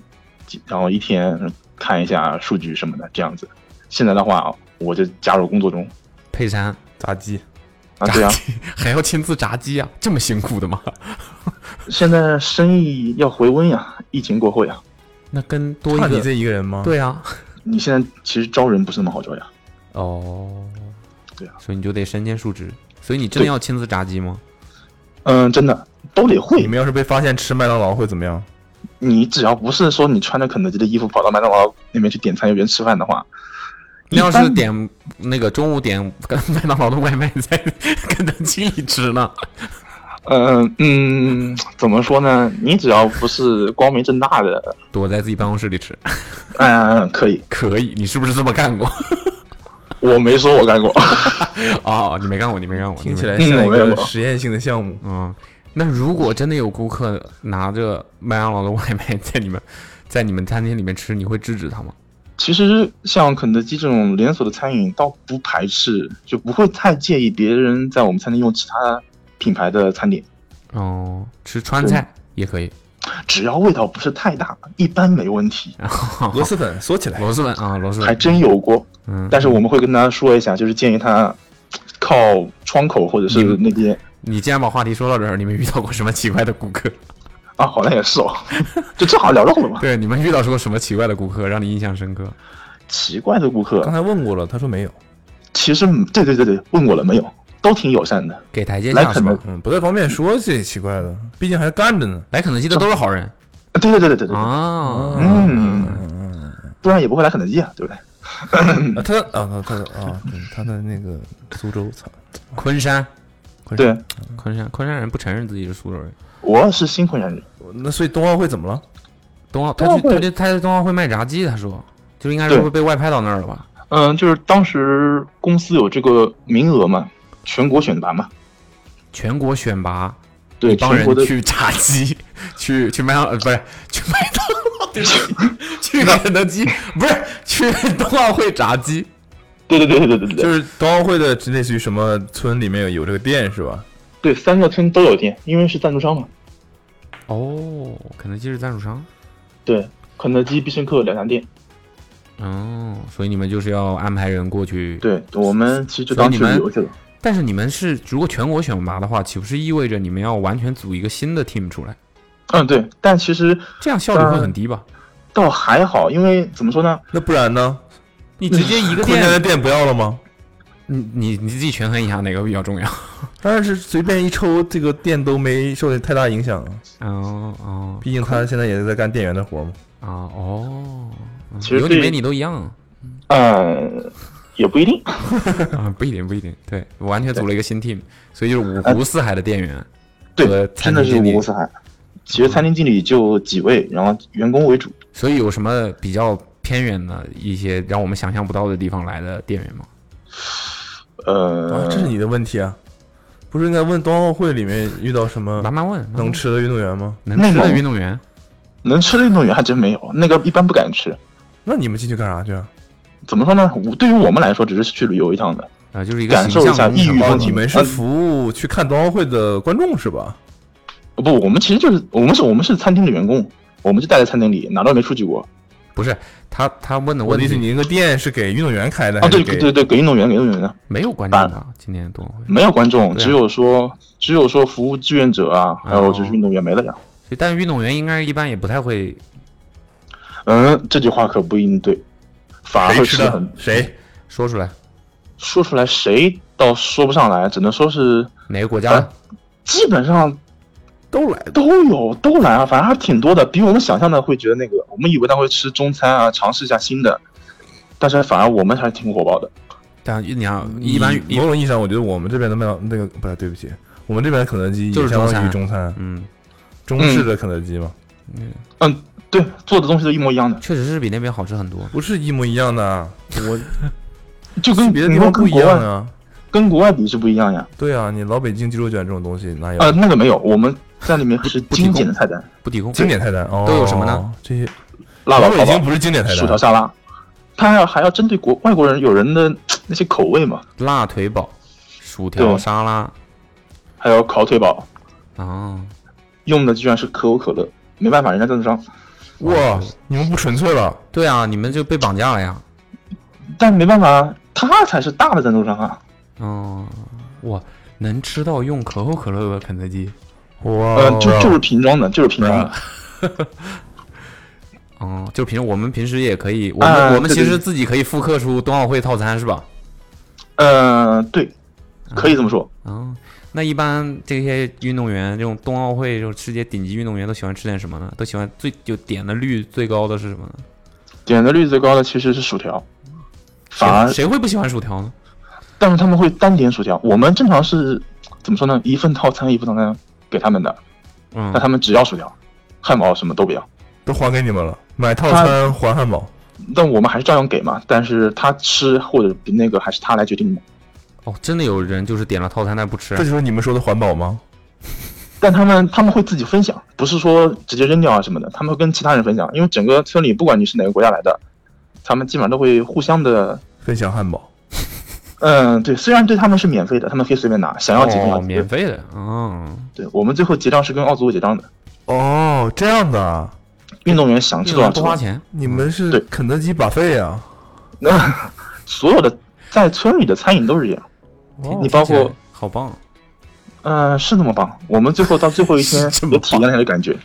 Speaker 6: 然后一天看一下数据什么的这样子。现在的话，我就加入工作中
Speaker 4: 配餐
Speaker 2: 炸鸡，
Speaker 6: 啊，对啊，
Speaker 4: 还要亲自炸鸡啊，这么辛苦的吗？
Speaker 6: 现在生意要回温呀，疫情过后呀，
Speaker 4: 那跟多一
Speaker 2: 怕你
Speaker 4: 个
Speaker 2: 这一个人吗？，
Speaker 4: 对啊，
Speaker 6: 你现在其实招人不是那么好招呀。
Speaker 4: 哦，
Speaker 6: 对啊
Speaker 4: 所以你就得身兼数职。所以你真的
Speaker 6: 对
Speaker 4: 要亲自炸鸡吗？
Speaker 6: 嗯，真的都得会
Speaker 2: 你。们要是被发现吃麦当劳会怎么样？
Speaker 6: 你只要不是说你穿着肯德基的衣服跑到麦当劳那边去点餐有人吃饭的话，
Speaker 4: 那要是
Speaker 6: 一般
Speaker 4: 点那个中午点跟麦当劳的外卖，在肯德基里吃呢？
Speaker 6: 呃嗯，怎么说呢？你只要不是光明正大的，
Speaker 4: 躲在自己办公室里吃，
Speaker 6: 嗯、可以。
Speaker 4: 可以？你是不是这么干过？
Speaker 6: 我没说我干过，
Speaker 4: 哦，你没干过，你没干过，
Speaker 2: 听
Speaker 4: 你
Speaker 2: 起
Speaker 4: 没
Speaker 2: 来
Speaker 6: 嗯
Speaker 2: 像一
Speaker 6: 我也
Speaker 2: 个
Speaker 6: 不
Speaker 2: 实验性的项目。
Speaker 4: 嗯，那如果真的有顾客拿着麦当劳的外卖在你们在你们餐厅里面吃，你会制止他吗？
Speaker 6: 其实像肯德基这种连锁的餐饮，倒不排斥，就不会太介意别人在我们餐厅用其他品牌的餐点，
Speaker 4: 哦，吃川菜也 可以，
Speaker 6: 只要味道不是太大，一般没问题。
Speaker 4: 然后
Speaker 2: 螺蛳粉缩起来，
Speaker 4: 螺蛳粉啊，螺蛳粉
Speaker 6: 还真有过，
Speaker 4: 嗯，
Speaker 6: 但是我们会跟他说一下，就是建议他靠窗口或者是
Speaker 4: 嗯
Speaker 6: 那边。
Speaker 4: 你既然把话题说到这儿，你们遇到过什么奇怪的顾 客？
Speaker 6: 啊，好像也是哦， 就正好聊到了嘛。
Speaker 4: 对，你们遇到过什么奇怪的顾客让你印象深刻？
Speaker 6: 奇怪的 顾
Speaker 2: 刚
Speaker 6: 客，
Speaker 2: 才问过了，他说没有，
Speaker 6: 其实嗯对对对对，问过了没有，都挺友善的。
Speaker 4: 给台阶
Speaker 6: 来
Speaker 4: 下是
Speaker 6: 肯德
Speaker 4: 吧？
Speaker 2: 嗯，不太方便说这也奇怪了，毕竟还干着呢。
Speaker 4: 来肯德基的都是好人
Speaker 6: 啊对对对对对对，
Speaker 4: 啊，
Speaker 6: 嗯，不然也不会来肯德基啊，对不对？
Speaker 2: 啊，他啊，他他啊，对他在那个苏州，操，
Speaker 4: 昆山，
Speaker 6: 对，
Speaker 4: 昆山，昆山人不承认自己是苏州人。
Speaker 6: 我是新昆山人，
Speaker 2: 那所以冬奥会怎么了？
Speaker 4: 冬奥，他去，他就他在冬奥会卖炸鸡，他说，就应该是
Speaker 6: 对
Speaker 4: 会被外派到那儿了吧？
Speaker 6: 嗯，就是当时公司有这个名额嘛，全国选拔嘛，
Speaker 4: 全国选拔，
Speaker 6: 对，
Speaker 4: 一帮
Speaker 6: 全
Speaker 4: 人
Speaker 6: 国 的
Speaker 4: 去炸鸡，去去麦当，呃不是去麦当劳，对不起，去肯德基不是 去冬奥会炸鸡，
Speaker 6: 对对对对对对对，
Speaker 2: 就是冬奥会的，类似于什么村里面有有这个店是吧？
Speaker 6: 对三个村都有店，因为是赞助商嘛。
Speaker 4: 哦，肯德基是赞助商，
Speaker 6: 对，肯德基、必胜客两家店。
Speaker 4: 哦，所以你们就是要安排人过去。，
Speaker 6: 对我们其实就当去
Speaker 4: 所以
Speaker 6: 旅
Speaker 4: 你们
Speaker 6: 游去了。
Speaker 4: 但是你们是如果全国选拔的话，岂不是意味着你们要完全组一个新的 team 出来？
Speaker 6: 嗯，对，但其实
Speaker 4: 这样效率会很低吧？
Speaker 6: 倒还好，因为怎么说呢？
Speaker 2: 那不然呢？
Speaker 4: 你直 接一个
Speaker 2: 空间的
Speaker 4: 店，
Speaker 2: 店不要了吗？
Speaker 4: 你嗯你你自己权衡一下哪个比较重要。
Speaker 2: 当然是随便一抽，这个店都没受太大影响啊。
Speaker 4: 哦哦
Speaker 2: 毕竟他现在也在干店员的活嘛。
Speaker 4: 啊哦，嗯
Speaker 6: 其实
Speaker 4: 有你
Speaker 6: 对
Speaker 4: 没你都一样
Speaker 6: 嗯，也不一定。
Speaker 4: 啊，不一定不一定，对，我完全组了一个新 team，所以就是五湖四海的店员和
Speaker 6: 对，
Speaker 4: 餐
Speaker 6: 真的
Speaker 4: 厅
Speaker 6: 是
Speaker 4: 经
Speaker 6: 五
Speaker 4: 理
Speaker 6: 湖，四海。其实餐厅经理就几位，然后员工为主。
Speaker 4: 所以有什么比较偏远的一些让我们想象不到的地方来的店员吗？
Speaker 6: 呃嗯
Speaker 2: 啊，，这是你的问题啊！不是应该问冬奥会里面遇到什么
Speaker 4: 慢慢问，慢慢
Speaker 2: 能
Speaker 4: 问
Speaker 2: 吃的运动员吗？
Speaker 4: 能
Speaker 6: 嗯
Speaker 4: 吃
Speaker 6: 内
Speaker 4: 的
Speaker 6: 蒙
Speaker 4: 运动员，
Speaker 6: 能吃的运动员还真没有，那个一般不敢吃。
Speaker 2: 那你们进去干啥去啊？
Speaker 6: 怎么说呢？我对于我们来说，只是去旅游一趟的。
Speaker 4: 啊，就是一个
Speaker 6: 感
Speaker 4: 形
Speaker 6: 受一
Speaker 4: 象
Speaker 6: 下
Speaker 4: 工
Speaker 6: 异
Speaker 4: 程
Speaker 6: 域
Speaker 2: 哦，
Speaker 6: 风
Speaker 2: 你
Speaker 6: 情
Speaker 2: 们是服务去看冬奥会的观众是吧？
Speaker 6: 不，我们其实就是我们是我们是餐厅的员工，我们就待在餐厅里，哪都没出去过。
Speaker 4: 不是他他问的
Speaker 2: 我
Speaker 4: 问
Speaker 2: 的意思，
Speaker 4: 题
Speaker 2: 你那个店是给运动员开的
Speaker 6: 啊，
Speaker 2: 还
Speaker 6: 对
Speaker 2: 是给
Speaker 6: 对对对，给运动员，给运动员的，
Speaker 4: 没有观众
Speaker 6: 啊
Speaker 4: 的，今年冬奥会，
Speaker 6: 没有观众，
Speaker 4: 对啊
Speaker 6: 只有说只有说服务志愿者
Speaker 2: 哦
Speaker 6: 啊，还有就是运动员没了呀。
Speaker 4: 所以但是运动员应该一般也不太会
Speaker 6: 嗯，这句话可不一定对，反而
Speaker 2: 谁
Speaker 6: 会
Speaker 2: 吃
Speaker 6: 吃得
Speaker 2: 的
Speaker 6: 很。
Speaker 2: 谁？
Speaker 4: 说出来
Speaker 6: 说出来谁倒说不上来，只能说是
Speaker 4: 哪个国家的
Speaker 6: 啊。基本上
Speaker 2: 都来
Speaker 6: 都有都来啊，反正还挺多的，比我们想象的会觉得那个，我们以为他会吃中餐啊，尝试一下新的，但是反而我们还挺火爆的。
Speaker 4: 但嗯你要一般
Speaker 2: 以某种意义上，我觉得我们这边的麦当那个不是，对不起，我们这边的肯德基
Speaker 4: 就是
Speaker 2: 也相当于
Speaker 4: 中
Speaker 2: 中餐，
Speaker 4: 嗯，
Speaker 2: 中式的肯德基嘛，
Speaker 6: 嗯，对，做的东西都一模一样的，
Speaker 4: 确实是比那边好吃很多。
Speaker 2: 不是一模一样的啊，我
Speaker 6: 就跟
Speaker 2: 跟别的
Speaker 6: 你
Speaker 2: 地
Speaker 6: 说
Speaker 2: 方
Speaker 6: 跟
Speaker 2: 不一
Speaker 6: 国
Speaker 2: 样
Speaker 6: 外
Speaker 2: 啊。
Speaker 6: 跟国外比是不一样呀。
Speaker 2: 对啊，你老北京鸡肉卷这种东西哪有？
Speaker 6: 呃，那个没有，我们 在里面吃
Speaker 4: 不提
Speaker 6: 经
Speaker 4: 供
Speaker 6: 典的菜单，
Speaker 4: 不提供
Speaker 2: 经典菜单哦，
Speaker 4: 都有什么呢？
Speaker 2: 这些
Speaker 6: 辣
Speaker 2: 老
Speaker 6: 老
Speaker 2: 北
Speaker 6: 泡
Speaker 2: 京
Speaker 6: 泡、
Speaker 2: 不是经典菜
Speaker 6: 薯条
Speaker 2: 单，
Speaker 6: 沙拉，它还要还要针对国外国人有人的那些口味嘛，
Speaker 4: 辣腿堡、薯
Speaker 6: 对
Speaker 4: 条
Speaker 6: 哦
Speaker 4: 沙拉
Speaker 6: 还有烤腿堡，
Speaker 4: 啊，
Speaker 6: 用的居然是可口可乐，没办法，人家赞助商，
Speaker 2: 哇，你们不纯粹了。
Speaker 4: 对啊，你们就被绑架了呀。
Speaker 6: 但没办法，他才是大的赞助商啊。
Speaker 4: 哦，哇，能吃到用可口可乐的肯德基，
Speaker 2: 哇
Speaker 6: 呃，就就是瓶装的，就是瓶装的。
Speaker 2: 啊
Speaker 4: 哦，就平时我们平时也可以，我们、
Speaker 6: 啊
Speaker 4: 我们
Speaker 6: 对
Speaker 4: 其
Speaker 6: 对
Speaker 4: 实
Speaker 6: 对
Speaker 4: 自己可以复刻出冬奥会套餐是吧？
Speaker 6: 呃，对，可以这么说。
Speaker 4: 啊，那一般这些运动员，这种冬奥会这种世界顶级运动员都喜欢吃点什么呢？都喜欢最就点的率最高的是什么呢？
Speaker 2: 嗯
Speaker 6: 点的率最高的其实是薯条，
Speaker 4: 谁
Speaker 6: 反而，
Speaker 4: 谁会不喜欢薯条呢？
Speaker 6: 但是他们会单点薯条。我们正常是怎么说呢？一份套餐一份套餐给他们的，
Speaker 4: 嗯
Speaker 6: 但，他们只要薯条、汉堡什么都不要。
Speaker 2: 都还给你们了，买套餐还汉堡。
Speaker 6: 但我们还是照样给嘛，但是他吃或者那个还是他来决定的。
Speaker 4: 哦，真的有人就是点了套餐但不吃啊
Speaker 2: 这，就是你们说的环保吗？
Speaker 6: 但他们他们会自己分享，不是说直接扔掉啊什么的，他们会跟其他人分享，因为整个村里不管你是哪个国家来的，他们基本上都会互相的
Speaker 2: 分享汉堡，
Speaker 6: 嗯，对，虽然对他们是免费的，他们可以随便拿，想要几份拿
Speaker 4: 哦，
Speaker 6: 几
Speaker 4: 免
Speaker 6: 份。
Speaker 4: 费的，嗯，
Speaker 6: 对我们最后结账是跟奥组委结账的，
Speaker 2: 哦，这样的啊，
Speaker 6: 运动员想吃
Speaker 4: 运
Speaker 6: 多少吃
Speaker 4: 动员不
Speaker 6: 多少。
Speaker 4: 花钱，
Speaker 2: 你们是
Speaker 6: 对
Speaker 2: 肯德基把费啊？
Speaker 6: 那所有的在村里的餐饮都是这样，
Speaker 4: 哦听
Speaker 6: 你包括
Speaker 4: 听起来好棒，
Speaker 6: 嗯、是那么棒。我们最后到最后一天
Speaker 4: 是这么
Speaker 6: 也体验了那个感觉，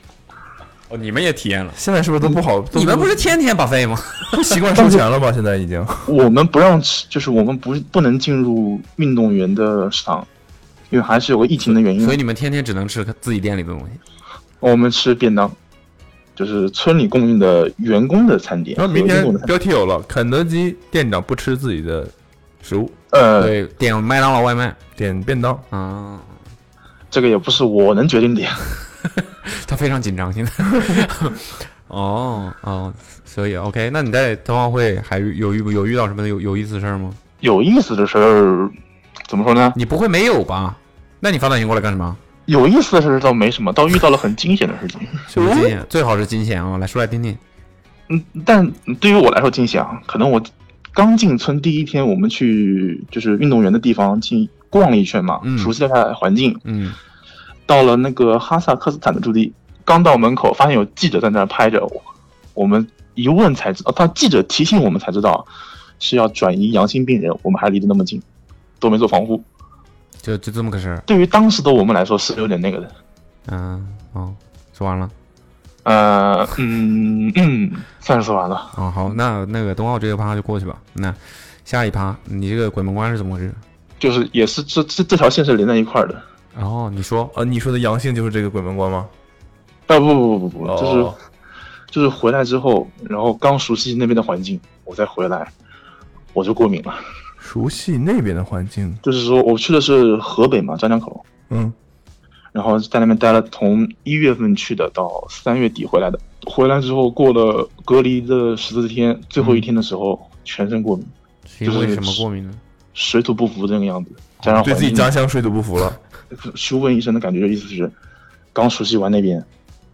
Speaker 4: 哦，你们也体验了，
Speaker 2: 现在是不是都不好？都
Speaker 4: 你们不是天天把费吗？
Speaker 2: 都习惯收钱了吧？现在已经
Speaker 6: 我们不让吃，就是我们不不能进入运动员的食堂，因为还是有个疫情的原
Speaker 4: 所以
Speaker 6: 因。
Speaker 4: 你们天天只能吃自己店里的东西。
Speaker 6: 我们吃便当，就是村里供应的员工的餐点。
Speaker 2: 然后明天
Speaker 6: 员工的餐点
Speaker 2: 标题有了，肯德基店长不吃自己的食物，
Speaker 6: 呃，
Speaker 4: 对，点麦当劳外卖
Speaker 2: 点便当。
Speaker 4: 啊，
Speaker 6: 这个也不是我能决定的呀。
Speaker 4: 他非常紧张现在。 哦哦，所以 OK，那你在冬奥会还有遇有遇到什么有有意思的事儿吗？
Speaker 6: 有意思的事儿，怎么说呢？
Speaker 4: 你不会没有吧？那你发短信过来干什么？
Speaker 6: 有意思的事儿倒没什么，倒遇到了很惊险的事情。
Speaker 4: 什么金险？最好是金险啊！来说来听听。
Speaker 6: 嗯，但对于我来说惊喜啊，可能我刚进村第一天，我们去就是运动员的地方进逛了一圈嘛，
Speaker 4: 嗯
Speaker 6: 熟悉了一下环境。
Speaker 4: 嗯，
Speaker 6: 到了那个哈萨克斯坦的驻地，刚到门口，发现有记者在那儿拍着我，我们一问才知道，哦他记者提醒我们才知道是要转移阳性病人，我们还离得那么近，都没做防护。
Speaker 4: 就就这么个事儿。
Speaker 6: 对于当时的我们来说是有点那个的。
Speaker 4: 嗯，哦，说完了。
Speaker 6: 呃，嗯嗯，算是说完了。
Speaker 4: 哦，好，那那个冬奥这个趴就过去吧。那下一趴，你这个鬼门关是怎么回事？
Speaker 6: 就是也是这这这条线是连在一块儿的。
Speaker 4: 然后哦你说，
Speaker 2: 呃，你说的阳性就是这个鬼门关吗？
Speaker 6: 啊不不不不不，就是、
Speaker 2: 哦
Speaker 6: 就是回来之后，然后刚熟悉那边的环境，我再回来，我就过敏了。
Speaker 2: 熟悉那边的环境，
Speaker 6: 就是说我去的是河北嘛，张家口，
Speaker 2: 嗯，
Speaker 6: 然后在那边待了，从一月份去的到三月底回来的。回来之后过了隔离的十四天，最
Speaker 2: 嗯
Speaker 6: 后一天的时候、全身过敏，
Speaker 4: 是因
Speaker 6: 就
Speaker 4: 为
Speaker 6: 是
Speaker 4: 什么过敏呢？
Speaker 6: 水土不服这个样子，加上
Speaker 2: 嗯对自己
Speaker 6: 环境
Speaker 2: 家乡水土不服了。
Speaker 6: 去问医生的感觉，就意思是刚熟悉完那边，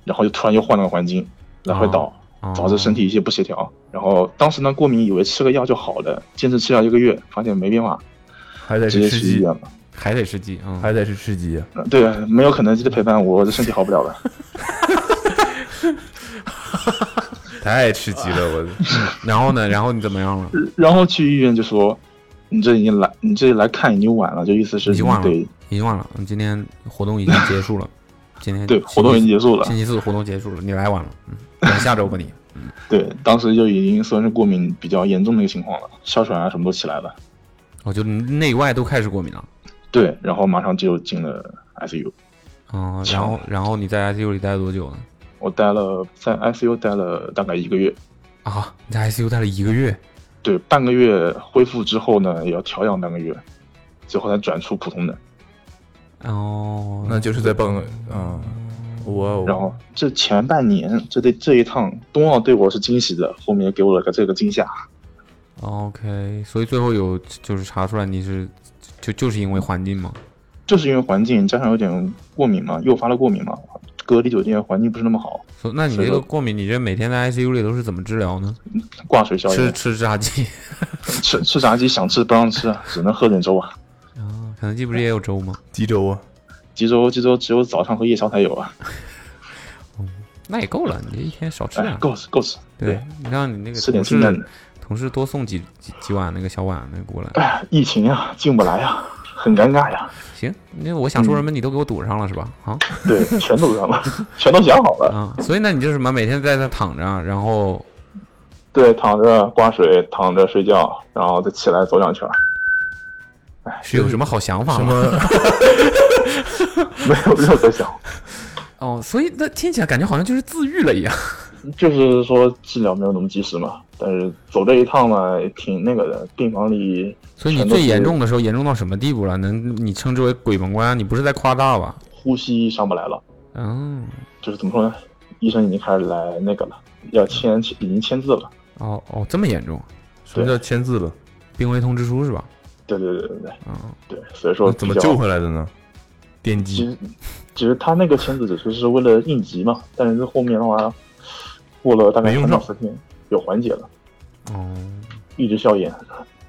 Speaker 6: 然后又突然又换了个环境，来回
Speaker 2: 啊
Speaker 6: 倒，
Speaker 4: 哦
Speaker 6: 导致身体一些不协调。然后当时呢，过敏以为吃个药就好了，坚持吃药一个月，发现没变化，
Speaker 2: 还得
Speaker 6: 直
Speaker 2: 是
Speaker 6: 接
Speaker 2: 吃
Speaker 6: 去医
Speaker 2: 鸡
Speaker 6: 院，了。
Speaker 4: 还得吃鸡啊。
Speaker 2: 还得是吃鸡，
Speaker 6: 呃对，没有肯德基的陪伴，我的身体好不了了。
Speaker 2: 太吃鸡了，我
Speaker 4: 然后呢？然后你怎么样了？
Speaker 6: 然后去医院就说，你这已经来，你这来看已经晚了，就意思是
Speaker 4: 已
Speaker 6: 你
Speaker 4: 经晚了
Speaker 6: 得，
Speaker 4: 已经晚了。嗯今天活动已经结束了。今天
Speaker 6: 对活动已经结束了
Speaker 4: 星期四活动结束了，你来晚了。嗯，等下周吧你。
Speaker 6: 对，当时就已经算是过敏比较严重的一个情况了，哮喘啊什么都起来了。
Speaker 4: 我哦就内外都开始过敏了。
Speaker 6: 对，然后马上就进了 ICU。
Speaker 4: 嗯，然
Speaker 6: 强
Speaker 4: 后然后你在 ICU 里待了多久呢？
Speaker 6: 我待了在 ICU 待了大概一个月，
Speaker 4: 啊，你在 ICU 待了一个月。
Speaker 6: 对，半个月恢复之后呢，也要调养半个月，最后才转出普通的。
Speaker 4: 哦，
Speaker 2: 那就是在蹦，哦嗯，我
Speaker 6: 然后这前半年，这对这一趟冬奥对我是惊喜的，后面也给我了个这个惊吓。
Speaker 4: 哦 OK，所以最后有就是查出来你是就就是因为环境嘛，
Speaker 6: 就是因为环境加上有点过敏嘛，诱发了过敏嘛，隔离酒店环境不是那么好，
Speaker 4: 所以那你
Speaker 6: 是
Speaker 4: 这
Speaker 6: 的
Speaker 4: 个过敏，你这每天在 ICU 里都是怎么治疗呢？
Speaker 6: 挂水消
Speaker 4: 吃
Speaker 6: 炎，
Speaker 4: 吃炸鸡
Speaker 6: 吃吃炸鸡想吃不让吃，啊，只能喝点粥啊。
Speaker 4: 啊？肯德基不是也有粥吗？
Speaker 2: 济州啊，
Speaker 6: 济州济州只有早上和夜宵才有啊，
Speaker 4: 那也够了，你这一天少吃
Speaker 6: 哎
Speaker 4: 点，。
Speaker 6: 够吃够吃，
Speaker 4: 啊对，你让你那个
Speaker 6: 吃点
Speaker 4: 同
Speaker 6: 清淡
Speaker 4: 事
Speaker 6: 的。
Speaker 4: 同事多送几几几碗那个小碗那个过来。
Speaker 6: 哎，疫情呀，进不来呀，很尴尬呀。
Speaker 4: 行，那我想说什么你都给我堵上了是吧？啊
Speaker 6: 对，全都让了，全都想好了。
Speaker 4: 啊，所以那你就是什么每天在那躺着，然后
Speaker 6: 对，躺着挂水，躺着睡觉，然后再起来走两圈。
Speaker 4: 是有什么好想法
Speaker 2: 什
Speaker 4: 吗？
Speaker 2: 么
Speaker 6: 没有任何想，
Speaker 4: 哦，所以那听起来感觉好像就是自愈了一样。
Speaker 6: 就是说治疗没有那么及时嘛。但是走这一趟嘛，也挺那个的，病房里
Speaker 4: 所以你
Speaker 6: 全都
Speaker 4: 最
Speaker 6: 是
Speaker 4: 严重的时候 严重到什么地步了？能你称之为鬼门关？你不是在夸大吧？
Speaker 6: 呼吸上不来了，
Speaker 4: 嗯，
Speaker 6: 就是怎么说呢？医生已经开始来那个了，要签，已经签字了。
Speaker 4: 哦哦，这么严重，
Speaker 2: 什么叫签字了？
Speaker 4: 病危通知书是吧？
Speaker 6: 对对对对对
Speaker 4: 啊、
Speaker 6: 对，所
Speaker 2: 那
Speaker 6: 以说
Speaker 2: 怎么
Speaker 6: 比较
Speaker 2: 救回来的呢？电
Speaker 6: 其
Speaker 2: 击
Speaker 6: 实其实他那个签字只是是为了应急嘛，但是后面的话过了大概
Speaker 2: 没用
Speaker 6: 三
Speaker 2: 上
Speaker 6: 到四天，有缓解了，
Speaker 4: 哦，
Speaker 6: 抑制消炎。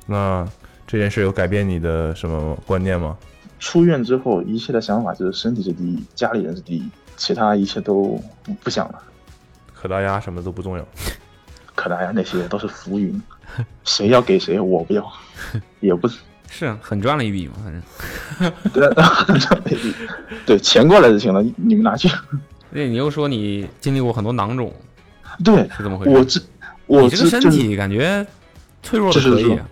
Speaker 2: 那这件事有改变你的什么观念吗？
Speaker 6: 出院之后，一切的想法就是身体是第一，家里人是第一，其他一切都不不想了。
Speaker 2: 可达鸭什么都不重要，
Speaker 6: 可达鸭那些都是浮云，谁要给谁，我不 要，也不
Speaker 4: 是啊，很赚了一笔嘛，反正。
Speaker 6: 对， 对，钱过来就行了，你们拿去。
Speaker 4: 那你又说你经历过很多囊肿，
Speaker 6: 对，
Speaker 4: 是怎么回事？
Speaker 6: 我这我
Speaker 4: 你这个身
Speaker 6: 就是
Speaker 4: 体感觉脆弱的
Speaker 6: 就是
Speaker 4: 可以啊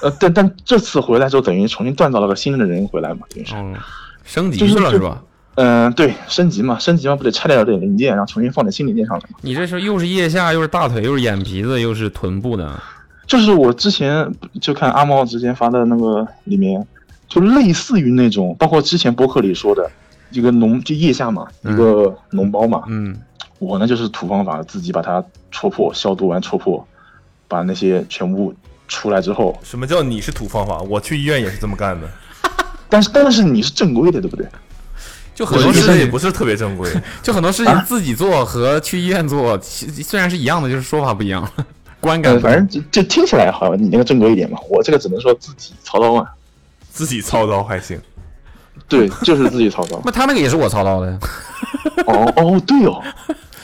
Speaker 6: 说，呃，但但这次回来之后，等于重新锻造了个新的人回来嘛，等于是，
Speaker 4: 嗯，升级
Speaker 6: 就是
Speaker 4: 去了
Speaker 6: 就是
Speaker 4: 吧？
Speaker 6: 嗯、对，升级嘛，升级嘛，不得拆掉点零件，然后重新放点新零件上来嘛。
Speaker 4: 你这是又是腋下，又是大腿，又是眼皮子，又是臀部的。
Speaker 6: 就是我之前就看阿茂之前发的那个里面，就类似于那种，包括之前博客里说的一个脓，就腋下嘛，一个脓包嘛，
Speaker 4: 嗯，
Speaker 6: 我呢就是土方法，自己把它戳破，消毒完戳破，把那些全部出来之后，
Speaker 2: 什么叫你是土方法？我去医院也是这么干的。
Speaker 6: 但是但是你是正规的，对不对？啊
Speaker 4: 就很多
Speaker 2: 我觉
Speaker 4: 事
Speaker 2: 得
Speaker 4: 情
Speaker 2: 这也不是特别正 规。
Speaker 4: 就很多事情自己做和去医院做，其虽然是一样的，就是说法不一样，观感
Speaker 6: 呃，
Speaker 4: 不
Speaker 6: 反
Speaker 4: 一样。
Speaker 6: 正这这听起来好像你那个正规一点嘛，我这个只能说自己操刀啊。
Speaker 2: 自己操刀还行，
Speaker 6: 对，就是自己操刀。
Speaker 4: 那他那个也是我操刀的呀，
Speaker 6: 哦哦，对哦，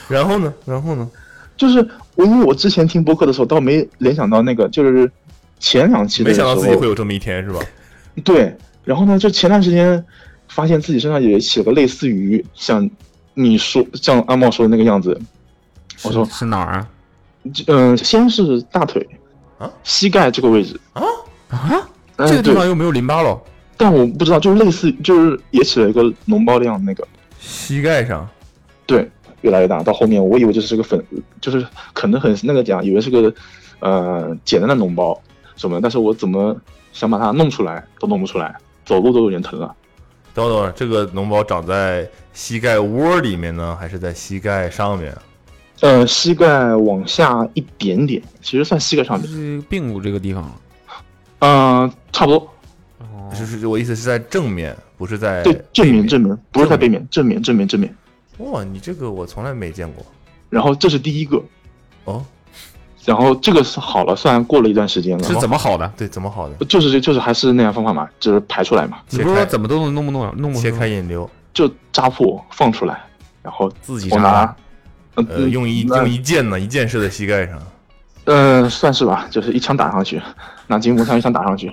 Speaker 2: 然后呢？然后呢？
Speaker 6: 就是我因为我之前听播客的时候倒没联想到那个，就是前两期的
Speaker 2: 没
Speaker 6: 时
Speaker 2: 想
Speaker 6: 候
Speaker 2: 到自己会有这么一天，是吧？
Speaker 6: 对，然后呢，就前段时间发现自己身上也起了类似于像你说像阿茂说的那个样子，我说
Speaker 4: 是是哪儿啊？
Speaker 6: 嗯、先是大腿
Speaker 2: 啊
Speaker 6: 膝盖这个位置
Speaker 2: 啊
Speaker 4: 啊，
Speaker 6: 嗯
Speaker 4: 这个地
Speaker 6: 对
Speaker 4: 方又没有淋巴了，
Speaker 6: 但我不知道，就是类似就是也起了一个脓包那样的那个，
Speaker 2: 膝盖上，
Speaker 6: 对，越来越大，到后面我以为这是个粉，就是可能很那个讲，以为是个呃简单的脓包什么的，但是我怎么想把它弄出来都弄不出来，走路都有点疼啊了。
Speaker 2: 等会儿等会儿，这个脓包长在膝盖窝里面呢，还是在膝盖上面？
Speaker 6: 呃，膝盖往下一点点，其实算膝盖上
Speaker 4: 就
Speaker 6: 面，
Speaker 4: 是髌骨这个地方了。
Speaker 6: 嗯、差不多。
Speaker 4: 哦
Speaker 2: 就是是我意思是在正面，不是在
Speaker 6: 对，正
Speaker 2: 哎背
Speaker 6: 面正面，不是在
Speaker 2: 正
Speaker 6: 背面，正面正面正面。
Speaker 2: 哇，你这个我从来没见过
Speaker 6: 然后这是第一个，
Speaker 2: 哦。
Speaker 6: 然后这个是好了，算过了一段时间了，
Speaker 4: 是怎么好的？
Speaker 2: 对，怎么好的？
Speaker 6: 就是就是还是那样方法嘛，就是排出来嘛，
Speaker 4: 你不是说怎么都弄弄不弄弄不
Speaker 2: 切
Speaker 4: 出
Speaker 2: 开引流，
Speaker 6: 就扎破放出来，然后
Speaker 4: 自己
Speaker 6: 我
Speaker 4: 扎
Speaker 6: 拿，，嗯
Speaker 2: 呃，用一
Speaker 6: 那
Speaker 2: 用一箭呢，一箭射在膝盖 上。
Speaker 6: 呃算是吧，就是一枪打上去， 拿筋膜枪一枪打上去，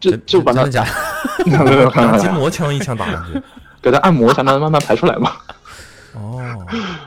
Speaker 6: 就
Speaker 4: 真
Speaker 6: 就把它
Speaker 4: 真的假的？
Speaker 6: 没有没有看
Speaker 2: 拿
Speaker 6: 看
Speaker 2: 筋
Speaker 6: 看
Speaker 2: 膜枪一枪打上去。
Speaker 6: 给它按摩才能慢慢排出来嘛，
Speaker 2: 哦，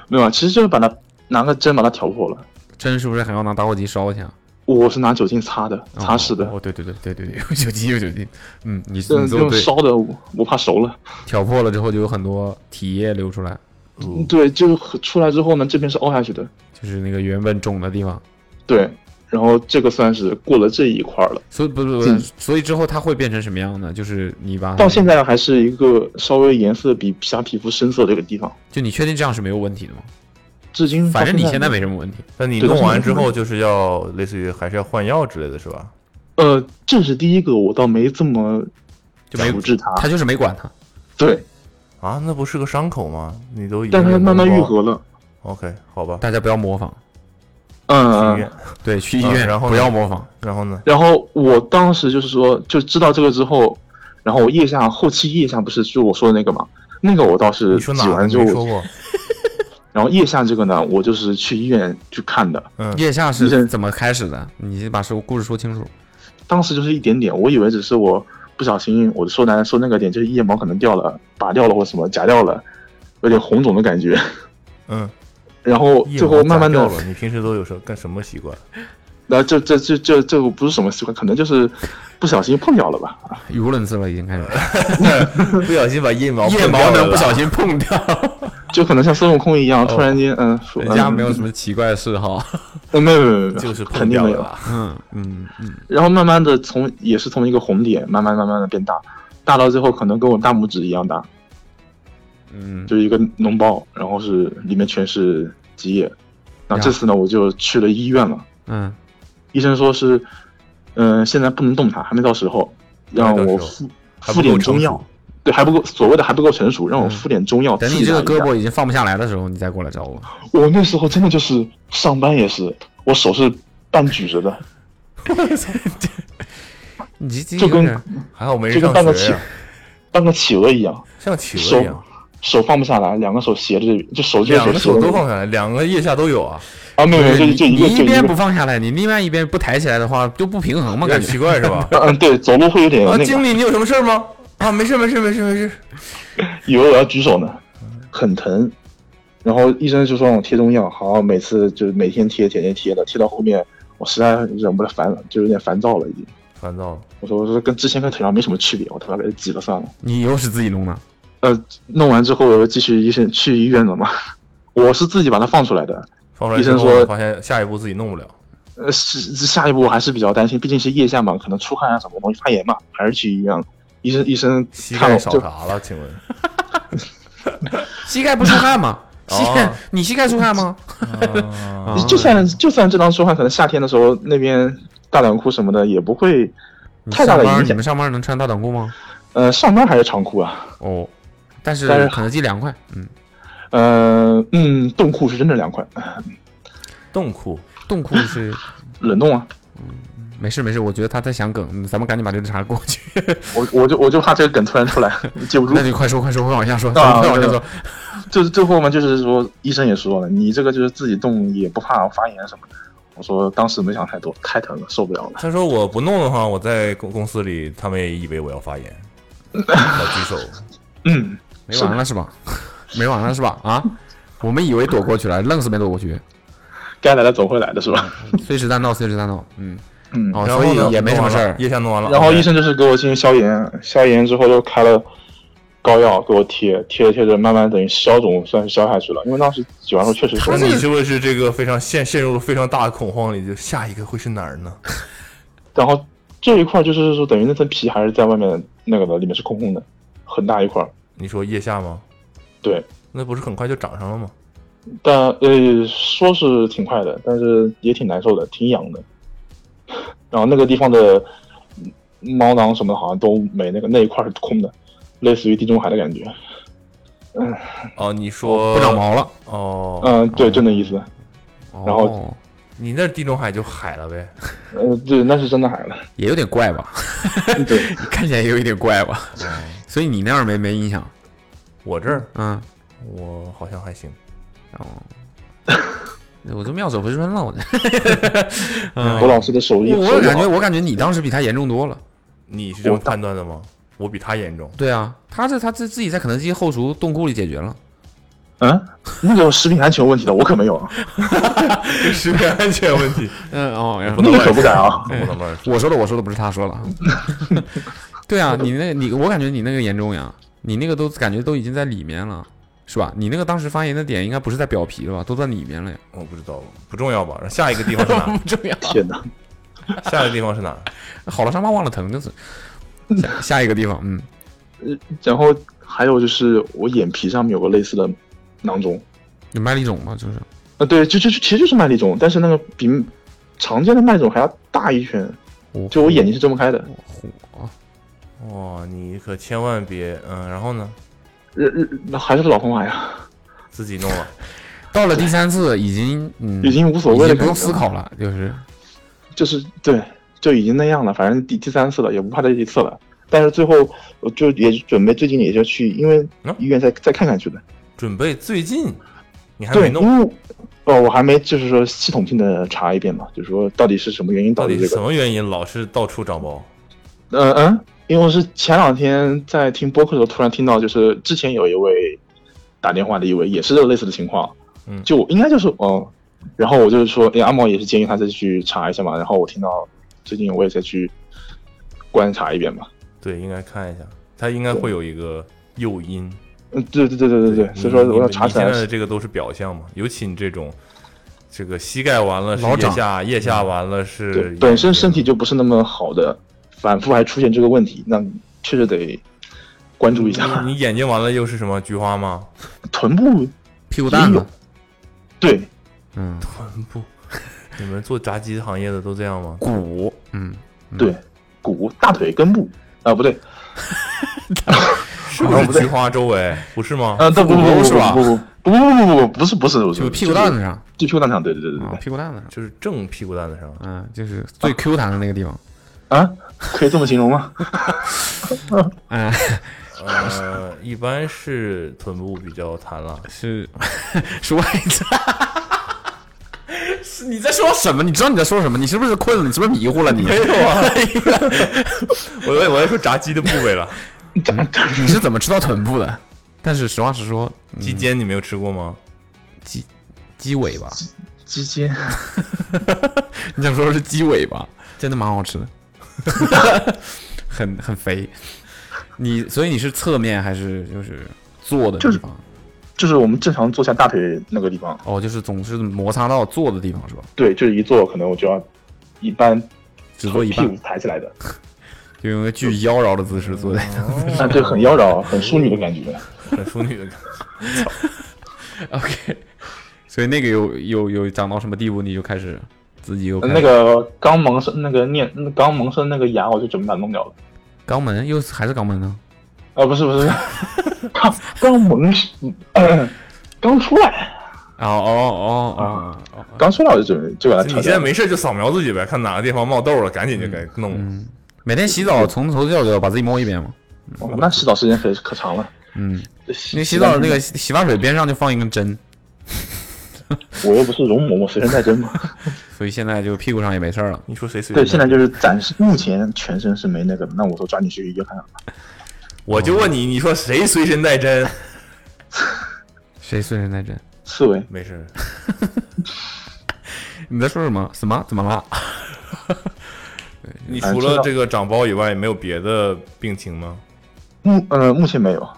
Speaker 6: 没有啊，其实就是把它拿个针把它挑破了，
Speaker 4: 针是不是还要拿打火机烧一啊下？
Speaker 6: 我是拿酒精擦的，擦拭的。
Speaker 4: 哦，对对对对对 对，有酒精有酒精。嗯，你你
Speaker 6: 嗯，
Speaker 4: 做得
Speaker 6: 用
Speaker 4: 对，
Speaker 6: 烧的，我我怕熟了。
Speaker 4: 挑破了之后就有很多体液流出来，嗯
Speaker 6: 对，就是很出来之后呢，这边是凹下去的，
Speaker 4: 就是那个原本肿的地方。
Speaker 6: 对，然后这个算是过了这一块儿了，
Speaker 4: 所以不不不
Speaker 6: 嗯，
Speaker 4: 所以之后它会变成什么样呢？就是你把它
Speaker 6: 到现，在还是一个稍微颜色比其他皮肤深色的一个地方，
Speaker 4: 就你确定这样是没有问题的吗？
Speaker 6: 至今
Speaker 4: 反正
Speaker 6: 到
Speaker 4: 你现
Speaker 6: 现
Speaker 4: 在没什么问题，
Speaker 2: 那你
Speaker 6: 这个
Speaker 2: 弄
Speaker 6: 是
Speaker 2: 完
Speaker 6: 什
Speaker 2: 之
Speaker 6: 么
Speaker 2: 后，就是要类似于还是要换药之类的是吧？
Speaker 6: 呃，这是第一个，我倒没这么
Speaker 4: 就没
Speaker 6: 处置它，
Speaker 4: 他就是没管它。
Speaker 6: 对，
Speaker 2: 啊，那不是个伤口吗？你都已
Speaker 6: 但
Speaker 2: 经
Speaker 6: 它
Speaker 2: 有
Speaker 6: 慢慢
Speaker 2: 脓包
Speaker 6: 愈。合了，
Speaker 2: OK，好吧，
Speaker 4: 大家不要模仿，
Speaker 6: 嗯，
Speaker 2: 去医
Speaker 6: 嗯
Speaker 2: 院。
Speaker 4: 对，去医
Speaker 2: 嗯
Speaker 4: 院，
Speaker 2: 然后呢
Speaker 4: 不要模仿。
Speaker 2: 然后呢？
Speaker 6: 然后我当时就是说，就知道这个之后，然后我腋下后期腋下不是就我说的那个嘛，那个我倒是
Speaker 2: 你说哪
Speaker 6: 挤
Speaker 2: 个
Speaker 6: 呃完
Speaker 2: 没
Speaker 6: 之
Speaker 2: 说
Speaker 6: 后，
Speaker 2: 过？
Speaker 6: 然后腋下这个呢，我就是去医院去看的，
Speaker 2: 嗯
Speaker 4: 腋下
Speaker 6: 医
Speaker 4: 是
Speaker 6: 生
Speaker 4: 怎么开始的？你先把说故事说清楚。
Speaker 6: 当时就是一点点，我以为只是我不小心，我说难说那个点，就是腋毛可能掉了、拔掉了或什么夹掉了，有点红肿的感觉。
Speaker 2: 嗯，
Speaker 6: 然后
Speaker 2: 腋
Speaker 6: 最
Speaker 2: 毛
Speaker 6: 后慢
Speaker 2: 夹
Speaker 6: 慢的
Speaker 2: 掉，了。你平时都有什干什么习 惯？
Speaker 6: 然后这这这这这个不是什么习惯，可能就是不小心碰掉了吧。
Speaker 4: 语无伦次了，已经开始。
Speaker 2: 不小心把腋毛
Speaker 4: 腋
Speaker 2: 碰
Speaker 4: 毛
Speaker 2: 掉
Speaker 4: 能
Speaker 2: 了
Speaker 4: 不
Speaker 2: 吧
Speaker 4: 小心碰掉？
Speaker 6: 就可能像孙悟空一样，
Speaker 4: 哦
Speaker 6: 突然间，嗯，说
Speaker 4: 人家
Speaker 6: 嗯
Speaker 4: 没有什么奇怪的嗜好。
Speaker 6: 呃没有没有没有没有，
Speaker 2: 就是碰
Speaker 6: 肯定
Speaker 2: 掉
Speaker 6: 没
Speaker 2: 了
Speaker 6: 有。
Speaker 2: 吧？
Speaker 4: 嗯 嗯嗯，
Speaker 6: 然后慢慢的从也是从一个红点，慢慢慢慢的变大，大到最后可能跟我大拇指一样大，
Speaker 4: 嗯，
Speaker 6: 就是一个脓包，然后是里面全是积液。那
Speaker 4: 呀
Speaker 6: 这次呢，我就去了医院了。
Speaker 4: 嗯，
Speaker 6: 医生说是，嗯、现在不能动它，还没到时候，让
Speaker 2: 还没
Speaker 6: 我
Speaker 2: 到时
Speaker 6: 敷
Speaker 2: 还
Speaker 6: 敷
Speaker 2: 不够
Speaker 6: 点
Speaker 2: 成
Speaker 6: 中
Speaker 2: 熟
Speaker 6: 药。。对，还不够，所谓的还不够成熟，让我
Speaker 4: 嗯
Speaker 6: 敷点中药。
Speaker 4: 等你
Speaker 6: 刺激
Speaker 4: 这个
Speaker 6: 它一
Speaker 4: 胳
Speaker 6: 下
Speaker 4: 膊已经放不下来的时候，你再过来找我。
Speaker 6: 我那时候真的就是上班也是，我手是半举着的，
Speaker 4: 你
Speaker 6: 就
Speaker 4: 这这有
Speaker 6: 跟
Speaker 4: 点
Speaker 2: 还好没
Speaker 6: 就
Speaker 2: 人上
Speaker 6: 跟半个
Speaker 2: 学啊
Speaker 6: 企
Speaker 2: 呀，
Speaker 6: 半个企鹅一样，
Speaker 2: 像企鹅
Speaker 6: 手
Speaker 2: 一样，
Speaker 6: 手放不下来，两个手斜着，就手就
Speaker 2: 两
Speaker 6: 手
Speaker 2: 个手
Speaker 6: 斜
Speaker 2: 都
Speaker 6: 着
Speaker 2: 放下来，两个腋下都有啊，
Speaker 6: 啊，没有没有，就
Speaker 4: 你
Speaker 6: 就一个
Speaker 4: 你
Speaker 6: 就
Speaker 4: 一边
Speaker 6: 个
Speaker 4: 不，放下来，你另外一边不抬起来的话，就不平衡
Speaker 2: 有
Speaker 4: 嘛，
Speaker 2: 点
Speaker 4: 感觉
Speaker 2: 奇。怪是吧？
Speaker 6: 嗯对，走路会有点
Speaker 2: 啊，
Speaker 6: 那
Speaker 2: 经
Speaker 6: 个，
Speaker 2: 理，你有什么事儿吗？啊，没事没事没事没事。
Speaker 6: 以为我要举手呢，很疼，然后医生就说让我贴中药，好，每次就是每天贴贴贴贴的，贴到后面我实在忍不了烦了，就有点烦躁了已经。
Speaker 2: 烦躁了，
Speaker 6: 我说我说跟之前跟腿上没什么区别，我他妈给它挤了算了。
Speaker 4: 你又是自己弄的，
Speaker 6: 呃，弄完之后我又继续医生去医院了嘛，我是自己把它放出来的，
Speaker 2: 放出来
Speaker 6: 医
Speaker 2: 之
Speaker 6: 生
Speaker 2: 后
Speaker 6: 说
Speaker 2: 发现下一步自己弄不了，
Speaker 6: 呃，是是下一步我还是比较担心，毕竟是腋下嘛，可能出汗啊什么东西发炎嘛，还是去医院了。医生医生
Speaker 2: 膝
Speaker 6: 看
Speaker 2: 盖
Speaker 6: 我
Speaker 2: 少
Speaker 6: 就
Speaker 2: 啥了？请问，
Speaker 4: 膝盖不出汗 吗？膝盖
Speaker 2: 哦，
Speaker 4: 你膝盖出汗吗？
Speaker 2: 啊
Speaker 4: 啊
Speaker 6: 就算就算正常出汗，可能夏天的时候那边大短裤什么的也不会
Speaker 4: 你
Speaker 6: 太大
Speaker 4: 上
Speaker 6: 的
Speaker 4: 班
Speaker 6: 影
Speaker 4: 你
Speaker 6: 响
Speaker 4: 们。上班能穿大短裤吗？
Speaker 6: 呃，上班还是长裤啊？
Speaker 4: 哦，但是
Speaker 6: 但是
Speaker 4: 肯德基凉快，嗯，
Speaker 6: 呃，嗯，冻库是真的凉快，
Speaker 2: 冻库
Speaker 4: 冻库 是
Speaker 6: 冷冻啊。
Speaker 4: 没事没事，我觉得他在想梗，嗯咱们赶紧把这个茬过去。
Speaker 6: 我我就我就怕这个梗突然出来 接不住
Speaker 4: 那。就快说快说，快往下说，咱
Speaker 6: 啊
Speaker 4: 们快往下
Speaker 6: 对
Speaker 4: 说。
Speaker 6: 就是最后嘛，就是说医生也说了，你这个就是自己动也不怕发炎什么的。我说当时没想太多，太疼了，受不了了。
Speaker 2: 他说我不弄的话，我在公公司里，他们也以为我要发言，要举 手。
Speaker 6: 嗯，
Speaker 4: 没完了是吧？ 没完了是吧？啊，我们以为躲过去了，愣是没躲过去。
Speaker 6: 该来的总会来的是吧？
Speaker 4: 碎石弹道，碎石弹道，嗯，
Speaker 6: 嗯。
Speaker 4: 哦，
Speaker 2: 然
Speaker 4: 所
Speaker 2: 后呢
Speaker 4: 以也没什么事
Speaker 2: 弄完
Speaker 4: 儿
Speaker 2: 了。腋下弄完了，哦
Speaker 6: 然后
Speaker 2: OK
Speaker 6: 医生就是给我进行消炎，消炎之后又开了膏药给我贴，贴着贴着慢慢等于消肿，算是消下去了。因为当时挤完后确实是
Speaker 2: 那你是不是这个非常陷陷入了非常大的恐慌里？就下一个会是哪儿呢？
Speaker 6: 然后这一块就是说等于那层皮还是在外面那个的，里面是空空的，很大一块儿。
Speaker 2: 你说腋下吗？
Speaker 6: 对，
Speaker 2: 那不是很快就长上了吗？
Speaker 6: 但呃说是挺快的，但是也挺难受的，挺痒的。 然后那个地方的毛囊什么的，好像都没那个那一块是空的，类似于地中海的感觉。
Speaker 2: 哦，你说
Speaker 4: 不长毛了，
Speaker 2: 哦，
Speaker 6: 嗯，对，就那意思。然后
Speaker 4: 哦
Speaker 2: 你那地中海就海了呗？
Speaker 6: 呃，对，那是真的海 了。
Speaker 4: 也有点怪吧？
Speaker 6: 对，
Speaker 4: 看起来也有一点怪吧？所以你那儿没没影响，
Speaker 2: 我这儿
Speaker 4: 嗯，
Speaker 2: 我好像还行，
Speaker 4: 然后我就妙手回春 了，我这嗯
Speaker 6: 罗老师的手艺，
Speaker 4: 哎我
Speaker 6: 手
Speaker 4: 我
Speaker 6: 艺
Speaker 4: 感
Speaker 6: 好
Speaker 4: 觉我感觉你当时比他严重多了。
Speaker 2: 你是这么判断的吗？我比他严 重。
Speaker 4: 对啊，他是他自自己在肯德基后厨冻库里解决了。
Speaker 6: 嗯，那个食品安全有问题的，我可没有 啊，
Speaker 2: 食品安全问 题
Speaker 4: 嗯哦，然后
Speaker 2: 不
Speaker 6: 那
Speaker 2: 能
Speaker 6: 个
Speaker 2: 乱
Speaker 6: 可不
Speaker 2: 说，
Speaker 6: 敢啊。
Speaker 2: 不能乱说。
Speaker 4: 我说的我说的不是他说了。 对啊，你那你我感觉你那个严重呀，你那个都感觉都已经在里面了，是吧？你那个当时发炎的点应该不是在表皮了吧，都在里面了呀。
Speaker 2: 我不知道，不重要吧？然后下一个地方是哪 儿？
Speaker 4: 不重要，
Speaker 6: 天哪，
Speaker 2: 下一个地方是哪儿？
Speaker 4: 好了伤疤忘了疼，就是。下下一个地方，嗯，
Speaker 6: 然后还有就是我眼皮上面有个类似的囊肿，
Speaker 4: 有麦粒肿吗？就是
Speaker 6: 啊，对，就就就其实就是麦粒肿，但是那个比常见的麦肿还要大一圈，
Speaker 4: 我
Speaker 6: 就我眼睛是睁不开的。
Speaker 4: 虎啊，
Speaker 2: 哇，你可千万别嗯，然后呢，
Speaker 6: 日日那呃还是老啊方法呀，
Speaker 2: 自己弄了。
Speaker 4: 到了第三次已经嗯
Speaker 6: 已经无所谓了，
Speaker 4: 已经不用思，考了，就是
Speaker 6: 就是对，就已经那样了，反正第第三次了，也不怕这一次了。但是最后我就也准备最近也就去，因为
Speaker 2: 嗯
Speaker 6: 医院再再看看去的。
Speaker 2: 准备最近，你还没
Speaker 6: 对，因
Speaker 2: 弄，
Speaker 6: 为我哦，我还没就是说系统性的查一遍嘛，就是说到底是什么原因
Speaker 2: 到
Speaker 6: 导
Speaker 2: 底
Speaker 6: 致这
Speaker 2: 是什
Speaker 6: 个？
Speaker 2: 么原因老是到处长包？
Speaker 6: 嗯嗯，因为我是前两天在听播客的时候，突然听到，就是之前有一位打电话的一位也是类似的情况，
Speaker 2: 嗯
Speaker 6: 就应该就是哦，然后我就是说，哎，阿毛也是建议他再去查一下嘛，然后我听到最近我也再去观察一遍嘛，
Speaker 2: 对，应该看一下，它应该会有一个诱因。
Speaker 6: 嗯，对对对对对对，所以说
Speaker 2: 你
Speaker 6: 我要
Speaker 2: 你
Speaker 6: 查
Speaker 2: 你
Speaker 6: 起
Speaker 2: 现
Speaker 6: 来
Speaker 2: 在的这个都是表象嘛，尤其你这种，这个膝盖完了是
Speaker 4: 老
Speaker 2: 腋
Speaker 4: 长
Speaker 2: 下，腋下完了是
Speaker 6: 对
Speaker 2: 眼，
Speaker 6: 本身身体
Speaker 2: 睛
Speaker 6: 就不是那么好的，反复还出现这个问题，那确实得关注一下。
Speaker 2: 你你眼睛完了又是什么菊花 吗？
Speaker 6: 臀部
Speaker 4: 屁股蛋
Speaker 6: 也
Speaker 4: 子
Speaker 6: 有，对，
Speaker 4: 嗯，
Speaker 2: 臀部，你们做炸鸡行业的都这样 吗？
Speaker 4: 骨，嗯，
Speaker 6: 对，股、大腿根部啊，不对，
Speaker 2: 是不
Speaker 6: 啊
Speaker 2: 是
Speaker 6: 不对
Speaker 2: 菊花周围？ 不是吗？
Speaker 6: 啊，但不不不不
Speaker 4: 是吧
Speaker 6: 不不不不不不不是不是，我
Speaker 4: 就屁股蛋子，上
Speaker 6: 就屁股蛋上，对对对对
Speaker 4: 啊，
Speaker 6: 对
Speaker 4: 屁股蛋子上，
Speaker 2: 就是正屁股蛋子 上，
Speaker 4: 嗯，就是最 Q 弹的那个地方，
Speaker 6: 啊，可以这么形容吗？
Speaker 4: 哎，
Speaker 2: 呃，一般是臀部比较弹了。
Speaker 4: 是 是外在。 是你在说什么？你知道你在说什么？你是不是困了？你是不是迷糊了？你没有啊？
Speaker 2: 我我我要说炸鸡的部位了，
Speaker 4: 你是怎么吃到臀部的？ 但是实话实说，
Speaker 2: 鸡尖你没有吃过 吗？
Speaker 4: 鸡鸡尾吧，
Speaker 6: 鸡尖，
Speaker 4: 你想说的是鸡尾吧？真的蛮好 吃的，很很肥。你所以你是侧面还是就是坐的
Speaker 6: 就
Speaker 4: 地
Speaker 6: 是
Speaker 4: 方？
Speaker 6: 就是我们正常坐下大腿那个地方，
Speaker 4: 哦，就是总是摩擦到坐的地方是吧？
Speaker 6: 对，就是一坐可能我就要一般
Speaker 4: 只坐一
Speaker 6: 屁
Speaker 4: 半
Speaker 6: 股，抬起来的，
Speaker 4: 就用一个巨妖娆的姿势坐在那。
Speaker 6: 啊，对，很妖娆，很淑女的感觉。
Speaker 2: 很淑女的感觉。
Speaker 4: OK，所 以那个有有有长到什么地步，你就开始自己又开始
Speaker 6: 那个刚萌生那个念刚萌生那个牙，我就准备把它弄掉了。
Speaker 4: 肛门又是还是肛门呢？
Speaker 6: 啊，不是不是， 刚刚萌生，刚出来，
Speaker 10: 哦
Speaker 4: 啊
Speaker 10: 哦哦哦，
Speaker 6: 刚出来我就准备就把它
Speaker 2: 你
Speaker 6: 调
Speaker 2: 现在
Speaker 6: 掉。
Speaker 2: 没事就扫描自己呗，看哪个地方冒痘了，赶紧就该弄。
Speaker 4: 每天洗澡从头到脚把自己摸一遍嘛。
Speaker 6: 哦那洗澡时间可可长了。
Speaker 4: 嗯，
Speaker 6: 洗
Speaker 4: 那洗澡那个洗发水边上就放一根针，
Speaker 6: 我又不是容嬷嬷随身带针嘛。
Speaker 4: 所以现在就屁股上也没事儿了。
Speaker 2: 你说谁随
Speaker 6: 对，
Speaker 2: 便
Speaker 6: 现在就是暂时目前全身是没那个的，那我说抓紧去医院看看吧。
Speaker 2: 我就问你，你说谁随身带 针？
Speaker 4: 谁睡人带针？
Speaker 6: 刺猬，
Speaker 2: 没事，
Speaker 4: 你在说什么？什么？怎么了？
Speaker 2: 你
Speaker 6: 哎
Speaker 2: 除
Speaker 6: 知
Speaker 2: 了
Speaker 6: 道
Speaker 2: 这个长包以外，没有别的病情吗
Speaker 6: 目呃目前没有，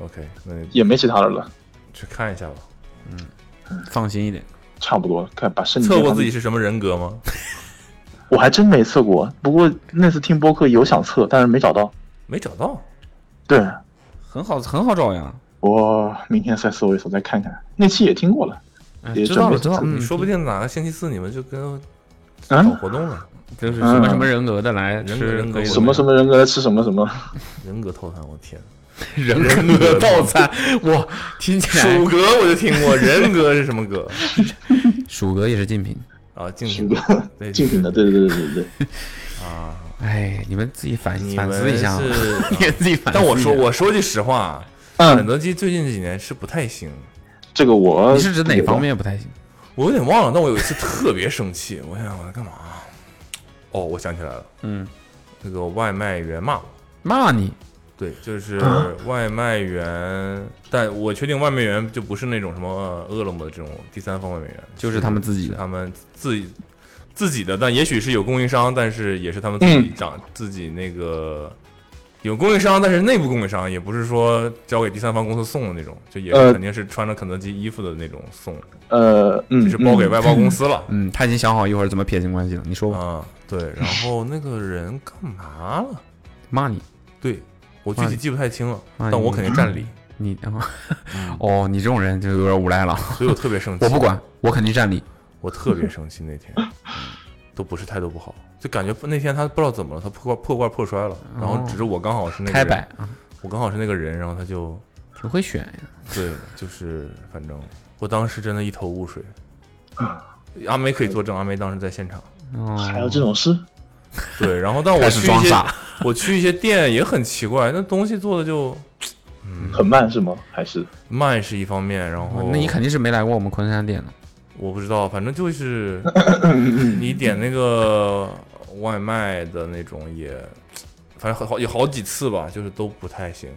Speaker 2: ？OK，那
Speaker 6: 也没其他的了，
Speaker 2: 去看一下吧。
Speaker 4: 放心一点。
Speaker 6: 差不多了。看把身体
Speaker 2: 测过
Speaker 6: 健康
Speaker 2: 自己，是什么人格吗？
Speaker 6: 我还真没测过。不过那次听播客有想测，但是没找到。
Speaker 2: 没找到，
Speaker 6: 对，
Speaker 4: 很好，很好找呀。
Speaker 6: 我明天再搜一搜，再看看。那期也听过了，
Speaker 4: 哎
Speaker 6: 也
Speaker 4: 知道了，知
Speaker 6: 准备
Speaker 4: 道了。嗯，
Speaker 2: 你说不定哪个星期四你们就
Speaker 6: 啊
Speaker 2: 跟搞
Speaker 6: 嗯，
Speaker 2: 活动了，
Speaker 4: 就是什么什么人格的来
Speaker 2: 人格
Speaker 4: 吃
Speaker 2: 人格
Speaker 4: 可以的
Speaker 6: 什么什么人格吃什么 什么，
Speaker 2: 人格套餐，我 天，
Speaker 4: 人格套餐，哇，听起
Speaker 6: 啊
Speaker 2: 鼠
Speaker 4: 来
Speaker 2: 格我就听过，人格是什么格
Speaker 4: 鼠格也是竞品。
Speaker 2: 啊？竞
Speaker 6: 什
Speaker 2: 品
Speaker 6: 么
Speaker 2: 对
Speaker 6: 竞品的，对对对对对对，
Speaker 2: 啊，
Speaker 4: 哎，你们自己反
Speaker 2: 你
Speaker 4: 反
Speaker 2: 们
Speaker 4: 思一下啊，
Speaker 2: 是
Speaker 4: 你们自己反思一下。
Speaker 2: 但我说
Speaker 6: 啊
Speaker 2: 我说句实话，啊肯
Speaker 6: 嗯，
Speaker 2: 德基最近几年是不太行，
Speaker 6: 这个我
Speaker 4: 你是指哪方？面不太行？
Speaker 2: 我有点忘了。但我有一次特别生气，我想我在干嘛？啊哦，我想起来了，
Speaker 4: 嗯，
Speaker 2: 那个外卖员骂我。
Speaker 4: 骂你
Speaker 2: 对，就是外卖员，但我确定外卖员就不是那种什么呃饿了么的这种第三方外卖员，
Speaker 4: 就是他们自己
Speaker 2: 是
Speaker 4: 的，
Speaker 2: 他们自己自己的，但也许是有供应商，但是也是他们自
Speaker 4: 嗯
Speaker 2: 己长、自己那个有供应商，但是内部供应商也不是说交给第三方公司送的那种，就也
Speaker 6: 呃
Speaker 2: 肯定是穿着肯德基衣服的那种送，
Speaker 6: 呃，嗯，
Speaker 2: 就是包给
Speaker 6: 嗯
Speaker 2: 外包公司了。
Speaker 4: 嗯，他已经想好一会儿怎么撇清关系了。你说吧，
Speaker 2: 啊，对， 然后那个人干嘛了？
Speaker 4: 骂你，
Speaker 2: 对我具
Speaker 4: 骂
Speaker 2: 体
Speaker 4: 你
Speaker 2: 记不太清了，
Speaker 4: 骂
Speaker 2: 但
Speaker 4: 你
Speaker 2: 我肯定占 理，
Speaker 4: 你
Speaker 2: 嗯
Speaker 4: 哦，你这种人就有点无 赖了。
Speaker 2: 所以我特别生气。
Speaker 4: 我不管，我肯定占理。
Speaker 2: 我特别生气 那天，嗯都不是态度不好，就感觉那天他不知道怎么了，他破罐破罐破摔了，然后只是我刚好是那个
Speaker 4: 哦开
Speaker 2: 人
Speaker 4: 摆啊，
Speaker 2: 我刚好是那个人，然后他就
Speaker 4: 挺会选呀。
Speaker 2: 对，就是反正我当时真的一头雾水。阿梅可以作证，阿梅当时在现场。
Speaker 6: 还
Speaker 4: 哦
Speaker 6: 有，这种事？
Speaker 2: 对，然后但我
Speaker 4: 开始
Speaker 2: 去一
Speaker 4: 装
Speaker 2: 些
Speaker 4: 傻
Speaker 2: 我去一些店也很奇怪，那东西做的就嗯
Speaker 6: 很慢是吗？还是
Speaker 2: 慢是一方面，然后
Speaker 4: 哦那你肯定是没来过我们昆山店的。
Speaker 2: 我不知道，反正就是 你点那个外卖的那种也，反正好好有好几次吧，就是都不太行，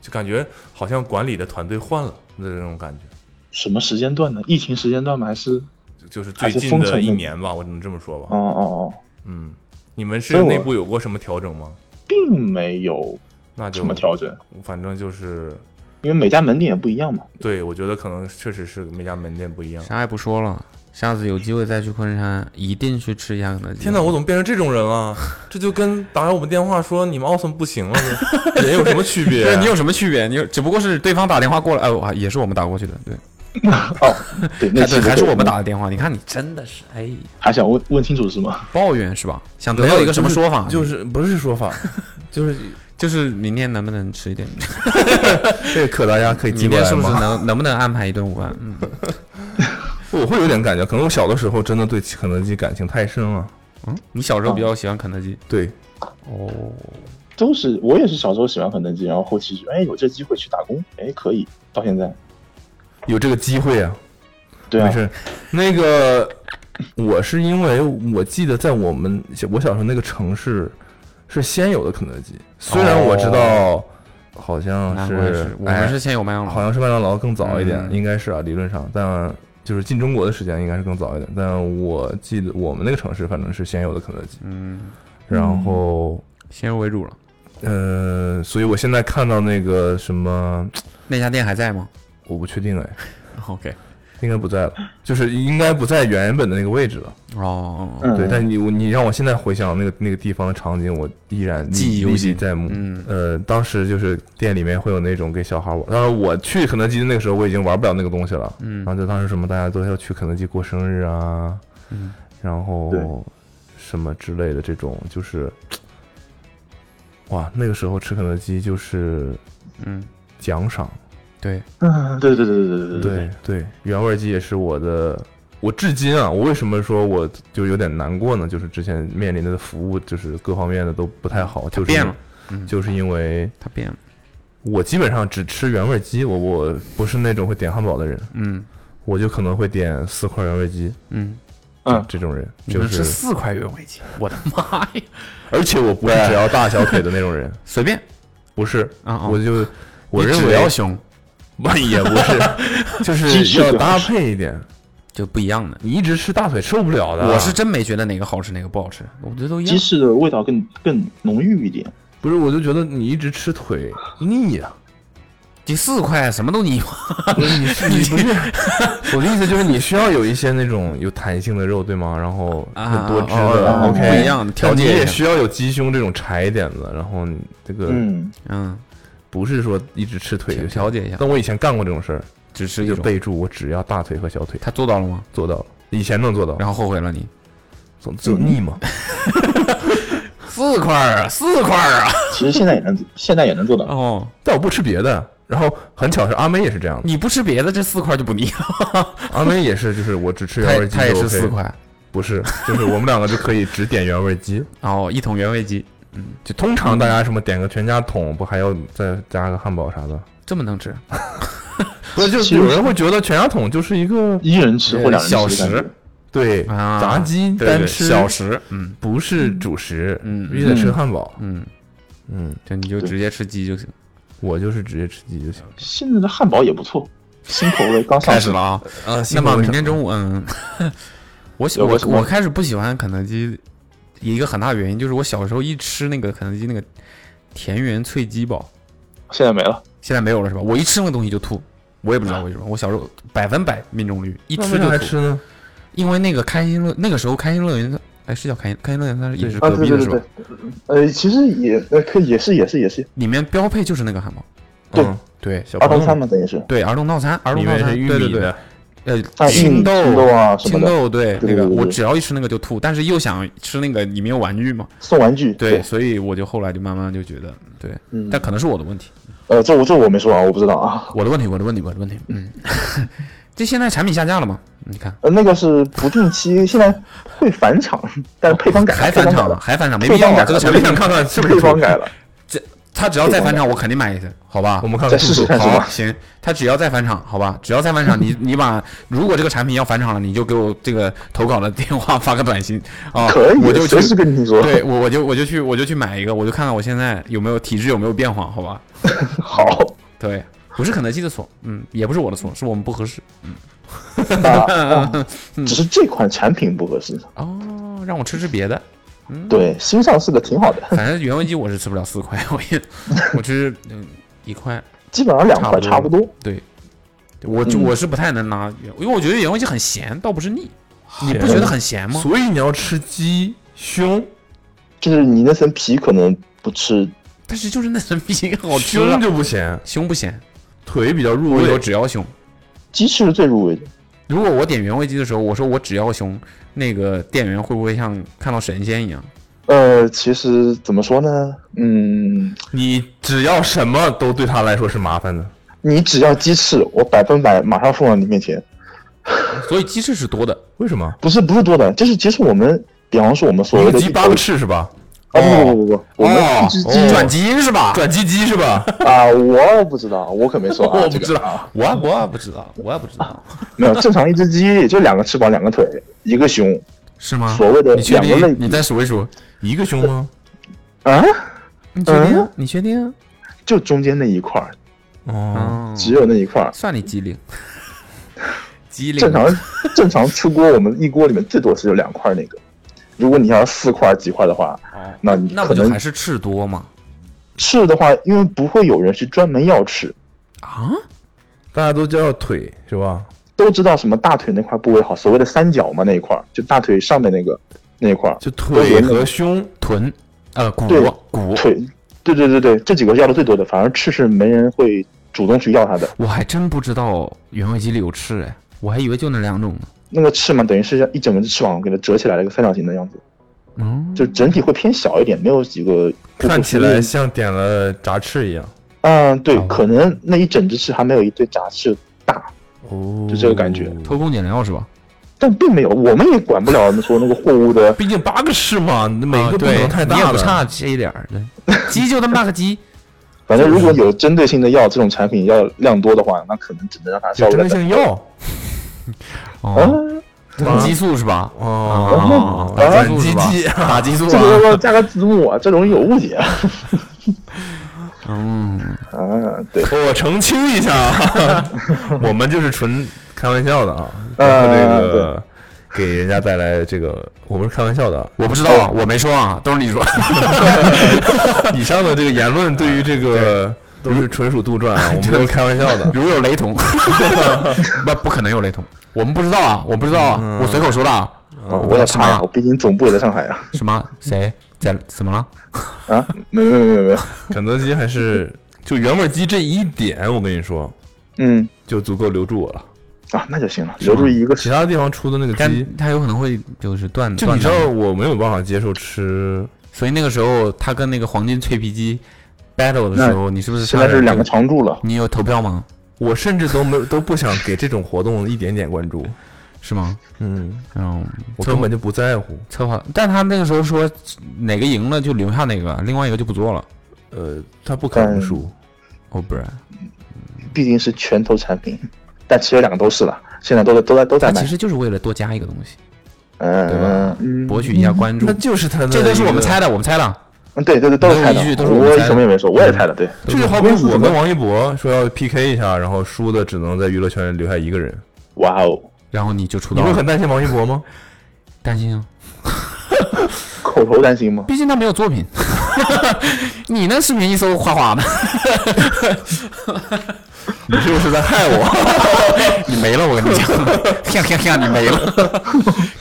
Speaker 2: 就感觉好像管理的团队换了的那种感觉。
Speaker 6: 什么时间段呢？疫情时间段吗？还是？
Speaker 2: 就就是最
Speaker 6: 还是
Speaker 2: 近
Speaker 6: 封城
Speaker 2: 的
Speaker 6: 的
Speaker 2: 一年吧，我只能这么说吧
Speaker 6: 哦。哦哦，
Speaker 2: 嗯，你们
Speaker 6: 所
Speaker 2: 是
Speaker 6: 以我
Speaker 2: 内部有过什么调整吗？
Speaker 6: 并没有
Speaker 2: 那就
Speaker 6: 什么调整，
Speaker 2: 反正就是，
Speaker 6: 因为每家门店也不一样 嘛。
Speaker 2: 对我觉得可能确实是每家门店不一样。
Speaker 4: 啥也不说了，下次有机会再去昆山，一定去吃一下肯德基。啊
Speaker 2: 天哪，我怎么变成这种人了？这就跟打来我们电话说你们奥森不行 了，人有什么区别？啊
Speaker 4: 不啊是你有什么区别？你有只不过是对方打电话过来，哎，我还也是我们打过去的，对，
Speaker 6: 哦，对，那
Speaker 4: 还
Speaker 6: 次
Speaker 4: 是还是我们，打的电话。你看你真的是，哎，
Speaker 6: 还想问问清楚是吗？
Speaker 4: 抱怨是吧？想得到一个什么说法？
Speaker 2: 就是不是说法，就是
Speaker 4: 就是明天能不能吃一 点？
Speaker 11: 这个课大家可以记
Speaker 4: 明
Speaker 11: 过
Speaker 4: 天
Speaker 11: 来
Speaker 4: 是不是
Speaker 11: 吗？
Speaker 4: 能能不能安排一顿午饭？ 嗯
Speaker 11: 我会有点感觉，可能我小的时候真的对肯德基感情太深了。
Speaker 4: 嗯，你小时候比较喜欢肯德基
Speaker 11: 对，
Speaker 4: 哦，
Speaker 6: 都是我也是小时候喜欢肯德基，然后后期就哎有这机会去打工，哎可以，到现在，
Speaker 11: 有这个机会啊，
Speaker 6: 对啊
Speaker 11: 没，事。那个，我是因为我记得在我们小我小时候那个城市是先有的肯德基，虽然我知道好像
Speaker 4: 哦难
Speaker 11: 是,、
Speaker 4: 怪是，我
Speaker 11: 哎
Speaker 4: 们是先有麦当
Speaker 11: 好
Speaker 4: 劳，
Speaker 11: 像是麦当劳更早一点，
Speaker 4: 嗯
Speaker 11: 应该是啊，理论上，但就是进中国的时间应该是更早一点。但我记得我们那个城市反正是先有的肯德基，
Speaker 4: 嗯，
Speaker 11: 然后
Speaker 4: 先入为主了。
Speaker 11: 呃，所以我现在看到那个什么，
Speaker 4: 那家店还在吗
Speaker 11: 我不确定哎，
Speaker 4: ？OK，
Speaker 11: 应该不在了，就是应该不在原本的那个位置了。
Speaker 4: 哦，
Speaker 6: 嗯，
Speaker 11: 对，但你我你让我现在回想那个那个地方的场景，我依然
Speaker 4: 记忆
Speaker 11: 历
Speaker 4: 犹
Speaker 11: 历
Speaker 4: 新
Speaker 11: 历在目。
Speaker 4: 嗯
Speaker 11: 呃，当时就是店里面会有那种给小孩玩，当然我去肯德基的那个时候我已经玩不了那个东西了。
Speaker 4: 嗯
Speaker 11: 然后就当时什么大家都要去肯德基过生日啊，
Speaker 4: 嗯
Speaker 11: 然
Speaker 6: 对
Speaker 11: 后什么之类的这种，就是
Speaker 2: 哇，那个时候吃肯德基就是
Speaker 8: 嗯，
Speaker 2: 奖赏，
Speaker 8: 对，
Speaker 6: 嗯，对对对对对对
Speaker 2: 对对，原味鸡也是我的，我至今啊，我为什么说我就有点难过呢？就是之前面临的服务，就是各方面的都不太好，就是
Speaker 8: 变了，
Speaker 4: 嗯
Speaker 2: 就是因为
Speaker 8: 它变了，
Speaker 2: 我基本上只吃原味鸡，我我不是那种会点汉堡的人，
Speaker 8: 嗯
Speaker 2: 我就可能会点四块原味鸡，
Speaker 8: 嗯，
Speaker 6: 嗯
Speaker 2: 这种人
Speaker 4: 你
Speaker 2: 就
Speaker 4: 们吃
Speaker 2: 是，
Speaker 4: 四块原味鸡， 我的妈呀！
Speaker 2: 而且我不是只要大小腿的那种人，
Speaker 4: 随便，
Speaker 2: 不是，
Speaker 4: 啊啊
Speaker 2: 我就我
Speaker 4: 你
Speaker 2: 认
Speaker 4: 只
Speaker 2: 为
Speaker 4: 要熊
Speaker 2: 也不是，就是
Speaker 6: 鸡翅
Speaker 2: 要
Speaker 4: 啊
Speaker 6: 不好
Speaker 2: 搭配一点，
Speaker 4: 就不一样的。
Speaker 2: 你一直吃大腿受不了的，
Speaker 4: 我是真没觉得哪个好吃哪个不好吃，我觉得都一
Speaker 6: 鸡
Speaker 4: 样。
Speaker 6: 翅的味道更更浓郁一点。
Speaker 2: 不是，我就觉得你一直吃腿腻呀、
Speaker 4: 第四块什么都你妈
Speaker 2: 不是你是你不是 我的意思就是你需要有一些那种有弹性的肉，对吗？然后很多汁
Speaker 4: 哦
Speaker 2: 的、
Speaker 6: 啊啊啊
Speaker 2: OK，
Speaker 4: 不一样的调
Speaker 2: 但你
Speaker 4: 节
Speaker 2: 也
Speaker 4: 一下。
Speaker 2: 需要有鸡胸这种柴一点的，然后你这个
Speaker 6: 嗯，
Speaker 4: 嗯，
Speaker 2: 不是说一直吃腿就行
Speaker 4: 调。节一下，
Speaker 2: 但我以前干过这种事儿，
Speaker 4: 只吃一
Speaker 2: 就
Speaker 4: 种。
Speaker 2: 备注我只要大腿和小腿，
Speaker 4: 他做到了吗？
Speaker 2: 做到了，以前能做到，
Speaker 4: 然后后悔了你？
Speaker 2: 总就腻嘛。
Speaker 4: 四块儿啊，四块儿啊！
Speaker 6: 其实现在也 能，现在也能做到。
Speaker 4: 哦，
Speaker 2: 但我不吃别的。然后很巧是阿妹也是这样的，
Speaker 4: 你不吃别的，这四块就不腻了。
Speaker 2: 阿妹也是就是我只吃原
Speaker 4: 他
Speaker 2: 味鸡
Speaker 4: 他也
Speaker 2: 就是 OK
Speaker 4: 四，块，
Speaker 2: 不是，就是我们两个就可以只点原味鸡。
Speaker 4: 然后哦一桶原味鸡
Speaker 2: 就通常大家什么点个全家桶，不还要再加个汉堡啥的？
Speaker 4: 这么能吃，
Speaker 2: 不是，就是有人会觉得全家桶就是一个
Speaker 6: 一人吃或两人吃
Speaker 4: 小
Speaker 6: 的感觉
Speaker 4: 食
Speaker 2: 对
Speaker 4: 啊
Speaker 2: 炸鸡
Speaker 4: 对
Speaker 2: 单
Speaker 4: 对
Speaker 2: 吃
Speaker 4: 小食，嗯
Speaker 2: 不是主食，
Speaker 4: 嗯
Speaker 2: 必须得吃汉堡。
Speaker 4: 嗯，
Speaker 2: 嗯，
Speaker 4: 就你就
Speaker 6: 对
Speaker 4: 直接吃鸡就行。
Speaker 2: 我就是直接吃鸡就行。
Speaker 6: 现在的汉堡也不错，新口味刚上
Speaker 4: 开
Speaker 6: 市
Speaker 4: 始了啊，
Speaker 2: 啊，
Speaker 4: 那么明天中午，嗯， 我喜
Speaker 6: 有
Speaker 4: 我
Speaker 6: 个什么
Speaker 4: 我开始不喜欢肯德基，一个很大原因就是我小时候一吃那个肯德基那个田园脆鸡堡，
Speaker 6: 现在没了。
Speaker 4: 现在没有了是吧？我一吃那个东西就吐，我也不知
Speaker 6: 啊
Speaker 4: 道为什么。我小时候百分百命中率，一
Speaker 2: 那
Speaker 4: 吃
Speaker 2: 为啥
Speaker 4: 就
Speaker 2: 还
Speaker 4: 吐，
Speaker 2: 吃呢？
Speaker 4: 因为那个开心乐那个时候开心乐园它，哎是叫开心开心乐园，它是也是
Speaker 6: 啊，
Speaker 4: 隔
Speaker 6: 对
Speaker 4: 壁
Speaker 6: 对
Speaker 4: 的是
Speaker 6: 对
Speaker 4: 吧
Speaker 6: 对？，呃，其实也呃可以也是也是也是
Speaker 4: 里面标配就是那个汉堡，
Speaker 6: 对
Speaker 2: 嗯对，小
Speaker 6: 儿
Speaker 2: 朋
Speaker 6: 童
Speaker 2: 友
Speaker 6: 餐嘛，等于是
Speaker 4: 对儿童套餐，儿
Speaker 2: 里
Speaker 4: 童套
Speaker 2: 面
Speaker 4: 餐
Speaker 2: 是玉
Speaker 4: 对对
Speaker 2: 米
Speaker 4: 对
Speaker 2: 的，，
Speaker 4: 呃
Speaker 6: 啊玉米
Speaker 4: 青
Speaker 6: 青豆啊什么
Speaker 4: 青
Speaker 6: 的
Speaker 4: 豆对
Speaker 6: 对
Speaker 4: 那个
Speaker 6: 对对
Speaker 4: 我
Speaker 6: 对
Speaker 4: 只要一吃那个就吐，但是又想吃那个里面有玩具嘛。
Speaker 6: 送玩具。
Speaker 4: 对，，所以我就后来就慢慢就觉得，对，
Speaker 6: 嗯
Speaker 4: 但可能是我的问题，
Speaker 6: 呃，这我这我没说啊，我不知道啊。
Speaker 4: 我的问题，我的问题，我的问题，嗯， 这现在产品下架了吗？你看，
Speaker 6: 呃，那个是不定期，现在会返场，但是配方改了
Speaker 4: 哦还
Speaker 6: 配
Speaker 4: 返
Speaker 6: 方改
Speaker 4: 场了，
Speaker 6: 了，
Speaker 4: 还返场，没
Speaker 6: 配
Speaker 4: 必要
Speaker 6: 方改了
Speaker 4: 啊，这个产
Speaker 6: 配
Speaker 4: 品想看看是不
Speaker 6: 配
Speaker 4: 是
Speaker 6: 方改了，
Speaker 4: 他只要再返
Speaker 6: 配
Speaker 4: 场，我肯定买一次，好吧
Speaker 2: 我？们看看
Speaker 6: 再
Speaker 2: 速
Speaker 6: 试试
Speaker 2: 度。
Speaker 6: 看是
Speaker 4: 好，
Speaker 6: 吧？
Speaker 4: 行，他只要再返场，好吧？只要再返场， 你你把如果这个产品要返场了，你就给我这个投稿的电话发个短信啊，
Speaker 6: 可
Speaker 4: 我
Speaker 6: 以，
Speaker 4: 就去
Speaker 6: 随时跟你说。
Speaker 4: 对我我就我就去我就去买一个，我就看看我现在有没有体质有没有变化，好吧？
Speaker 6: 好，
Speaker 4: 对，不是肯德基的错，嗯，也不是我的错，是我们不合适。嗯
Speaker 6: 啊啊只是这款产品不合适。
Speaker 4: 哦，让我吃 吃别的，嗯
Speaker 6: 对，新上市的挺好的，
Speaker 4: 反正原味鸡我是吃不了四块，我也我吃嗯一块，
Speaker 6: 基本上两块差不多。
Speaker 4: 对，嗯我就、我是不太能拿原，因为我觉得原味鸡很咸，倒不是腻，你不觉得很咸吗？
Speaker 2: 所以你要吃鸡胸，
Speaker 6: 就是你那层皮可能不吃，
Speaker 4: 但是就是那层皮好吃啊
Speaker 2: 胸，就不咸，
Speaker 4: 胸不咸，
Speaker 2: 腿比较入
Speaker 4: 我有
Speaker 2: 味。
Speaker 4: 只要胸。
Speaker 6: 鸡翅是最入味的。
Speaker 4: 如果我点原味鸡的时候，我说我只要胸，那个店员会不会像看到神仙一样？
Speaker 6: 呃，其实怎么说呢？嗯，
Speaker 2: 你只要什么都对他来说是麻烦的。
Speaker 6: 你只要鸡翅，我百分百马上送到你面前。
Speaker 4: 所以鸡翅是多的，
Speaker 2: 为什么？
Speaker 6: 不是不是多的，就是其实我们，比方说我们所
Speaker 2: 一
Speaker 6: 谓
Speaker 2: 个
Speaker 6: 的
Speaker 2: 鸡八个翅是吧？
Speaker 6: 啊不不不不不，我
Speaker 4: 哦
Speaker 6: 们一只鸡
Speaker 4: 转基因是 吧？
Speaker 2: 转基鸡是 吧？
Speaker 6: 啊，我不知道，我可没说啊，
Speaker 2: 我
Speaker 6: 这
Speaker 2: 不
Speaker 6: 个
Speaker 2: 知
Speaker 6: 啊
Speaker 2: 道，
Speaker 4: 我我也不知道，我也不知道，
Speaker 6: 没有正常一只鸡也就两个翅膀两个腿一个胸
Speaker 4: 是吗？
Speaker 6: 所谓的
Speaker 4: 你确
Speaker 6: 两个类
Speaker 4: 定？
Speaker 6: 比
Speaker 4: 你再数一数，
Speaker 2: 一个胸吗？
Speaker 6: 啊，
Speaker 4: 你确定啊
Speaker 6: 嗯？
Speaker 4: 你确定啊？
Speaker 6: 就中间那一块儿，
Speaker 2: 哦，
Speaker 4: 哦
Speaker 6: 只有那一块儿。
Speaker 4: 算你机灵，机灵。
Speaker 6: 正常正常出锅，我们一锅里面最多是有两块那个。如果你要四块几块的话，
Speaker 2: 哦
Speaker 6: 那你
Speaker 4: 那
Speaker 6: 可
Speaker 4: 不就
Speaker 6: 能
Speaker 4: 还是翅多吗？
Speaker 6: 翅的话，因为不会有人去专门要翅，
Speaker 4: 啊，
Speaker 2: 大家都叫腿是吧？
Speaker 6: 都知道什么大腿那块部位好，所谓的三角嘛那一块儿，就大腿上面那个那一块儿，
Speaker 2: 就腿和胸，
Speaker 4: 臀，呃，骨
Speaker 6: 对
Speaker 4: 骨，
Speaker 6: 腿，对对对对，这几个要的最多的，反而翅是没人会主动去要它的。
Speaker 4: 我还真不知道原味鸡里有翅哎，我还以为就那两种呢。
Speaker 6: 那个翅嘛，等于是像一整个翅膀给它折起来了一个三角形的样子。
Speaker 4: 嗯，
Speaker 6: 就整体会偏小一点，没有几个顾客
Speaker 2: 哦看起
Speaker 6: 是
Speaker 2: 来像点了炸翅一样。
Speaker 6: 嗯，对
Speaker 2: 哦，
Speaker 6: 可能那一整只翅还没有一对炸翅大，
Speaker 2: 哦
Speaker 6: 就这个感觉
Speaker 4: 偷工减料是吧？
Speaker 6: 但并没有，我们也管不了说那个货物的，
Speaker 2: 毕竟八个翅嘛，每
Speaker 4: 啊
Speaker 2: 个不
Speaker 4: 对
Speaker 2: 能太大
Speaker 4: 你
Speaker 2: 了。
Speaker 4: 也不差这一点儿，对鸡就那么大个鸡，
Speaker 6: 反正如果有针对性的药，这种产品要量多的话，那可能只能让它稍
Speaker 2: 有针
Speaker 6: 微
Speaker 2: 对性
Speaker 6: 的。
Speaker 2: 药
Speaker 4: 哦，
Speaker 6: 嗯，
Speaker 4: 激素是吧？
Speaker 2: 哦
Speaker 4: 啊
Speaker 2: 转基
Speaker 4: 激素
Speaker 2: 剂
Speaker 4: 是吧打激素
Speaker 6: 这个
Speaker 4: 啊，
Speaker 6: 要不要加个字幕啊？这容易有误解啊。
Speaker 4: 嗯，
Speaker 6: 啊，对，
Speaker 2: 我澄清一下， 啊，我们就是纯开玩笑的 啊，不
Speaker 6: 呃
Speaker 2: 会那个给人家带来这个，我们是开玩笑的 啊。
Speaker 4: 我不知道啊，我没说啊，都是你说。
Speaker 2: 以上的这个言论对于这个都是纯属杜撰 啊，我们都是开玩笑的。
Speaker 4: 如有雷同，不不可能有雷同，我们不知道啊，我不知道啊，我随口说的啊。
Speaker 6: 啊
Speaker 4: 不
Speaker 6: 我也
Speaker 4: 知道
Speaker 6: 怕呀，我毕竟总部也在上海啊。
Speaker 4: 什么谁在怎么了？
Speaker 6: 啊，没没没没没，
Speaker 2: 肯德基还是就原味鸡这一点，我跟你说
Speaker 6: 嗯
Speaker 2: 就足够留住我了。
Speaker 6: 啊，那就行了，留住一个
Speaker 2: 其他地方出的那个
Speaker 4: 但
Speaker 2: 鸡，
Speaker 4: 他有可能会就是断
Speaker 2: 就
Speaker 4: 断
Speaker 2: 你知
Speaker 4: 档
Speaker 2: 道我没有办法接受吃，
Speaker 4: 所以那个时候他跟那个黄金脆皮鸡 battle 的时候，你是不是
Speaker 6: 现在
Speaker 4: 差
Speaker 6: 是
Speaker 4: 点
Speaker 6: 两个
Speaker 4: 就
Speaker 6: 常驻了。
Speaker 4: 你有投票吗？
Speaker 2: 我甚至都没有都不想给这种活动一点点关注。
Speaker 4: 是吗？
Speaker 2: 嗯，
Speaker 4: 嗯，
Speaker 2: 我
Speaker 4: 策
Speaker 2: 根本就不在乎。
Speaker 4: 策划，但他那个时候说哪个赢了就留下哪个，另外一个就不做了。
Speaker 2: 呃，他不可能
Speaker 6: 但
Speaker 2: 输。
Speaker 4: 哦，不然
Speaker 6: 毕竟是拳头产品，但其实两个都是了，现在都在都在都在
Speaker 4: 他
Speaker 6: 卖
Speaker 4: 其，实就是为了多加一个东西，
Speaker 6: 嗯
Speaker 4: 对吧
Speaker 6: 嗯
Speaker 4: 博取一下关注
Speaker 2: 那。就是他的，
Speaker 4: 这都是我们猜的，我们猜的。
Speaker 6: 嗯，对对对，都是
Speaker 4: 没
Speaker 6: 猜
Speaker 4: 有一句
Speaker 6: 的，
Speaker 4: 都是我们
Speaker 6: 我
Speaker 4: 猜的嗯
Speaker 6: 什么也没说，我也猜的，对，
Speaker 2: 这就好比我跟王一博说要 PK 一下，然后输的只能在娱乐圈里留下一个人。
Speaker 6: 哇哦，
Speaker 4: 然后你就出
Speaker 2: 你
Speaker 4: 道
Speaker 2: 会
Speaker 4: 了，
Speaker 2: 很担心王一博吗？
Speaker 4: 担心啊，
Speaker 6: 口头担心吗？
Speaker 4: 毕竟他没有作品。 你那视频一搜，哗哗的，
Speaker 2: 你是不是在害我？
Speaker 4: 你没了，我跟你讲，呀呀呀，你没了，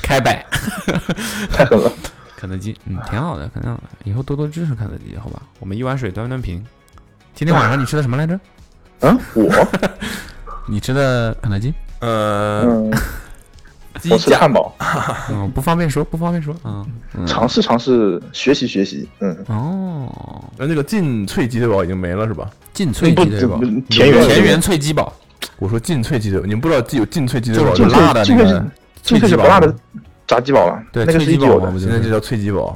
Speaker 4: 开摆。
Speaker 6: 太狠了，
Speaker 4: 肯德基，嗯，挺好的，挺好的，以后多多支持肯德基，好吧？我们一碗水端端平。今天晚上你吃的什么来着？
Speaker 6: 嗯， 我，
Speaker 4: 你吃的肯德基？
Speaker 2: 呃，
Speaker 6: 嗯，
Speaker 2: 机
Speaker 6: 我吃的汉堡，
Speaker 4: 嗯，不方便说，不方便说啊。嗯
Speaker 6: 尝试尝试学习学习，嗯，
Speaker 4: 哦，
Speaker 2: 呃那那个劲脆鸡腿堡已经没了是吧？
Speaker 4: 劲脆
Speaker 6: 不
Speaker 4: 鸡腿堡，
Speaker 6: 不田园
Speaker 4: 田园脆鸡堡，
Speaker 2: 我说劲脆鸡腿，你们不知道有劲脆鸡腿堡
Speaker 4: 就是
Speaker 2: 这个
Speaker 4: 辣的
Speaker 6: 这
Speaker 4: 那
Speaker 6: 个
Speaker 4: 个
Speaker 6: 是这个是不辣的炸鸡堡吧？
Speaker 4: 对
Speaker 6: 那个
Speaker 4: 脆
Speaker 6: 是
Speaker 4: 鸡
Speaker 6: 一
Speaker 4: 堡
Speaker 6: 九
Speaker 4: 嘛
Speaker 6: 的
Speaker 4: 不，
Speaker 2: 现在就叫脆鸡堡，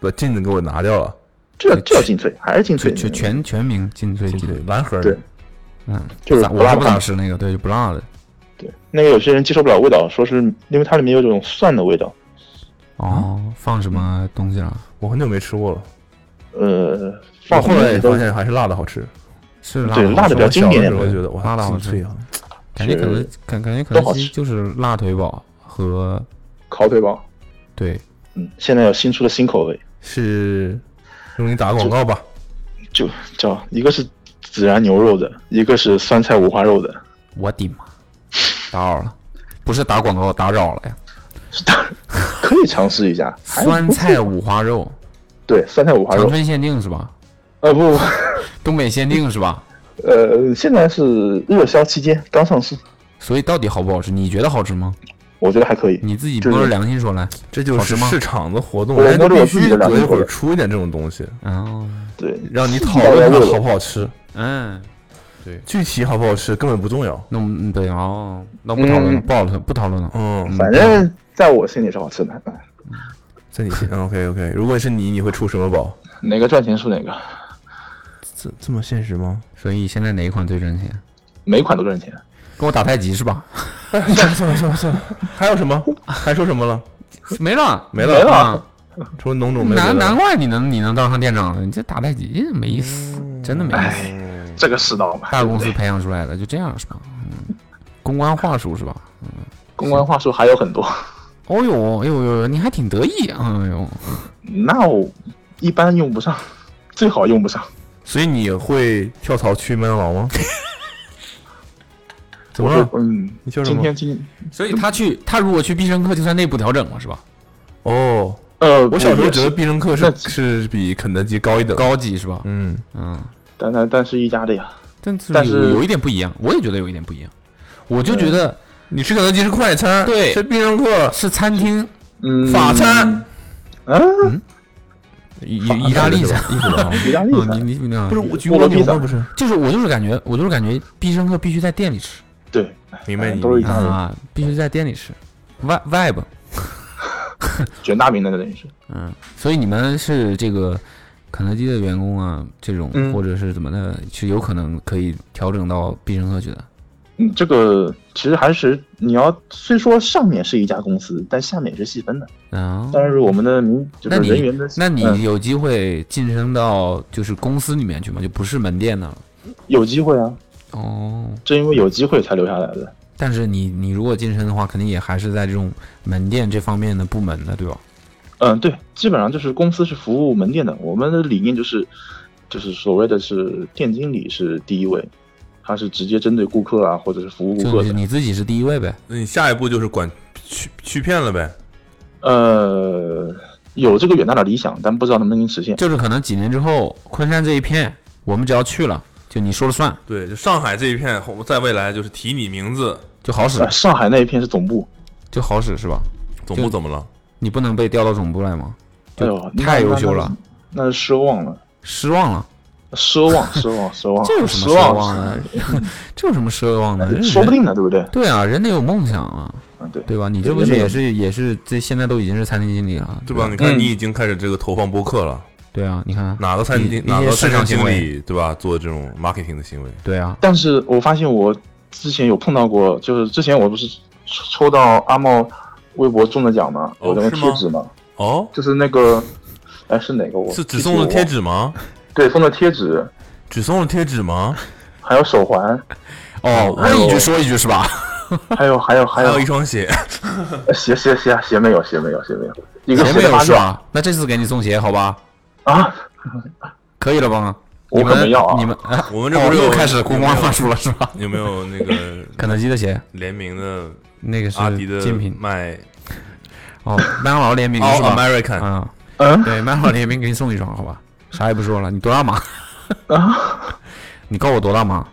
Speaker 2: 把劲子给我拿掉了，
Speaker 6: 这这叫劲脆，还是劲脆
Speaker 4: 全，全全全名劲脆鸡
Speaker 2: 对
Speaker 4: 腿，，
Speaker 2: 蓝盒
Speaker 6: 对
Speaker 4: 嗯，
Speaker 6: 就是
Speaker 4: 咋
Speaker 6: 不
Speaker 4: 我
Speaker 6: 辣
Speaker 4: 是
Speaker 6: 的
Speaker 4: 不
Speaker 6: 汉
Speaker 4: 咋
Speaker 6: 堡
Speaker 4: 吃那个，对，就不辣的。
Speaker 6: 对，那个有些人接受不了味道，说是因为它里面有种蒜的味道，
Speaker 4: 哦，放什
Speaker 6: 嗯
Speaker 4: 么东西啊了？
Speaker 2: 我很久没吃过了。
Speaker 6: 呃，
Speaker 2: 我
Speaker 6: 放
Speaker 2: 后来也
Speaker 6: 都
Speaker 2: 发现还是辣的好吃，
Speaker 4: 是辣
Speaker 6: 对
Speaker 4: 的，
Speaker 6: 辣的比较
Speaker 2: 我
Speaker 6: 经
Speaker 2: 小的时
Speaker 6: 典
Speaker 2: 候觉得
Speaker 4: 辣
Speaker 2: 哇，
Speaker 4: 的好
Speaker 2: 劲
Speaker 4: 吃
Speaker 2: 脆啊，
Speaker 4: 感觉肯德
Speaker 6: 是
Speaker 4: 感感觉肯德
Speaker 6: 好
Speaker 4: 基
Speaker 6: 吃
Speaker 4: 就是辣腿堡和
Speaker 6: 烤腿堡，
Speaker 4: 对
Speaker 6: 嗯，现在有新出的新口味，
Speaker 2: 是用你打个广告吧？
Speaker 6: 就叫一个是孜然牛肉的，一个是酸菜五花肉的，
Speaker 4: 我的妈，打扰了，不是打广告，打扰了呀。
Speaker 6: 是当然可以尝试一下。还不
Speaker 4: 酸菜五花肉，
Speaker 6: 对酸菜五花
Speaker 4: 长
Speaker 6: 肉，
Speaker 4: 春限定是吧？
Speaker 6: 呃不，
Speaker 4: 东北限定是吧？
Speaker 6: 呃现在是热销期间，刚上市，
Speaker 4: 所以到底好不好吃？你觉得好吃吗？
Speaker 6: 我觉得还可
Speaker 2: 嗯
Speaker 6: 以。
Speaker 4: 你自己
Speaker 6: 就是
Speaker 4: 摸着良心说来。
Speaker 2: 这就
Speaker 4: 好
Speaker 2: 是
Speaker 4: 吃吗
Speaker 2: 市场的活动，
Speaker 6: 我
Speaker 2: 人家
Speaker 6: 摸着
Speaker 2: 必
Speaker 6: 我自己
Speaker 2: 须
Speaker 6: 的良
Speaker 2: 隔一
Speaker 6: 心
Speaker 2: 会儿
Speaker 6: 说
Speaker 2: 出一点这种东西，
Speaker 4: 哦，
Speaker 6: 对，
Speaker 2: 让你讨
Speaker 6: 讨论
Speaker 2: 论
Speaker 6: 它
Speaker 2: 它
Speaker 6: 好
Speaker 2: 好不好吃，
Speaker 4: 嗯，
Speaker 2: 具体好不好吃根本不重要。
Speaker 4: 那我们嗯对哦，那不讨论了，
Speaker 6: 嗯
Speaker 4: 不讨论，不讨论了。
Speaker 2: 嗯，
Speaker 6: 反正在我心里是好吃的，嗯
Speaker 2: 在你心 OK OK，如果是你，你会出什么宝？
Speaker 6: 哪个赚钱是哪个，
Speaker 2: 这这么现实吗？
Speaker 4: 所以现在哪一款最挣钱？
Speaker 6: 每款都赚钱。
Speaker 4: 跟我打太极是吧？
Speaker 2: 哎，算了算了算了算了，还有什么？还说什么了？
Speaker 4: 没了，
Speaker 2: 没了
Speaker 4: 啊！
Speaker 2: 除了农种没有别
Speaker 4: 难
Speaker 2: 的
Speaker 4: 难
Speaker 2: 了。
Speaker 4: 怪你能你能当上店长了，你这打太极没意思，真的没意思。
Speaker 6: 哎，这个世道嘛，
Speaker 4: 大公
Speaker 6: 对
Speaker 4: 司
Speaker 6: 不对
Speaker 4: 培养出来的就这样是吧？嗯，公关话术是吧？
Speaker 6: 公关话术还有很多。
Speaker 4: 哦呦，哎呦呦，你还挺得意，哎呦，
Speaker 6: 那我一般用不上， 最好用不上。
Speaker 2: 所以你会跳槽去麦当劳 吗？怎么
Speaker 6: 我
Speaker 2: 了
Speaker 6: 说？嗯，
Speaker 2: 你笑什
Speaker 6: 今
Speaker 2: 么
Speaker 6: 天？今
Speaker 4: 所以他去，他如果去必胜客，就算内部调整了，是吧？
Speaker 2: 哦，
Speaker 6: 呃，
Speaker 2: 我小时候觉得
Speaker 6: 也是
Speaker 2: 必胜客
Speaker 6: 那
Speaker 2: 是是比肯德基高一等。
Speaker 4: 高级是吧？
Speaker 2: 嗯，
Speaker 4: 嗯，
Speaker 6: 但但但是一家的呀。
Speaker 4: 但是
Speaker 6: 但是
Speaker 4: 有一点不一样，我也觉得有一点不一样。我就觉得
Speaker 2: 你吃肯德基是快餐，
Speaker 4: 对
Speaker 2: 吃必胜客
Speaker 4: 是餐厅，
Speaker 6: 嗯，
Speaker 2: 法餐，
Speaker 6: 嗯，
Speaker 4: 意意大利菜，
Speaker 2: 意大利
Speaker 6: 意大利
Speaker 4: 嗯
Speaker 6: 菜
Speaker 4: 你你你
Speaker 2: 不是
Speaker 4: 那
Speaker 2: 我举我牛肉不是，
Speaker 4: 就是我就是感觉我就是感觉必胜客必须在店里吃
Speaker 6: 对，
Speaker 12: 明白你
Speaker 6: 都是一样的，
Speaker 4: 啊，必须在店里吃，vi vibe，
Speaker 6: 卷大饼的等于是，
Speaker 4: 嗯，所以你们是这个肯德基的员工啊，这种、
Speaker 6: 嗯
Speaker 4: 或者是怎么的，是有可能可以调整到必胜客去的。
Speaker 6: 嗯，这个其实还是你要虽说上面是一家公司，但下面也是细分的。
Speaker 4: 啊，
Speaker 6: 但是我们的民就
Speaker 4: 那
Speaker 6: 是人
Speaker 4: 你
Speaker 6: 员的，
Speaker 4: 那你
Speaker 6: 嗯
Speaker 4: 有机会晋升到就是公司里面去吗？就不是门店的了。
Speaker 6: 有机会啊，
Speaker 4: 哦，
Speaker 6: 正因为有机会才留下来的。
Speaker 4: 但是你你如果晋升的话，肯定也还是在这种门店这方面的部门的，对吧？
Speaker 6: 嗯，对，基本上就是公司是服务门店的，我们的理念就是，就是所谓的是店经理是第一位，他是直接针对顾客啊，或者是服务顾
Speaker 4: 就
Speaker 6: 客
Speaker 4: 是
Speaker 6: 的。
Speaker 4: 你自己是第一位呗。
Speaker 12: 那你下一步就是管去去骗了呗？
Speaker 6: 呃，有这个远大的理想，但不知道能不能实现。
Speaker 4: 就是可能几年之后，昆山这一片我们只要去了，就你说了算，
Speaker 12: 对，就上海这一片，我在未来就是提你名字，
Speaker 4: 就好使
Speaker 6: 呃，，上海那一片是总部，
Speaker 4: 就好使是吧？
Speaker 12: 总
Speaker 4: 就
Speaker 12: 部怎么了？
Speaker 4: 你不能被调到总部来吗？
Speaker 6: 哎
Speaker 4: 就
Speaker 6: 呦，那
Speaker 4: 太优秀了，
Speaker 6: 那那是奢望了，
Speaker 4: 失望了，
Speaker 6: 奢 望，奢望，奢望，
Speaker 4: 这有什
Speaker 6: 失
Speaker 4: 么奢望
Speaker 6: 望，哎
Speaker 4: 的？ 这有什么奢望的？
Speaker 6: 说不
Speaker 4: 人
Speaker 6: 定呢，对不对？
Speaker 4: 对啊，人得有梦想啊，
Speaker 6: 嗯，对，
Speaker 4: 对吧？你这不是也是也是这现在都已经是餐厅经理了，
Speaker 12: 对
Speaker 4: 吧？
Speaker 12: 吧？你看
Speaker 6: 嗯
Speaker 12: 你已经开始这个投放播客了，
Speaker 4: 对啊，你看
Speaker 12: 哪个餐厅
Speaker 2: 嗯
Speaker 4: 一
Speaker 12: 哪
Speaker 4: 一
Speaker 12: 个
Speaker 4: 些市
Speaker 12: 餐
Speaker 4: 场
Speaker 12: 厅经
Speaker 4: 行为，
Speaker 12: 理对吧？做这种 marketing 的行为，
Speaker 4: 对啊，
Speaker 6: 但是我发现我之前有碰到过，就是之前我不是抽抽到阿茂微博中的奖吗？
Speaker 12: 哦
Speaker 6: 有那个
Speaker 12: 是
Speaker 6: 贴
Speaker 12: 吗
Speaker 6: 纸嘛，
Speaker 12: 哦，
Speaker 6: 就是那个，哎，是哪个？我
Speaker 12: 是只送了贴，纸吗？
Speaker 6: 对，送的贴纸，
Speaker 12: 只送了贴纸吗？
Speaker 6: 还有手 环，
Speaker 4: 哦，
Speaker 6: 还有
Speaker 4: 问一句说一句是吧？
Speaker 6: 还有还有
Speaker 12: 还
Speaker 6: 还有
Speaker 12: 有一双鞋，
Speaker 6: 鞋鞋鞋啊鞋没有鞋没有鞋没有，一个
Speaker 4: 鞋没
Speaker 6: 的
Speaker 4: 有
Speaker 6: 发
Speaker 4: 是
Speaker 6: 票
Speaker 4: 吧？那这次给你送鞋好吧？
Speaker 6: 啊，
Speaker 4: 可以了吧？
Speaker 6: 我
Speaker 4: 你
Speaker 6: 可
Speaker 4: 们
Speaker 6: 没要啊
Speaker 4: 你们哎
Speaker 12: 我们这
Speaker 4: 哦
Speaker 12: 不是
Speaker 4: 又
Speaker 12: 有
Speaker 4: 开始公关话术了是吧？
Speaker 12: 有没有那个
Speaker 4: 肯德基的鞋，
Speaker 12: 联名的
Speaker 4: 那个是
Speaker 12: 阿迪的
Speaker 4: 竞品
Speaker 12: 卖
Speaker 4: 哦，麦当劳联名
Speaker 12: All
Speaker 4: 是吧？
Speaker 12: American？
Speaker 4: 啊，
Speaker 6: 嗯
Speaker 4: 对，麦当劳联名给你送一双好吧？啥也不说了，你多大码？
Speaker 6: 啊，
Speaker 4: 你告我多大码？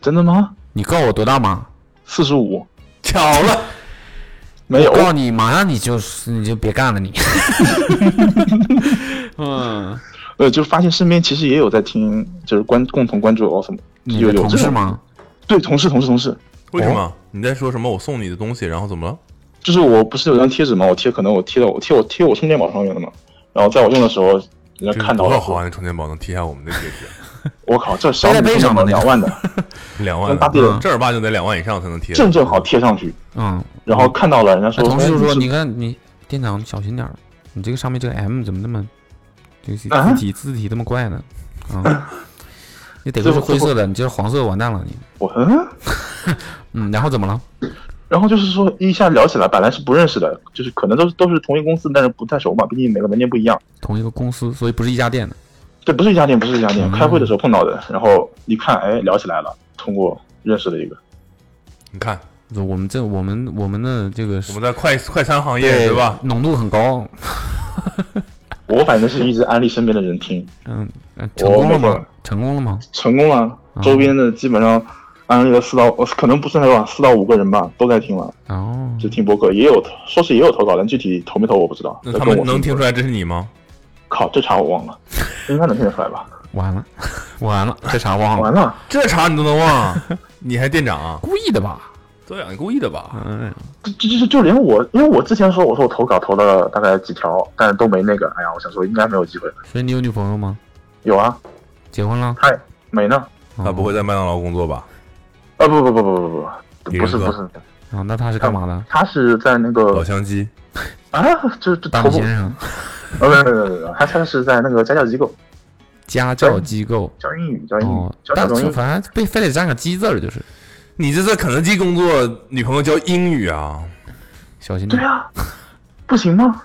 Speaker 6: 真的吗？
Speaker 4: 你告我多大码？
Speaker 6: 四十五
Speaker 4: 巧了，
Speaker 6: 没有
Speaker 4: 我告诉你，马上你就是你就别干 了你。嗯，
Speaker 6: 呃，就发现身边其实也有在听，就是关共同关注 awesome，
Speaker 4: 你
Speaker 6: 有
Speaker 4: 的
Speaker 6: 有
Speaker 4: 同
Speaker 6: 这
Speaker 4: 事
Speaker 6: 种
Speaker 4: 吗？
Speaker 6: 对同事同事同事，
Speaker 12: 为什么？你在说什么？我送你的东西，然后怎么了？
Speaker 6: 就是我不是有张贴纸吗？我贴可能我贴到我贴我贴我充电宝上面了嘛，然后在我用的时候，人
Speaker 12: 这
Speaker 6: 家
Speaker 12: 是
Speaker 6: 看到
Speaker 12: 多少
Speaker 6: 了，
Speaker 12: 毫安的充电宝能贴下我们的贴纸？
Speaker 6: 我靠，这小米
Speaker 4: 啊背在背
Speaker 6: 充
Speaker 4: 上
Speaker 6: 电宝
Speaker 4: 的那
Speaker 6: 两
Speaker 4: 种
Speaker 6: 万的，
Speaker 12: 两万
Speaker 6: 大
Speaker 12: 的，
Speaker 6: 地
Speaker 4: 嗯
Speaker 12: 正儿八经得两万以上才能贴的，
Speaker 6: 正正好贴上去，
Speaker 4: 嗯，
Speaker 6: 然后看到了，人家说，
Speaker 4: 那同事就
Speaker 6: 哎
Speaker 4: 说：“
Speaker 6: 是
Speaker 4: 你看你店长，你小心点儿，你这个上面这个 M 怎么那么，这个字
Speaker 6: 啊
Speaker 4: 体字体这么怪呢？ 啊，你得亏是灰色的，你这黄色完蛋了你。
Speaker 6: 我嗯，
Speaker 4: 嗯，然后怎么了？
Speaker 6: 然后就是说一下聊起来，本来是不认识的，就是可能都是都是同一公司，但是不太熟嘛，毕竟每个门店不一样。
Speaker 4: 同一个公司，所以不是一家店的。
Speaker 6: 对，不是一家店，不是一家店，
Speaker 4: 嗯
Speaker 6: 开会的时候碰到的，然后一看，哎，聊起来了，通过认识了一个，
Speaker 12: 你看
Speaker 4: 我们这我们我们的这个
Speaker 12: 我们在快快餐行业对吧？
Speaker 4: 浓度很高，
Speaker 6: 我反正是一直安利身边的人听，
Speaker 4: 嗯，呃成
Speaker 6: 哦
Speaker 4: 功了
Speaker 6: 我没
Speaker 4: 吗
Speaker 6: 事？
Speaker 4: 成功了吗？
Speaker 6: 成功了，
Speaker 12: 嗯
Speaker 6: 周边的基本上安利了四到，我可能不是很多吧，四到五个人吧，都在听了。
Speaker 4: 哦，
Speaker 6: 就听播客，也有投说是也有投稿，但具体投没投我不知道。
Speaker 12: 那他们
Speaker 6: 跟我
Speaker 12: 能听出来这是你吗？
Speaker 6: 靠，这茬我忘了，应该能听得出来吧？
Speaker 4: 完了， 完了，这茬忘
Speaker 6: 完
Speaker 4: 了，
Speaker 6: 了，
Speaker 12: 这茬你都能忘？你还店长啊？
Speaker 4: 故意的吧？
Speaker 12: 对啊，你故意的吧？
Speaker 4: 嗯，
Speaker 6: 这这这就连我，因为我之前说我说我投稿投了大概几条，但是都没那个。哎呀，我想说应该没有机会了。
Speaker 4: 所以你有女朋友吗？
Speaker 6: 有啊，
Speaker 4: 结婚了？
Speaker 6: 嗨，没呢？
Speaker 12: 他
Speaker 4: 哦
Speaker 12: 不会在麦当劳工作吧？
Speaker 6: 啊不不不不不不不，不是
Speaker 12: 别人
Speaker 6: 不
Speaker 12: 哥
Speaker 6: 是，
Speaker 4: 啊？那他是干嘛的？
Speaker 6: 他是在那
Speaker 12: 老
Speaker 6: 个
Speaker 12: 乡鸡，
Speaker 6: 啊，这这
Speaker 4: 大
Speaker 6: 头
Speaker 4: 米
Speaker 6: 部
Speaker 4: 先，生，
Speaker 6: 呃没有没有没有没有，他他是在那个家教机构
Speaker 4: 家教机构。”
Speaker 6: 教英语教英语
Speaker 4: 哦，
Speaker 6: 哎教小
Speaker 4: 但
Speaker 6: 众英
Speaker 4: 是
Speaker 6: 语。
Speaker 4: 反正被非得占个鸡字儿，就是
Speaker 12: 你这在肯德基工作，女朋友教英语啊？
Speaker 4: 小心
Speaker 6: 对
Speaker 4: 点。
Speaker 6: 啊，不行吗？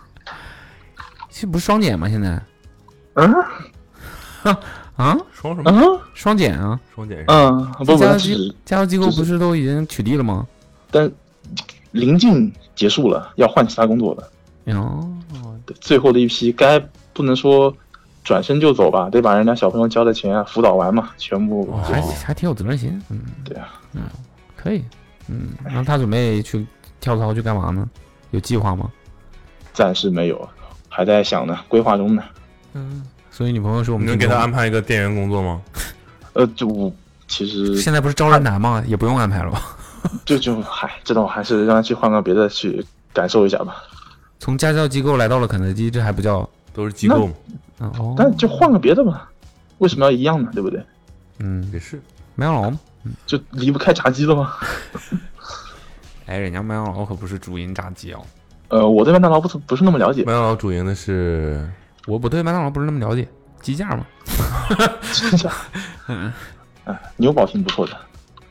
Speaker 4: 这不是双减吗？现在
Speaker 6: 嗯
Speaker 4: 啊，
Speaker 12: 双什么？
Speaker 6: 嗯
Speaker 4: 双减啊！
Speaker 12: 双减是吧？
Speaker 6: 嗯，不不，他
Speaker 4: 家教
Speaker 6: 只是
Speaker 4: 机家教机构
Speaker 6: 就是
Speaker 4: 不是都已经取缔了吗？
Speaker 6: 但临近结束了，要换其他工作了。
Speaker 4: 哦，
Speaker 6: 对最后的一批，该不能说转身就走吧，得把人家小朋友交的钱啊辅导完嘛，全部
Speaker 4: 哦还还挺有责任心，嗯，
Speaker 6: 对啊，
Speaker 4: 嗯，可以，嗯，那他准备去跳槽去干嘛呢？有计划吗？
Speaker 6: 暂时没有，还在想呢，规划中呢。嗯
Speaker 4: 所以女朋友是我
Speaker 2: 你
Speaker 4: 们
Speaker 2: 能给
Speaker 4: 听
Speaker 2: 他
Speaker 4: 众
Speaker 2: 安排一个店员工作吗？
Speaker 6: 呃，就我其实
Speaker 4: 现在不是招人难吗？也不用安排了 吧？
Speaker 6: 就就嗨，这种还是让他去换个别的去感受一下吧。
Speaker 4: 从家教机构来到了肯德基，这还不叫
Speaker 2: 都是机构嘛，
Speaker 4: 嗯哦？
Speaker 6: 但就换个别的吧，为什么要一样呢？对不对？
Speaker 4: 嗯，
Speaker 2: 也是。
Speaker 4: 麦当劳吗？
Speaker 6: 就离不开炸鸡的吗？
Speaker 4: 哎，人家麦当劳可不是主营炸鸡哦。
Speaker 6: 呃，我对麦当劳不是不是那么了解
Speaker 2: 麦，当劳主营的是
Speaker 4: 我不对麦当劳不是那么了解，鸡架嘛。嗯
Speaker 6: 啊牛堡挺不错的。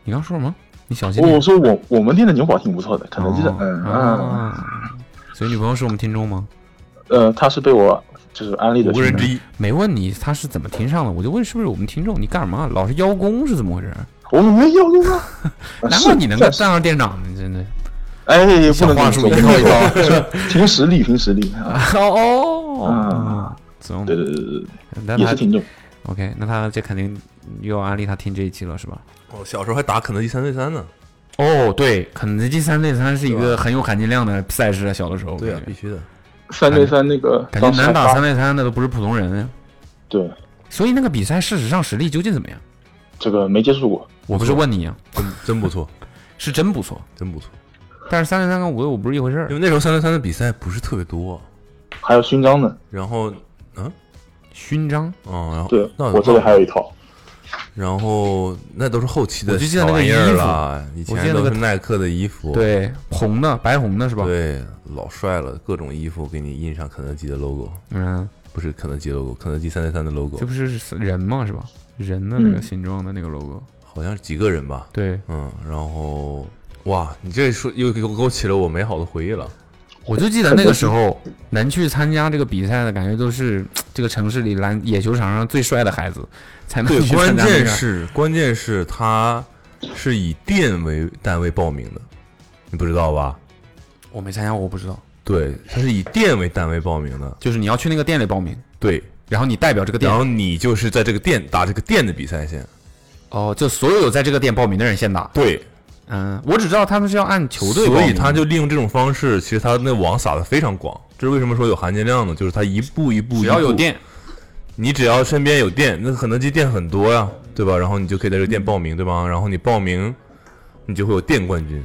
Speaker 4: 你刚说什么？你小心
Speaker 6: 我
Speaker 4: 点。
Speaker 6: 说我我们店的牛堡挺不错的，肯德基的，
Speaker 4: 哦
Speaker 6: 嗯嗯，
Speaker 4: 啊。所以女朋友是我们听众吗？
Speaker 6: 呃，他是被我就是安利的
Speaker 2: 五个人之一，
Speaker 4: 没问你她是怎么听上的，我就问是不是我们听众？你干嘛老是邀功是怎么回事？
Speaker 6: 我们没有用啊，呃
Speaker 4: 难怪你能够，
Speaker 6: 是
Speaker 4: 站上店长，你真的。
Speaker 6: 哎，不能这么
Speaker 4: 话术
Speaker 6: 说，
Speaker 4: 一套一套。
Speaker 6: 凭实力，凭实力啊，
Speaker 4: 哦
Speaker 6: 啊，
Speaker 4: 总
Speaker 6: 对对对对对，
Speaker 4: 那
Speaker 6: 也
Speaker 4: 他
Speaker 6: 是挺重，
Speaker 4: OK，那他这肯定又要安利他听这一期了是吧？
Speaker 2: 我哦小时候还打肯德基三对三呢。
Speaker 4: 哦，对，肯德基三对三是一个很有含金量的赛事啊，小的时候，
Speaker 2: 啊
Speaker 4: 感，觉
Speaker 2: 必须的。
Speaker 6: 三对三那个
Speaker 4: 感觉
Speaker 6: 当时还
Speaker 4: 能打
Speaker 6: 发
Speaker 4: 三对三的都不是普通人。啊
Speaker 6: 对
Speaker 4: 所以那个比赛事实上实力究竟怎么样？
Speaker 6: 这个没接触过，
Speaker 4: 我不是问你啊，
Speaker 2: 真真不错，
Speaker 4: 是 真不错，嗯
Speaker 2: 真不错。
Speaker 4: 但是三对三跟五对五不是一回事
Speaker 2: 因为
Speaker 4: 儿。
Speaker 2: 那时候三对三的比赛不是特别多，
Speaker 6: 还有勋章呢，
Speaker 2: 然后嗯
Speaker 4: 勋章，
Speaker 2: 哦，然后
Speaker 6: 对
Speaker 2: 那
Speaker 6: 我这里还有一套，
Speaker 2: 然后那都是后期
Speaker 4: 我
Speaker 2: 的
Speaker 4: 就记得
Speaker 2: 小
Speaker 4: 那个
Speaker 2: 玩意
Speaker 4: 衣
Speaker 2: 儿
Speaker 4: 服
Speaker 2: 了，以
Speaker 4: 我记
Speaker 2: 前
Speaker 4: 得那
Speaker 2: 都
Speaker 4: 个
Speaker 2: 是耐克的衣服，
Speaker 4: 对，红的、白红的是吧？，
Speaker 2: 对，老帅了，各种衣服给你印上肯德基的 logo，
Speaker 4: 嗯，
Speaker 2: 不是肯德基 logo，肯德基三对三的 logo，
Speaker 4: 这不是人嘛是吧？人的那
Speaker 6: 嗯
Speaker 4: 个形状的那个 logo，
Speaker 2: 好像是几个人吧，
Speaker 4: 对，
Speaker 2: 嗯，然后哇，你这说又给我勾起了我美好的回忆 了，
Speaker 4: 我就记得那个时候能去参加这个比赛的感觉都是这个城市里篮野球场上最帅的孩子才能去参
Speaker 2: 关
Speaker 4: 加那
Speaker 2: 键
Speaker 4: 个。
Speaker 2: 是关键是他是以店为单位报名的，你不知道吧？
Speaker 4: 我没参加过，我不知道。
Speaker 2: 对，他是以店为单位报名的，
Speaker 4: 就是你要去那个店里报名，
Speaker 2: 对，
Speaker 4: 然后你代表这个店
Speaker 2: 然，后你就是在这个店打这个店的比赛先，
Speaker 4: 哦，就所有有在这个店报名的人先打。
Speaker 2: 对，
Speaker 4: 嗯，我只知道他们是要按球队报
Speaker 2: 所
Speaker 4: 名，
Speaker 2: 以他就利用这种方式，其实他那网撒的非常广。这是为什么说有含金量呢？就是他一步一步，
Speaker 4: 只要
Speaker 2: 一步
Speaker 4: 有，店，
Speaker 2: 你只要身边有店，那肯德基店很多呀、对吧？然后你就可以在这个店报名，对吧？然后你报名，你就会有店冠军，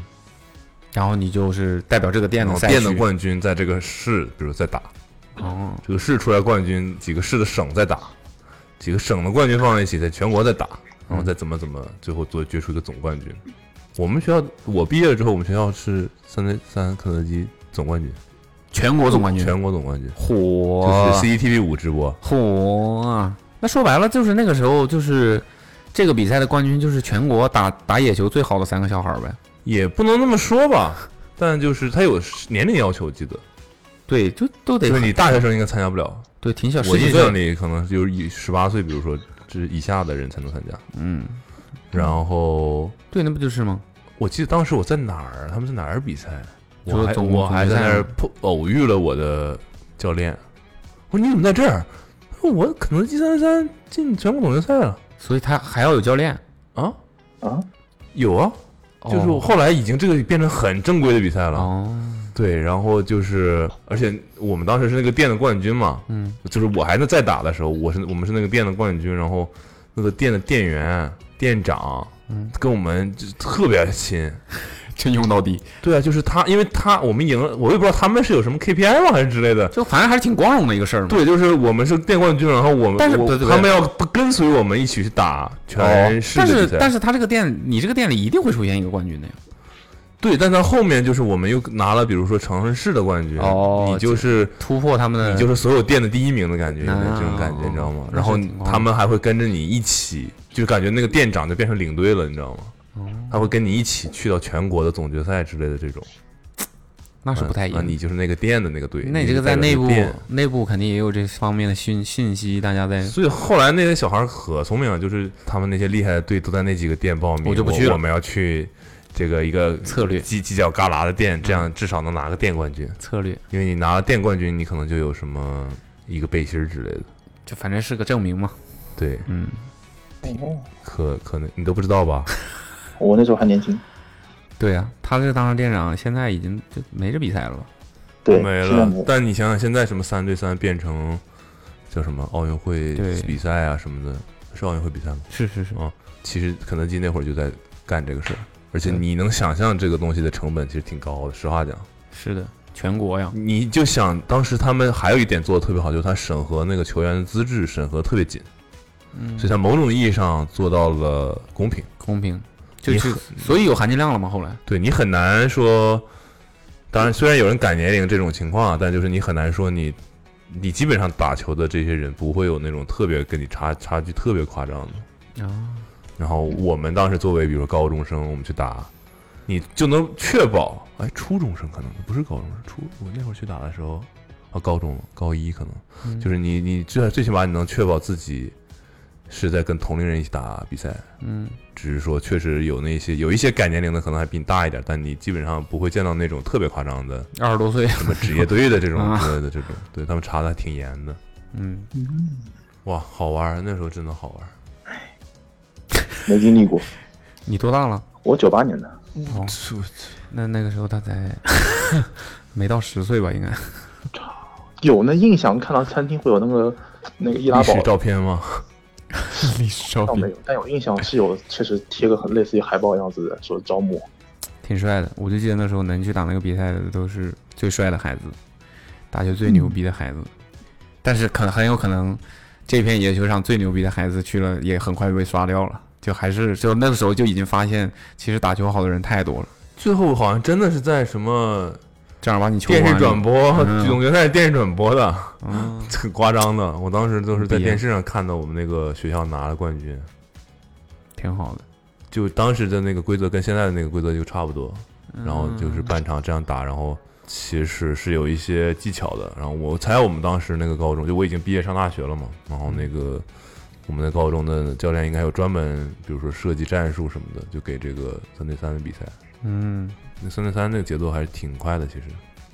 Speaker 4: 然后你就是代表这个哦店
Speaker 2: 然
Speaker 4: 的
Speaker 2: 后
Speaker 4: 赛
Speaker 2: 店的
Speaker 4: 区
Speaker 2: 冠军在这个市，比如在打
Speaker 4: 哦，
Speaker 2: 这个市出来冠军，几个市的省在打，几个省的冠军放在一起，在全国在打，然后再怎么怎么，最后做决出一个总冠军。我们学校，我毕业了之后，我们学校是三对三肯德基总冠军，
Speaker 4: 全国总冠军，
Speaker 2: 全国总冠军。
Speaker 4: 火
Speaker 2: 就是 CCTV 五直播，
Speaker 4: 嚯啊！那说白了就是那个时候就是这个比赛的冠军就是全国打打野球最好的三个小孩儿呗。
Speaker 2: 也不能那么说吧，但就是他有年龄要求，记得，
Speaker 4: 对，就都得
Speaker 2: 就是
Speaker 4: 很
Speaker 2: 你大学生应该参加不了。
Speaker 4: 对挺小，
Speaker 2: 我
Speaker 4: 十
Speaker 2: 印
Speaker 4: 几
Speaker 2: 象
Speaker 4: 岁。
Speaker 2: 里可能就是以十八岁，比如说这以下的人才能参加。
Speaker 4: 嗯，
Speaker 2: 然后
Speaker 4: 对，那不就是吗？
Speaker 2: 我记得当时我在哪儿，他们在哪儿比赛，
Speaker 4: 就
Speaker 2: 我
Speaker 4: 是
Speaker 2: 还
Speaker 4: 总
Speaker 2: 我还
Speaker 4: 总
Speaker 2: 在
Speaker 4: 决赛
Speaker 2: 那儿
Speaker 4: 吗
Speaker 2: 碰偶遇了我的教练，我说你怎么在这儿？他说我肯德基三三进全国总决赛了
Speaker 4: 所以他还要有教练，
Speaker 2: 啊
Speaker 6: 啊，
Speaker 2: 有啊，就是我后来已经这个变成很正规的比赛了。
Speaker 4: 哦，
Speaker 2: 对，然后就是，而且我们当时是那个店的冠军嘛，
Speaker 4: 嗯，
Speaker 2: 就是我还能再打的时候，我是我们是那个店的冠军，然后那个店的店员、店长，嗯，跟我们就特别亲。
Speaker 4: 真勇到底，
Speaker 2: 对啊，就是他，因为他我们赢了，我也不知道他们是有什么 KPI 吗，还是之类的。
Speaker 4: 就反正还是挺光荣的一个事儿嘛。，哦
Speaker 2: 对，就是我们是店冠军，然后我们
Speaker 4: 但是
Speaker 2: 我
Speaker 4: 对对对哦
Speaker 2: 他们要跟随我们一起去打全市的
Speaker 4: 但
Speaker 2: 比
Speaker 4: 是
Speaker 2: 赛。
Speaker 4: 但是他这个店，你这个店里一定会出现一个冠军的呀。
Speaker 2: 对，但他后面就是我们又拿了，比如说城市的冠军，
Speaker 4: 哦
Speaker 2: 你就是
Speaker 4: 突破他们的，呃
Speaker 2: 你就是所有店的第一名的感觉，有点这种感觉，
Speaker 4: 啊
Speaker 2: 你知道吗？
Speaker 4: 那
Speaker 2: 然后
Speaker 4: 是挺高的
Speaker 2: 他们还会跟着你一起，就感觉那个店长就变成领队了，你知道吗？
Speaker 4: 哦
Speaker 2: 他会跟你一起去到全国的总决赛之类的这种，
Speaker 4: 那是不太一
Speaker 2: 啊
Speaker 4: 样。
Speaker 2: 你就是那个店的那个队，
Speaker 4: 那
Speaker 2: 你
Speaker 4: 你这
Speaker 2: 就
Speaker 4: 个在
Speaker 2: 代表
Speaker 4: 内部
Speaker 2: 店
Speaker 4: 内部肯定也有这方面的信信息，大家在
Speaker 2: 所以后来那些小孩儿可聪明了，就是他们那些厉害的队都在那几个店报名，
Speaker 4: 我就不去了
Speaker 2: 我们要去这个一个
Speaker 4: 策略
Speaker 2: 犄犄角旮旯的店，这样至少能拿个店冠军，
Speaker 4: 策略，
Speaker 2: 因为你拿了店冠军，你可能就有什么一个背心儿之类的。
Speaker 4: 就反正是个证明嘛。
Speaker 2: 对，
Speaker 4: 嗯，
Speaker 2: 可可能你都不知道吧？
Speaker 6: 我那时候还年轻，
Speaker 4: 对啊，他是当上店长，现在已经就没这比赛了吧？
Speaker 6: 对，
Speaker 2: 没
Speaker 6: 是这
Speaker 2: 了
Speaker 6: 样子。
Speaker 2: 但你想想，现在什么三对三变成叫什么奥运会
Speaker 4: 对
Speaker 2: 比赛啊什么的，是奥运会比赛吗？
Speaker 4: 是是是
Speaker 2: 啊、其实肯德基那会儿就在干这个事儿，而且你能想象这个东西的成本其实挺高的。实话讲，
Speaker 4: 是的，全国呀，
Speaker 2: 你就想当时他们还有一点做的特别好，就是他审核那个球员的资质审核特别紧，
Speaker 4: 嗯
Speaker 2: 所以，他某种意义上做到了公平。
Speaker 4: 公平，就
Speaker 2: 你
Speaker 4: 就
Speaker 2: 很
Speaker 4: 所以有含金量了吗？后来
Speaker 2: 对你很难说，当然虽然有人赶年龄这种情况，啊但就是你很难说你，你基本上打球的这些人不会有那种特别跟你差差距特别夸张的。
Speaker 4: 啊，
Speaker 2: 然后我们当时作为比如说高中生，我们去打，你就能确保，哎，初中生可能不是高中生，初我那会儿去打的时候，啊，高中了高一可能、
Speaker 4: 嗯
Speaker 2: 就是你你最最起码你能确保自己是在跟同龄人一起打比赛，
Speaker 4: 嗯，
Speaker 2: 只是说确实有那些有一些改年龄的可能还比你大一点，但你基本上不会见到那种特别夸张 的
Speaker 4: 二十多岁，
Speaker 2: 什么职业队的这种
Speaker 4: 啊
Speaker 2: 之类的这种，对他们查的还挺严的。
Speaker 4: 嗯，
Speaker 2: 哇，好玩儿，那时候真的好玩儿。
Speaker 6: 没经历过，
Speaker 4: 你多大了？
Speaker 6: 我九八年的，
Speaker 4: 哦，那那个时候他才没到十岁 吧，应该。
Speaker 6: 有那印象，看到餐厅会有那个那个易拉
Speaker 2: 历
Speaker 6: 宝
Speaker 2: 史照片吗？
Speaker 4: 历史照
Speaker 6: 倒没
Speaker 4: 片
Speaker 6: 有，但有印象是有，确实贴个很类似于海报样子的，说招募。
Speaker 4: 挺帅的，我就记得那时候能去打那个比赛的都是最帅的孩子，打球最牛逼的孩子，
Speaker 2: 嗯
Speaker 4: 但是可能很有可能这片野球上最牛逼的孩子去了，也很快被刷掉了。就还是就那个时候就已经发现，其实打球好的人太多了，
Speaker 2: 最后好像真的是在什么
Speaker 4: 正儿八经球
Speaker 2: 电视
Speaker 4: 皇
Speaker 2: 转播
Speaker 4: 嗯
Speaker 2: 总决赛电视转播的，
Speaker 4: 嗯
Speaker 2: 很夸张的。我当时都是在
Speaker 4: 不一样
Speaker 2: 电视上看到我们那个学校拿了冠军，
Speaker 4: 挺好的。
Speaker 2: 就当时的那个规则跟现在的那个规则就差不多。然后就是半场这样打，然后其实是有一些技巧的。然后我才我们当时那个高中，就我已经毕业上大学了嘛，然后那个我们的高中的教练应该有专门，比如说设计战术什么的，就给这个三对三的比赛。
Speaker 4: 嗯，
Speaker 2: 那三对三那个节奏还是挺快的，其实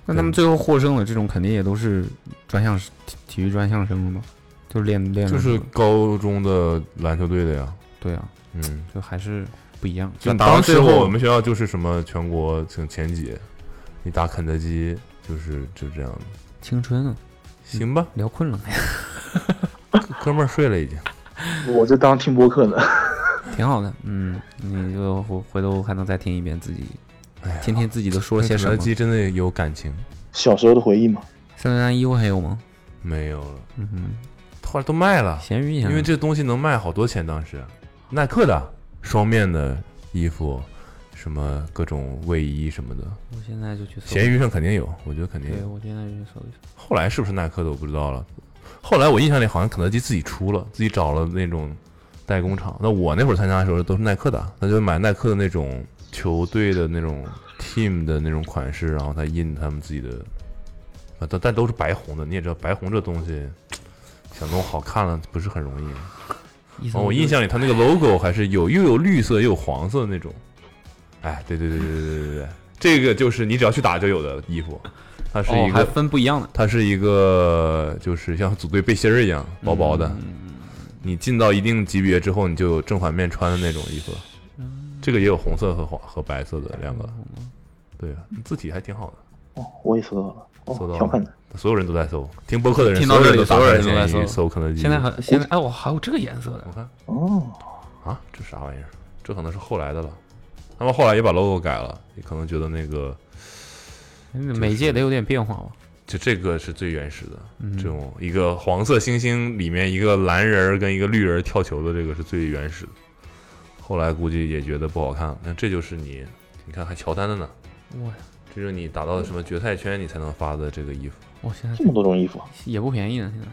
Speaker 4: 那他们最后获胜了，这种肯定也都是专项体体育专项生了吗？就练练了
Speaker 2: 就是高中的篮球队的呀，
Speaker 4: 对啊，
Speaker 2: 嗯。
Speaker 4: 就还是不一样。
Speaker 2: 就
Speaker 4: 打到
Speaker 2: 当
Speaker 4: 最
Speaker 2: 时
Speaker 4: 后
Speaker 2: 我们学校就是什么全国前前几，你打肯德基就是就这样的，
Speaker 4: 青春啊，
Speaker 2: 行吧，
Speaker 4: 聊困了，哎
Speaker 2: 哥们儿睡了已经。
Speaker 6: 我就当听播客呢，
Speaker 4: 挺好的。嗯，你就回回头还能再听一遍自己
Speaker 2: 哎呀，
Speaker 4: 天天自己都说了些
Speaker 2: 肯
Speaker 4: 什么
Speaker 2: 德。基真的有感情
Speaker 6: 小时候的回忆嘛。
Speaker 4: 三三三一还有吗？
Speaker 2: 没有了？
Speaker 4: 嗯哼，
Speaker 2: 后来都卖了，
Speaker 4: 咸鱼也
Speaker 2: 因为这东西能卖好多钱。当时耐克的双面的衣服，什么各种卫衣什么的，
Speaker 4: 我现在就去搜。
Speaker 2: 闲鱼上肯定有，我觉得肯定
Speaker 4: 对，
Speaker 2: 有。
Speaker 4: 我现在就去搜一搜。
Speaker 2: 后来是不是耐克的我不知道了。后来我印象里好像肯德基自己出了，自己找了那种代工厂。那我那会儿参加的时候都是耐克的，那就买耐克的那种球队的那种 team 的那种款式，然后他印他们自己的，啊，但但都是白红的。你也知道，白红这东西想弄好看了不是很容易。
Speaker 4: 一搜
Speaker 2: 哦，我印象里他那个 logo 还是有又有绿色又有黄色的那种。哎，对对对对对对对对，这个就是你只要去打就有的衣服，它是
Speaker 4: 哦
Speaker 2: 一，
Speaker 4: 还
Speaker 2: 个
Speaker 4: 分不一样的，
Speaker 2: 它是一个就是像组队背心儿一样薄薄的，
Speaker 4: 嗯
Speaker 2: 你进到一定级别之后，你就有正反面穿的那种衣服了。
Speaker 4: 嗯
Speaker 2: 这个也有红色和黄和白色的两个，对，啊字体还挺好的。
Speaker 6: 哦，我也搜到了，哦，
Speaker 2: 搜到了
Speaker 6: 挺好看的。
Speaker 2: 所有人都在搜，听播客的人，
Speaker 4: 听到这里
Speaker 2: 所有人
Speaker 4: 所有
Speaker 2: 打
Speaker 4: 人都在
Speaker 2: 开闲鱼
Speaker 4: 搜
Speaker 2: 搜肯德基。
Speaker 4: 现在还现在哎，我还有这个颜色的
Speaker 2: 我，看
Speaker 6: 哦，
Speaker 2: 啊，这啥玩意儿？这可能是后来的了。他们后来也把 logo 改了，也可能觉得那个
Speaker 4: 每届得有点变化吧？
Speaker 2: 就这个是最原始的，
Speaker 4: 嗯
Speaker 2: 这种一个黄色星星里面一个蓝人儿跟一个绿人儿跳球的这个是最原始的。后来估计也觉得不好看了，那这就是你，你看还乔丹的呢，
Speaker 4: 哇，
Speaker 2: 这就是你打到什么决赛圈你才能发的这个衣服，
Speaker 4: 我现在
Speaker 6: 这么多种衣服啊，
Speaker 4: 也不便宜呢，现在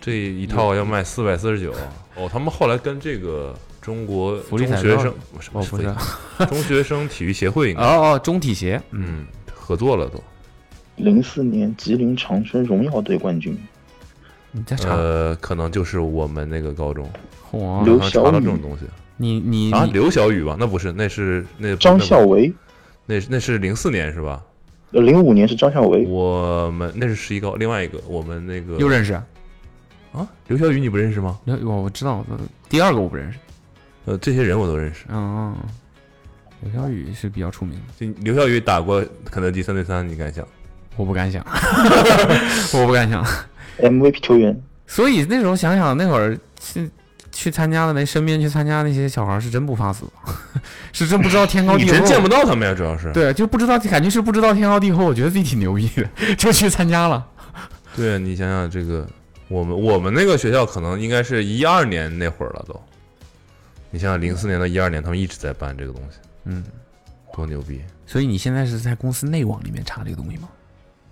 Speaker 2: 这一套要卖四百四十九。哦，他们后来跟这个中国
Speaker 4: 福
Speaker 2: 中
Speaker 4: 利彩
Speaker 2: 学
Speaker 4: 票
Speaker 2: 生不是
Speaker 4: 我不
Speaker 2: 福利
Speaker 4: 知道。
Speaker 2: 中学生体育协会应 该
Speaker 4: 哦哦，中体协，
Speaker 2: 嗯合作了都。
Speaker 6: 零四年吉林长春荣耀队冠军，
Speaker 4: 你再查
Speaker 2: 呃，可能就是我们那个高中，
Speaker 4: 哇，
Speaker 6: 刘
Speaker 2: 好像查到这种东西
Speaker 4: 你你
Speaker 2: 啊，
Speaker 4: 你
Speaker 2: 刘小雨吧？那不是，那是那
Speaker 6: 张孝，维，
Speaker 2: 那不那那是零四年是吧？
Speaker 6: 呃，零五年是张孝
Speaker 2: 嗯
Speaker 6: 维，
Speaker 2: 我们那是十一高，另外一个我们那个
Speaker 4: 又认识啊？
Speaker 2: 啊，刘小雨你不认识吗？
Speaker 4: 刘我我知道，呃第二个我不认识。
Speaker 2: 呃，这些人我都认识。
Speaker 4: 嗯，嗯刘晓宇是比较出名的。
Speaker 2: 就刘小雨打过肯德基三对三，你敢想？
Speaker 4: 我不 敢想，我不敢想。
Speaker 6: MVP 球员，
Speaker 4: 所以那时候想想，那会儿去去参加的那身边去参加那些小孩儿是真不怕死， 是真不知道天高地
Speaker 2: 你
Speaker 4: 厚。
Speaker 2: 真见不到他们呀，主要是。
Speaker 4: 对，就不知道，感觉是不知道天高地厚，我觉得自己挺牛逼的， 就去参加了。
Speaker 2: 对，你想想这个，我们我们那个学校可能应该是一二年那会儿了都。你想想零四年到一二年，他们一直在办这个东西，
Speaker 4: 嗯，
Speaker 2: 多牛逼！
Speaker 4: 所以你现在是在公司内网里面查这个东西吗？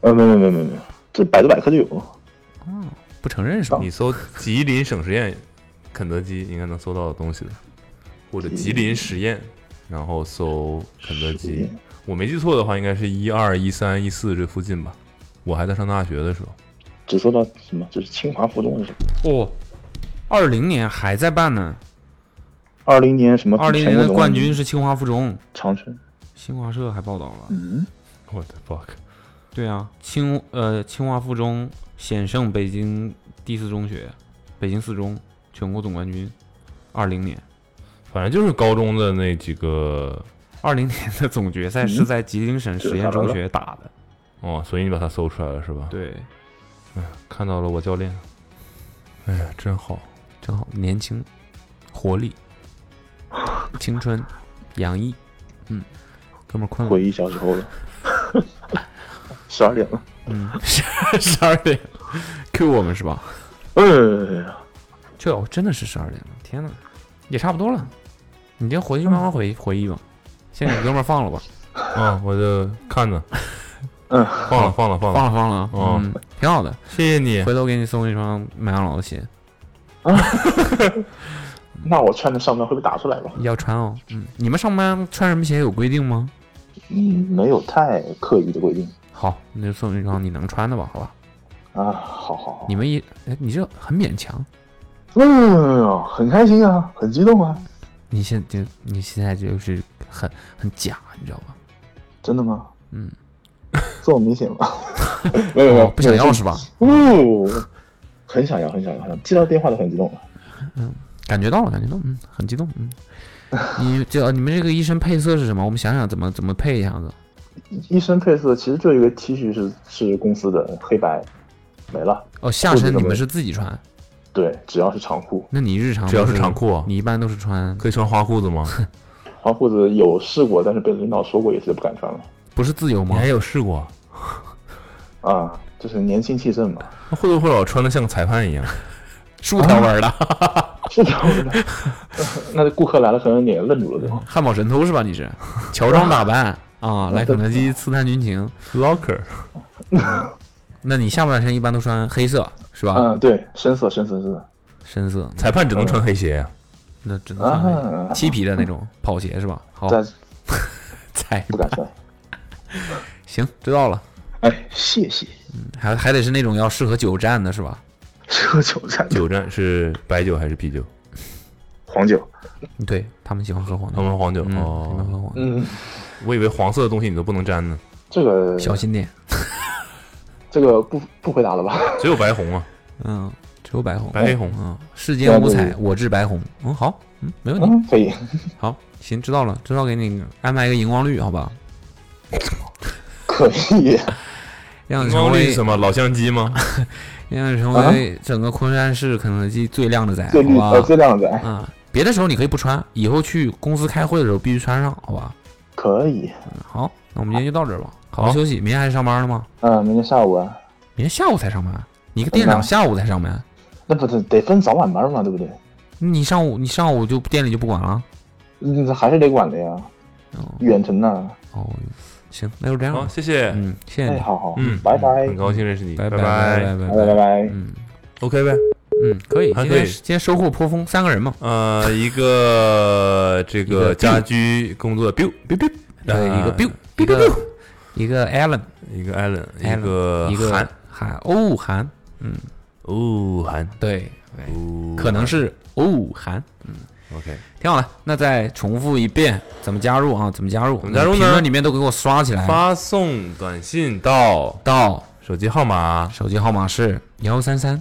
Speaker 6: 呃，没有没有没有没有，这百度百科就有。
Speaker 4: 不承认是吧？
Speaker 2: 你搜吉林省实验肯德基，应该能搜到的东西的，或者吉林实验，然后搜肯德
Speaker 6: 实
Speaker 2: 基
Speaker 6: 验。
Speaker 2: 我没记错的话，应该是一二、一三、一四这附近吧。我还在上大学的时候，
Speaker 6: 只说到什么，就是清华附中是什么？
Speaker 4: 哦，二零年还在办呢，
Speaker 6: 二零年什么？
Speaker 4: 二零年的冠军是清华附中，
Speaker 6: 长春。
Speaker 4: 新华社还报道了。
Speaker 6: 嗯，
Speaker 2: 我的 fuck，
Speaker 4: 对啊，清呃清华附中险胜北京第四中学，北京四中全国总冠军，二零年。
Speaker 2: 反正就是高中的那几个
Speaker 4: 二零年的总决赛是在吉林省实验中学打的，
Speaker 2: 哦，所以你把它搜出来了是吧？，
Speaker 4: 对，
Speaker 2: 看到了我教练，哎呀，真好。
Speaker 4: 正好年轻、活力、青春、洋溢，嗯，哥们儿困了，
Speaker 6: 回忆小时候了。十二点了。
Speaker 4: 嗯，十十二点，Q 我们是吧？
Speaker 6: 嗯，
Speaker 4: 这哦真的是十二点了，天哪，也差不多了，你就回去慢慢回回忆吧，先给哥们儿放了吧，
Speaker 2: 啊，我就看着，
Speaker 6: 嗯，
Speaker 2: 放了，放了，放
Speaker 4: 放
Speaker 2: 了，
Speaker 4: 了放了，
Speaker 2: 哦
Speaker 4: 嗯，挺好的，
Speaker 2: 谢谢你。
Speaker 4: 回头给你送一双麦当劳的鞋，
Speaker 6: 那我穿着上班会被打出来吧？
Speaker 4: 要穿哦，嗯，你们上班穿什么鞋有规定吗？
Speaker 6: 嗯，没有太刻意的规定
Speaker 4: 好，那就送一双你能穿的吧，好吧？
Speaker 6: 啊。好好好
Speaker 4: 你，们一，哎，你这很勉强。
Speaker 6: 嗯，很开心啊，很激动啊。
Speaker 4: 你现就你现在就是很很假，你知道吧？
Speaker 6: 真的吗？
Speaker 4: 嗯， 哦
Speaker 6: 这么明显 吗？没有没有，
Speaker 4: 不想要是吧？
Speaker 6: 哦，很想要，很想要，很想要接到电话都很激动了。啊
Speaker 4: 感觉到了，感觉到，嗯，很激动， 嗯。你这你们这个医生配色是什么？我们想想怎么怎么配一下子。
Speaker 6: 医生配色其实就一个 T 恤是是公司的黑白，没了。
Speaker 4: 哦，下
Speaker 6: 裤子
Speaker 4: 身
Speaker 6: 怎
Speaker 4: 你
Speaker 6: 么
Speaker 4: 们是自己穿，
Speaker 6: 对，只要是长裤，
Speaker 4: 那你日常
Speaker 2: 只要
Speaker 4: 都
Speaker 2: 是长裤啊
Speaker 4: 你一般都是穿
Speaker 2: 可以穿花裤子吗？
Speaker 6: 花裤子有试过，但是被领导说过一次就不敢穿了。
Speaker 4: 不是自 由
Speaker 2: 你
Speaker 4: 吗
Speaker 2: 还？有试过？
Speaker 6: 啊，就是年轻气盛嘛。
Speaker 2: 那或多或少穿的像个裁判一样。
Speaker 4: 竖条纹的、
Speaker 6: 是这样的， 那顾客来了可能脸愣住了都。
Speaker 4: 汉堡神偷是吧？你是乔装 打扮啊，来肯德基刺探军情。
Speaker 2: Locker，
Speaker 4: 那你下半身一般都穿黑色是吧？
Speaker 6: 嗯，对，深色深色深色
Speaker 4: 深色，
Speaker 2: 裁判只能穿黑鞋啊呀。
Speaker 4: 那只能穿黑色
Speaker 6: 啊，
Speaker 4: 漆皮的那种跑鞋是吧？好，
Speaker 6: 但
Speaker 4: 裁
Speaker 6: 不敢穿。
Speaker 4: 行，知道了。
Speaker 6: 哎，谢谢。
Speaker 4: 还还得是那种要适合久站的是吧？
Speaker 6: 这酒菜
Speaker 4: 呃
Speaker 2: 酒站是白酒还是啤酒？
Speaker 6: 黄酒，
Speaker 4: 对他们喜欢喝黄
Speaker 2: 他
Speaker 4: 的，
Speaker 2: 们黄酒
Speaker 4: 嗯，喜欢喝
Speaker 2: 哦。
Speaker 4: 黄的，
Speaker 6: 嗯，
Speaker 2: 我以为黄色的东西你都不能沾呢，
Speaker 6: 这个
Speaker 4: 小心点。
Speaker 6: 这个不不回答了吧？
Speaker 2: 只有白红啊。
Speaker 4: 嗯，只有白红，
Speaker 2: 白红
Speaker 4: 嗯，世间五
Speaker 6: 对
Speaker 4: 彩
Speaker 6: 对，
Speaker 4: 我制白红。嗯，好，嗯，没问 题。
Speaker 6: 嗯，可以。
Speaker 4: 好，行，知道了，知道给你安排一个荧光绿，好吧？
Speaker 6: 可 以，
Speaker 4: 让你成
Speaker 2: 光绿
Speaker 4: 为
Speaker 2: 是什么？老相机吗？
Speaker 4: 让你成为整个昆山市肯德基最靓的仔，
Speaker 6: 最绿
Speaker 4: 好
Speaker 6: 呃
Speaker 4: 吧
Speaker 6: 最？靓仔，
Speaker 4: 啊，别的时候你可以不穿，以后去公司开会的时候必须穿上，好吧？
Speaker 6: 可以。
Speaker 4: 嗯好，那我们今天就到这儿吧，好好休息。明天还是上班的吗？
Speaker 6: 嗯，明天下午啊，
Speaker 4: 明天下午才上班，你个店长下午才上班。
Speaker 6: 那不是得分早晚班嘛，对不对？
Speaker 4: 你上午你上午就店里就不管了？
Speaker 6: 嗯，还是得管的呀，
Speaker 4: 哦
Speaker 6: 远程呢。
Speaker 4: 哦，行，那就这样
Speaker 2: 好，
Speaker 4: 吧。
Speaker 2: 谢谢。
Speaker 4: 嗯，谢谢
Speaker 6: 哎，
Speaker 4: 你，
Speaker 6: 好好，
Speaker 2: 嗯
Speaker 6: 拜拜，
Speaker 2: 很高兴认识你，
Speaker 4: 拜
Speaker 2: 拜
Speaker 4: 拜拜
Speaker 6: 拜拜拜。
Speaker 4: 嗯
Speaker 2: OK 呗。
Speaker 4: 嗯，可以，
Speaker 2: 还
Speaker 4: 今
Speaker 2: 可以
Speaker 4: 天今天收获颇丰，三个人嘛，
Speaker 2: 呃，一个这
Speaker 4: 一
Speaker 2: 个
Speaker 4: 个
Speaker 2: 家居工作的 biu biu biu，
Speaker 4: 对，一个 biu 一个一个 Allen，
Speaker 2: 一个 Allen，
Speaker 4: Allen，
Speaker 2: 一个
Speaker 4: 一个
Speaker 2: 呃韩，
Speaker 4: 韩欧韩，
Speaker 2: 哦韩，
Speaker 4: 对，对
Speaker 2: 哦
Speaker 4: 可能是欧韩，
Speaker 2: OK，
Speaker 4: 挺好的。那再重复一遍，怎么加入啊？怎么加入？
Speaker 2: 怎么加入呢
Speaker 4: 评论里面都给我刷起来。
Speaker 2: 发送短信到
Speaker 4: 到
Speaker 2: 手机号码
Speaker 4: 手机号码是幺三三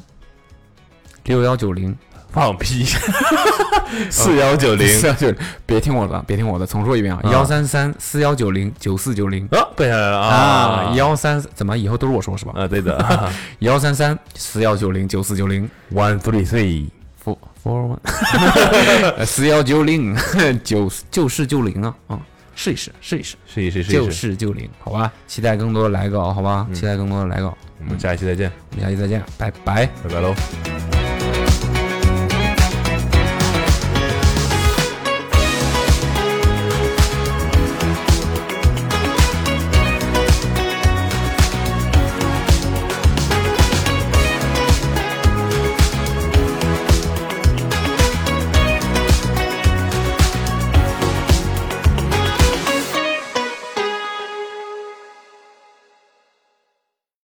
Speaker 4: 六幺九零
Speaker 2: 放屁， 四幺九零
Speaker 4: 四幺九零，别听我的，别听我的，重说一遍啊！
Speaker 2: 啊
Speaker 4: 幺三三四幺九零九四九零
Speaker 2: 啊，背下来了
Speaker 4: 啊
Speaker 2: 啊！
Speaker 4: 幺三怎么以后都是我说是吧？
Speaker 2: 啊，对的，
Speaker 4: 幺三三四幺九零九四九零
Speaker 2: one three three，
Speaker 4: four four one 四幺九零九就是就零啊啊！试一试，试一试，
Speaker 2: 试一试，嗯试一试，
Speaker 4: 就是就零，好吧？期待更多的来稿，好吧？期待更多的来稿，
Speaker 2: 我们下一期再见，
Speaker 4: 我们下期再见，拜拜。
Speaker 2: 拜拜喽。
Speaker 4: 拜拜。